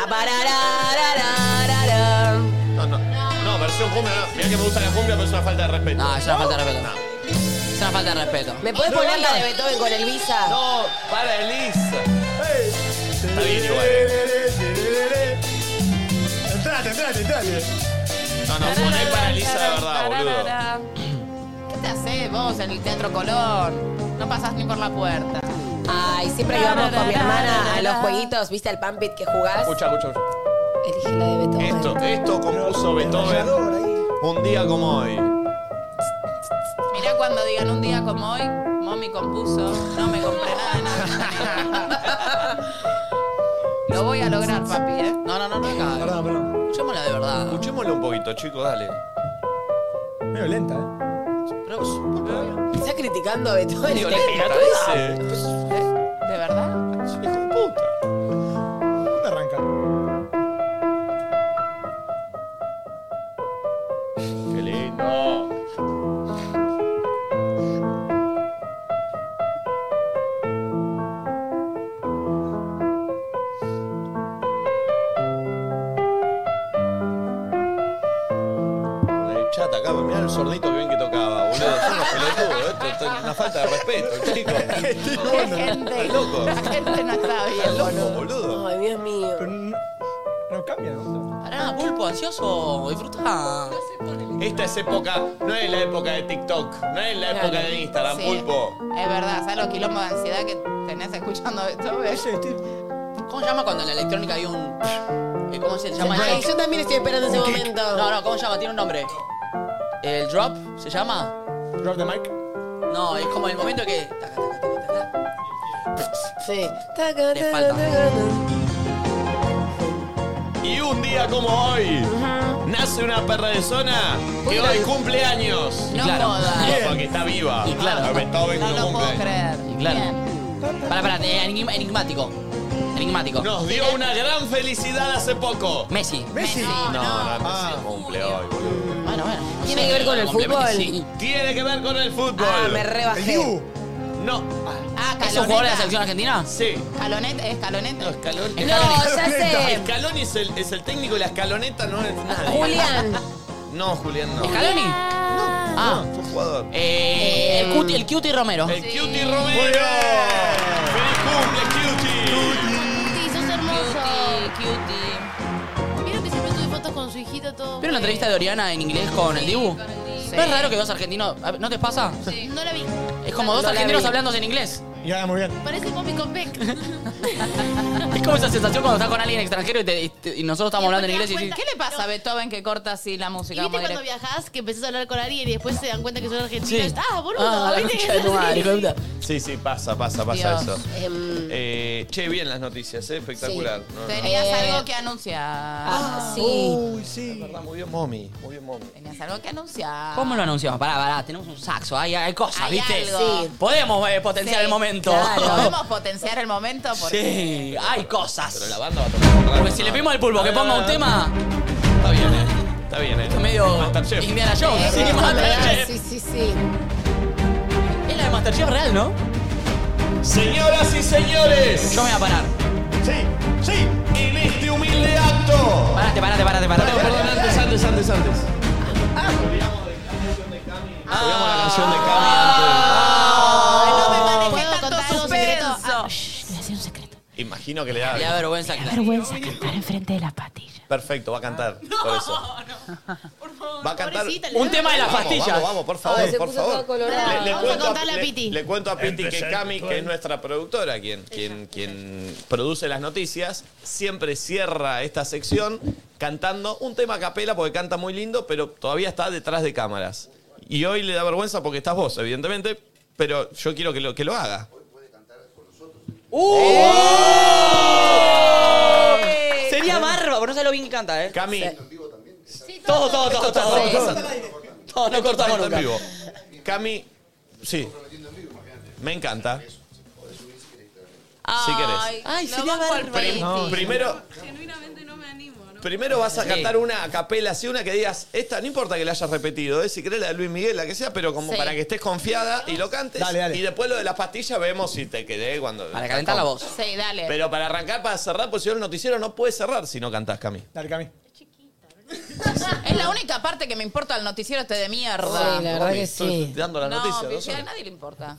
S1: No, no, no, versión cumbia, no. Mirá que me gusta la cumbia, pero es una falta de respeto.
S2: No, es una falta de respeto. Es una falta de respeto.
S3: ¿Me puedes poner la de Beethoven con el Visa?
S1: No, para Elisa. Está bien igual.
S5: Entrate, entrate, entrate.
S1: No, no, poné paraliza de verdad, boludo.
S6: ¿Qué te haces vos en el Teatro Colón? No pasás ni por la puerta. Ah,
S3: Ay, siempre íbamos con mi hermana a los jueguitos, ¿viste el Pampit que jugás?
S1: Escucha, escucha. Esto, esto compuso Beethoven un día como hoy.
S6: Mirá cuando digan un día como hoy, mommy compuso, no me compré nada, nada. Lo voy a lograr, papi, ¿eh?
S2: No, no, no, no, acá. Perdón, perdón. Escuchémosla de verdad.
S1: Escuchémoslo un poquito, chicos, dale.
S5: Medio lenta, ¿eh?
S3: ¿Estás criticando a Beethoven?
S1: Medio
S3: ¿Te
S1: lenta,
S3: encanta?
S6: ¿De verdad?
S5: ¿Dónde arranca?
S1: Qué lindo. El chat acá, mirá el sordito que bien que tocaba, boludo. Son unos pelotudos, esto esto es una falta de respeto, chicos.
S6: La gente,
S1: Estás loco.
S6: la gente no está bien, boludo.
S1: boludo.
S3: Ay, Dios mío.
S5: No cambia, ¿no?
S2: Pará, pulpo, ansioso, disfrutá.
S1: Esta es época, no es la época de TikTok, no es la época de Instagram,
S6: Sí.
S1: pulpo.
S6: Es verdad, ¿sabes los quilombos de ansiedad que tenés escuchando esto?
S2: ¿Cómo se llama cuando en la electrónica hay un. eh, ¿Cómo se llama?
S3: Ay, yo también estoy esperando ese
S2: Un kick.
S3: momento.
S2: No, no, ¿cómo se llama? Tiene un nombre. ¿El drop se llama?
S5: ¿Drop the mic?
S2: No, es como el momento que.
S3: Sí.
S2: Le falta.
S1: Y un día como hoy, nace una persona
S6: Uy,
S1: que hoy
S6: no.
S1: cumple años.
S6: No jodas.
S1: No, porque está viva.
S2: Y claro.
S1: A Beethoven
S2: No
S1: no,
S2: lo
S1: cumple.
S2: puedo creer. Y claro. Pará, pará, eh, enigma- enigmático. Enigmático.
S1: Nos dio una gran felicidad hace poco.
S2: Messi.
S1: Messi. No, no, Messi no cumple hoy, boludo.
S2: Bueno, bueno. no
S3: ¿Tiene
S2: sé,
S3: que ver con el
S2: complemento,
S3: fútbol?
S2: sí.
S1: Tiene que ver con el fútbol.
S3: Ah, me rebajé.
S1: No.
S6: Ah,
S2: ¿Es un jugador de la
S6: Caloneta.
S2: selección argentina?
S1: Sí.
S6: Caloneta, es Caloneta.
S1: Escalón.
S3: No, ya sé.
S1: Escalón es el, es el técnico y la escaloneta no es nadie.
S3: Julián.
S1: Ah, No, Julián no.
S2: ¿Escaloni? Ah.
S1: Fue un jugador.
S2: Eh, el, cuti, el Cuti Romero.
S1: El Cutie Romero. ¡Feliz cumple, Cutie!
S7: Sí, sos hermoso.
S6: Cutie.
S7: Vieron que siempre tuve fotos con su hijito todo.
S2: ¿Vieron la entrevista de Oriana en inglés con el Dibu? ¿No es raro que dos argentinos... a ver, ¿No te pasa?
S7: No la vi.
S2: Es como dos
S7: No la
S2: argentinos
S7: vi.
S2: hablándose en inglés.
S5: Y ahora muy bien.
S7: Parece Mommy con Beck.
S2: Es como esa sensación cuando estás con alguien extranjero y, te- y te- y nosotros estamos hablando en inglés y decís...
S6: ¿Qué le pasa a Beethoven que corta así la
S7: ¿Y viste
S6: música? como
S7: cuando
S6: directo?
S7: viajás que empezás a hablar con alguien y después se dan cuenta que son
S2: Sí.
S7: argentinos? Ah, boludo,
S2: Ah, la
S7: ¿viste que
S2: concha de
S7: es
S2: tu
S7: así?
S2: madre, hijo de puta.
S1: Sí, sí, pasa, pasa,
S2: Dios.
S1: pasa eso.
S7: Mm.
S3: Em,
S1: Eh, che, bien las noticias, ¿eh? espectacular. No, no.
S6: Tenías
S3: Eh,
S6: algo que anunciar.
S1: uh.
S3: ah, sí.
S1: Uy, sí. La verdad, muy bien, mommy. Muy bien, mommy.
S6: Tenías algo que anunciar.
S2: ¿Cómo lo anunciamos? Pará, pará, tenemos un saxo, hay, hay cosas,
S6: Hay
S2: ¿viste?
S6: algo.
S2: Sí. Podemos eh, potenciar
S6: Sí,
S2: el momento.
S6: claro. Podemos potenciar el momento porque.
S2: Sí, hay cosas.
S1: Pero la banda va a tocar un rato,
S2: Porque si
S1: ¿no?
S2: le pedimos al pulpo que ponga un tema,
S1: Está bien, ¿eh? Está bien, ¿eh?
S2: es medio
S1: Masterchef.
S2: Indiana Jones. Sí,
S3: Ah,
S2: Masterchef.
S6: Sí, sí, sí.
S2: Es la de Masterchef real, ¿no?
S1: Señoras y señores,
S2: Yo me voy a parar.
S5: Sí,
S1: eh.
S5: sí.
S1: en este humilde acto.
S2: Parate, parate, parate, parate.
S1: Perdón, antes, antes, antes, antes.
S2: Ah.
S1: Olvidamos la canción de Cami
S2: Ah.
S6: Ay, no me manejé
S7: ¿Puedo
S6: tanto
S7: contar un secreto? Ah,
S6: suspenso.
S16: Voy a hacer un secreto.
S1: antes. Imagino que le da.
S2: Le da vergüenza.
S16: Me da vergüenza cantar enfrente de las patillas.
S1: Perfecto, va a cantar. por eso. Va a cantar.
S7: Pobrecita, le
S2: Un
S7: da
S2: tema de las
S1: Vamos,
S2: pastillas.
S1: Vamos, vamos, por
S3: Ay,
S1: favor,
S3: se
S1: por
S3: puso toda
S1: favor.
S3: colorada.
S1: Le, le
S7: Vamos a
S1: cuento
S7: contarle a Piti.
S1: Le, le cuento a Piti que
S15: Empecé
S1: Cami, que es nuestra productora, quien, quien, quien produce las noticias, siempre cierra esta sección cantando un tema a capela porque canta muy lindo, pero todavía está detrás de cámaras. Y hoy le da vergüenza porque estás vos, evidentemente, pero yo quiero que lo, que lo haga.
S2: Sería barba, pero no sé lo bien que canta, ¿eh?
S1: Cami,
S2: Todo, todo, todo, todo.
S1: Sí.
S2: Todo, no cortamos
S1: está en
S2: nunca.
S1: vivo. Cami, sí. Me encanta. Si querés.
S2: Ay,
S6: lo
S2: sería
S6: banco al
S2: bárbaro.
S6: Piti.
S1: Primero. Primero vas a cantar una a capela, así una que digas, esta no importa que la hayas repetido, ¿eh? si querés la de Luis Miguel, la que sea, pero como
S6: Sí.
S1: para que estés confiada y lo cantes.
S5: Dale, dale.
S1: Y después lo de las pastillas vemos si te quedé cuando.
S2: Para calentar la voz.
S6: Sí, dale.
S1: Pero para arrancar, para cerrar, porque si no el noticiero no puede cerrar si no cantás, Cami.
S5: Dale, Cami.
S6: Es la única parte que me importa el noticiero este de mierda.
S3: Sí, la verdad que
S1: Estoy
S3: sí.
S1: dando las
S6: no,
S1: noticias.
S6: Pichi,
S1: ¿no?
S6: a nadie le importa.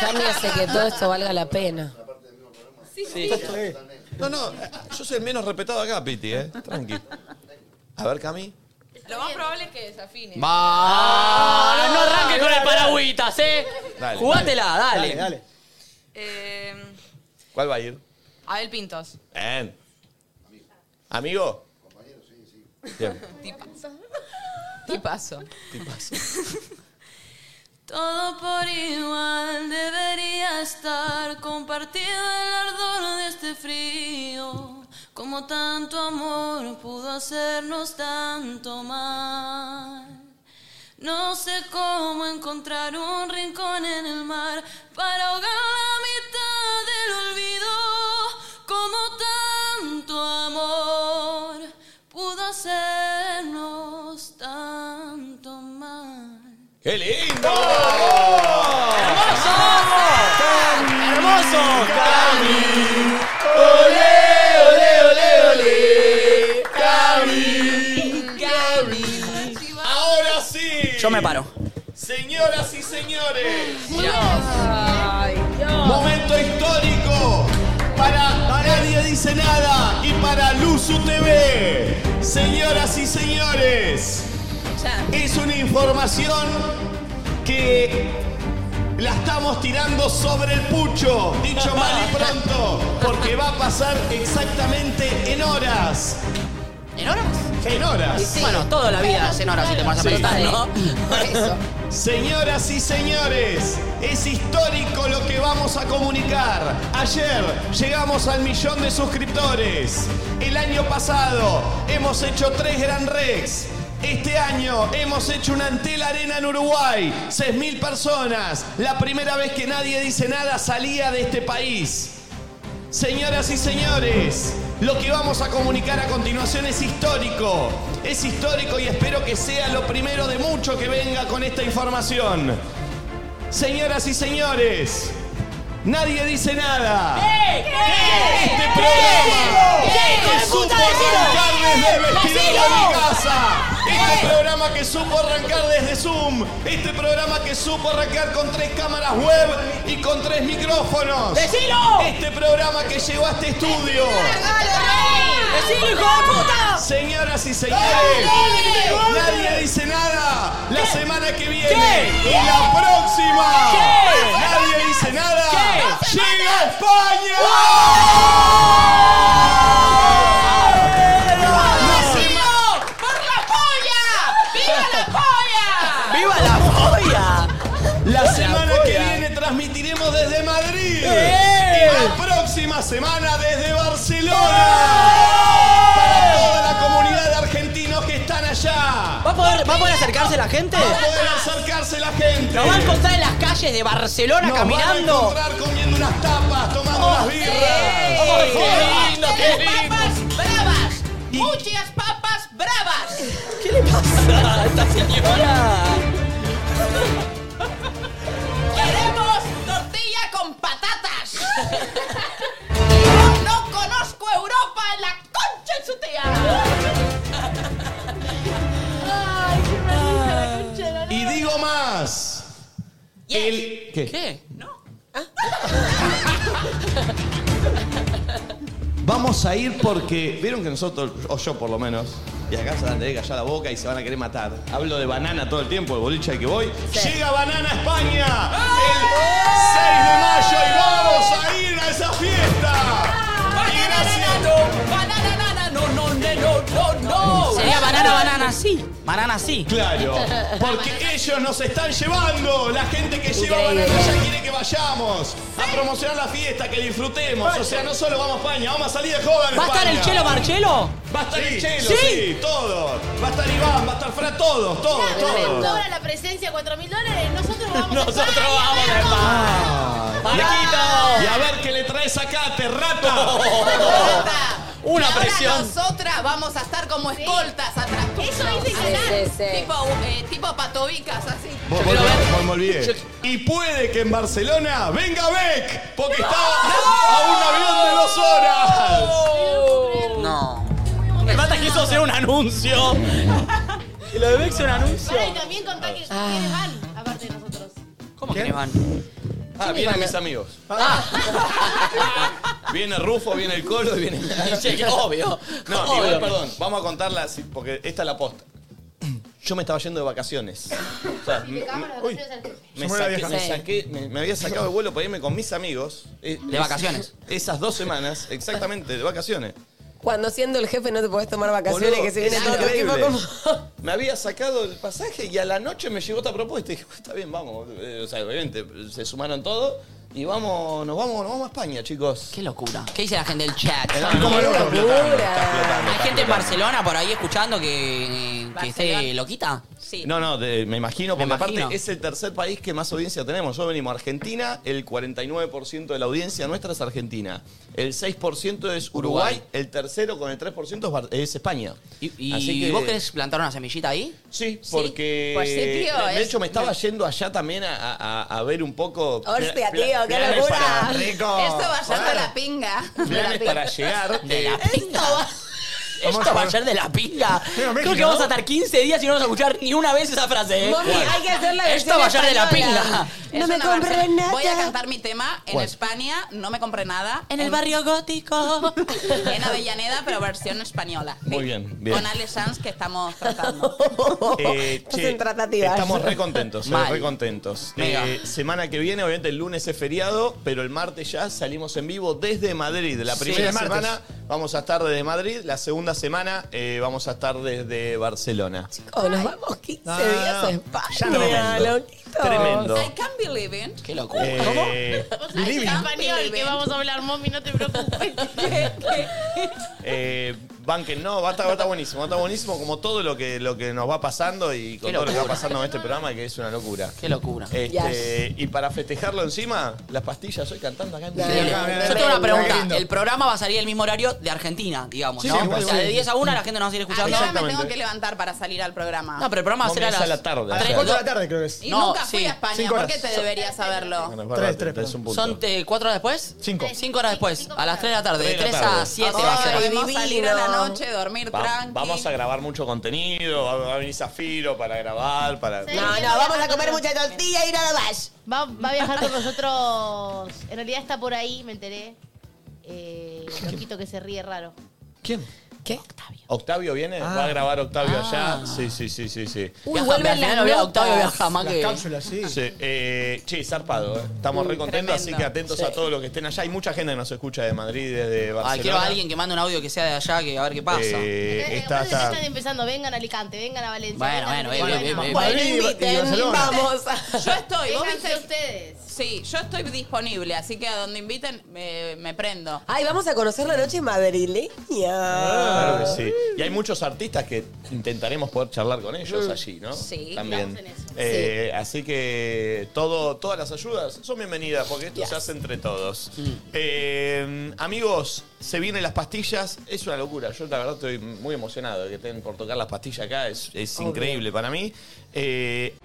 S3: Cami hace que todo esto valga la pena.
S2: Sí.
S1: No, no, yo soy el menos respetado acá, Piti, ¿eh? Tranqui. A ver, Cami.
S16: Lo más probable es que desafine.
S2: Va, Ah, no arranques con el paragüitas, eh.
S1: Dale.
S2: Jugátela, dale.
S1: Dale, dale.
S16: Eh,
S1: ¿Cuál va a ir?
S16: Abel Pintos.
S1: Bien. ¿Amigo? Bien.
S16: Tipazo. Tipazo.
S1: Tipazo.
S22: Todo por igual debería estar compartido el ardor de este frío. Como tanto amor pudo hacernos tanto mal. No sé cómo encontrar un rincón en el mar para ahogar la mitad del olvido. Como tanto amor pudo hacernos tanto mal.
S1: ¡Qué lindo!
S2: ¡Hermoso!
S1: ¡Cami! ¡Ole, ole, ole, ole! ¡Cami! ¡Cami! ¡Ahora sí!
S2: Yo me paro.
S1: Señoras y señores,
S16: Dios.
S1: momento histórico para Nadie Dice Nada y para Luzu TV. Señoras y señores, es una información que la estamos tirando sobre el pucho, dicho mal y pronto, porque va a pasar exactamente en horas.
S2: ¿En horas?
S1: En horas.
S2: Bueno, toda la vida es en horas si te pones a
S1: Sí.
S2: pensar, ¿no?
S1: Señoras y señores, es histórico lo que vamos a comunicar. Ayer llegamos al millón de suscriptores. El año pasado hemos hecho tres Gran Rex. Este año hemos hecho una Antel Arena en Uruguay. 6.000 personas. La primera vez que nadie dice nada salía de este país. Señoras y señores, lo que vamos a comunicar a continuación es histórico. Es histórico y espero que sea lo primero de mucho que venga con esta información. Señoras y señores, nadie dice nada. Este programa que supo arrancar desde el vestidor de mi casa. Este programa que supo arrancar desde Zoom. Este programa que supo arrancar con tres cámaras web y con tres micrófonos.
S2: ¡Decilo!
S1: Este programa que llegó a este estudio.
S2: ¡Decilo, hijo de puta!
S1: Señoras y señores,
S2: ¡Dale, dale!
S1: nadie dice nada. La semana que viene
S2: ¿Qué?
S1: y la próxima,
S2: ¿Qué?
S1: nadie dice nada.
S2: ¿Qué?
S1: Llega España.
S16: ¡Por la polla! ¡Viva la
S22: Ah.
S16: polla!
S2: ¡Viva la joya!
S1: La semana que viene transmitiremos desde Madrid.
S2: ¡Eh!
S1: Y la próxima semana desde Barcelona. Para toda la comunidad de argentinos que están allá.
S2: ¿Va a poder, va a poder acercarse la gente?
S1: Va a poder acercarse la gente.
S2: ¿Nos va a encontrar en las calles de Barcelona
S1: Nos van a
S2: caminando?
S1: encontrar comiendo unas tapas, tomando unas birras.
S2: ¡Ay, qué lindo, qué lindo!
S16: ¡Papas bravas! ¡Muchas papas bravas!
S2: ¿Qué le pasa a esta señora?
S16: ¡Queremos tortilla con patatas! Yo no conozco Europa en la concha en su tía. ¡Ay, qué maldita la concha de la
S1: Y digo más. El... ¿Qué? Vamos a ir porque. Vieron que nosotros, o yo por lo menos, y acá se van a tener que callar la boca y se van a querer matar. Hablo de banana todo el tiempo, el boliche al que voy. Llega banana a España el 6 de mayo y vamos a ir a esa fiesta. Y gracias.
S16: Banana, banana, no, no, ne, no, no, no.
S2: Sería banana, banana, sí. Banana, sí.
S1: Claro, porque ellos nos están llevando. La gente que lleva
S2: Increíble.
S1: banana ya quiere que vayamos a promocionar la fiesta, que disfrutemos. O sea, no solo vamos a España, vamos a salir de joda en
S2: ¿Va a estar
S1: España.
S2: el Chelo Marchelo?
S1: Va a estar el Chelo,
S2: ¿Sí?
S1: ¿Sí? todo. Va a estar Iván, va a estar Fran, todos, todos, todos.
S7: Cobra la presencia 4 mil dólares, nosotros vamos
S2: Nosotros vamos de paz.
S1: ¡Marquito! Y a ver qué le traes acá, te rata.
S2: Una
S16: Y ahora
S2: presión.
S16: Nosotras vamos a estar como escoltas atrás. Eso dice
S3: Sí, sí, sí.
S16: Tipo,
S6: uh,
S16: eh, tipo patovicas, así.
S1: Vos, vos, vos me olvidé. Y puede que en Barcelona venga Beck, porque está a un avión de dos horas.
S2: No. Me mata quiso hacer un anuncio. Que lo de Beck sea un anuncio.
S7: Ay, también contá que quiénes van, aparte de nosotros.
S2: ¿Cómo que van?
S1: Ah,
S3: vienen mis
S2: Ah.
S1: amigos. Viene Rufo, viene el Colo y viene...
S2: Sí, obvio.
S1: No,
S2: Obvio.
S1: igual, perdón. Vamos a contarla, así, porque esta es la posta. Yo me estaba yendo de vacaciones. O sea, me, me
S5: Se muere la
S1: saqué-
S5: vieja.
S1: me saqué- me- me había sacado el vuelo para irme con mis amigos. eh,
S2: De
S1: es-
S2: vacaciones.
S1: Esas dos semanas, exactamente, de vacaciones.
S3: Cuando siendo el jefe no te podés tomar vacaciones,
S1: Boludo,
S3: que se
S1: es
S3: viene todo tu equipo
S1: increíble.
S3: como...
S1: Me había sacado el pasaje y a la noche me llegó esta propuesta. Y dije, está bien, vamos. Eh, O sea, obviamente, se sumaron todos y vamos, nos vamos, nos vamos a España, chicos. Qué
S2: locura. ¿Qué dice la gente del chat?
S1: No, no, no, está explotando,
S3: eh.
S1: está
S2: ¿Hay
S1: explotando, está
S2: gente en
S1: explotando.
S2: Barcelona por ahí escuchando que, que esté
S1: Barcelona.
S2: loquita?
S1: No, no, de- me imagino,
S2: Me
S1: porque
S2: imagino.
S1: aparte es el tercer país que más audiencia tenemos. Yo venimos a Argentina, el 49% de la audiencia nuestra es Argentina. El 6% es Uruguay,
S2: Uruguay.
S1: el tercero con el 3% es, Bar- es España.
S2: ¿Y vos querés plantar una semillita ahí?
S1: Sí, porque
S2: Pues sí, tío,
S1: de- de
S2: es-
S1: hecho me estaba yendo allá también a, a- a ver un poco...
S6: Hostia,
S1: Pla-
S6: tío, qué
S1: planes
S6: locura.
S1: para-
S6: Esto va yendo a la pinga.
S1: Planes para llegar.
S2: De
S1: eh,
S2: la pinga. Esto va a ser de la pinga.
S1: Pero
S2: Creo que
S1: México,
S2: vamos a
S1: ¿no?
S2: estar 15 días y no vamos a escuchar ni una vez esa frase. ¿eh?
S6: Mami,
S2: ¿Cuál?
S6: hay que hacer la
S2: Esto va a ser de la
S6: versión
S2: pinga.
S6: española.
S3: No me compré nada.
S6: Voy a cantar mi tema en
S2: ¿Cuál?
S6: España, no me compré nada.
S2: En el barrio gótico.
S6: En Avellaneda, pero versión española.
S1: Muy bien, bien.
S6: Con Ale Sanz que estamos tratando.
S1: Eh,
S6: Estás en tratativas.
S1: estamos re contentos, eh,
S2: Mal.
S1: re contentos.
S2: Mega.
S1: Eh, semana que viene, obviamente el lunes es feriado, pero el martes ya salimos en vivo desde Madrid. La
S2: Sí,
S1: primera
S2: el martes.
S1: semana vamos a estar desde Madrid, la segunda semana eh, vamos a estar desde Barcelona.
S3: Oh, nos vamos 15
S1: No,
S3: días
S1: no,
S3: a
S1: no.
S3: España,
S1: Tremendo.
S3: loquito.
S1: Tremendo.
S6: I can't believe it.
S2: Qué
S1: Eh,
S7: Español, que vamos a hablar, mami, no te preocupes.
S1: eh, banquen, no, va a, estar, va a estar buenísimo, va a estar buenísimo como todo lo que, lo que nos va pasando y con
S2: Qué
S1: todo lo que va
S2: locura.
S1: pasando en este programa, que es una locura.
S2: Qué locura.
S1: Este, Y para festejarlo encima, las pastillas, hoy cantando acá en
S2: Increíble. Yo tengo una pregunta. El programa va a salir el mismo horario de Argentina, digamos,
S1: Sí,
S2: ¿no?
S1: sí, igual,
S2: o sea, de
S1: sí.
S2: 10 a 1 la gente nos va a ir
S6: Ah,
S2: escuchando.
S6: yo ahora me tengo que levantar para salir al programa.
S2: No, pero el programa va a ser a
S1: Comienza
S2: las...
S1: a la tarde.
S2: a
S1: Tres,
S2: tres,
S1: cuatro
S2: dos-
S1: de la tarde creo que es.
S6: Y
S2: No,
S6: nunca fui
S2: sí.
S6: a España.
S1: Cinco
S6: ¿Por
S1: horas.
S6: qué te deberías saberlo?
S1: Tres, tres, es un punto.
S2: Son eh, cuatro horas después?
S1: Cinco.
S2: Cinco horas después. a las tres de la tarde. De
S1: Tres de la
S2: tres
S1: tarde.
S2: a siete
S6: O
S2: va a
S6: sea,
S2: ser.
S6: podemos salir a la noche, dormir
S1: Va-
S6: tranqui.
S1: vamos a grabar mucho contenido, va, va a venir Zafiro para grabar, para...
S3: No, no, vamos a comer mucha tortilla y nada más.
S7: Va, va a viajar con nosotros. En realidad está por ahí, me enteré. Eh, loquito que se ríe raro.
S1: ¿Quién?
S3: ¿Qué?
S1: Octavio viene, va a grabar Octavio allá. Sí, sí, sí, sí, sí.
S3: Uy, vuelven las
S2: obvia-
S3: notas.
S2: Octavio viaja más
S1: Ah,
S5: Las
S2: que...
S5: cápsulas, sí.
S1: Sí, eh, che, zarpado, eh. estamos re contentos, así que atentos a todos los que estén allá. Hay mucha gente que nos escucha de Madrid, desde Barcelona.
S2: Ay, Ah, quiero a alguien que mande un audio que sea de allá, que a ver qué pasa.
S1: Eh,
S7: Eh,
S1: está,
S7: ustedes
S1: está.
S7: están empezando, vengan a Alicante, vengan a Valencia.
S2: Bueno,
S7: vengan a
S2: bueno,
S7: Uruguay,
S2: eh, eh,
S7: vengan a-
S2: eh,
S3: Bueno,
S1: Madrid y Ba- y
S3: inviten,
S1: Barcelona.
S3: vamos.
S6: Yo estoy, vos
S7: Vénganse
S6: viste-
S7: ustedes.
S6: Sí, yo estoy disponible, así que a donde inviten eh, me prendo.
S3: Ay, vamos a conocer la noche madrileña.
S1: Claro que sí. Y hay muchos artistas que intentaremos poder charlar con ellos
S3: Mm.
S1: allí, ¿no?
S3: Sí,
S1: también.
S3: estamos en eso.
S1: Eh, Así que todo, todas las ayudas son bienvenidas porque esto se hace entre todos. Eh, amigos, se vienen las pastillas. Es una locura. Yo la verdad estoy muy emocionado de que estén por tocar las pastillas acá. Es, es
S2: Obvio.
S1: increíble para mí. Eh,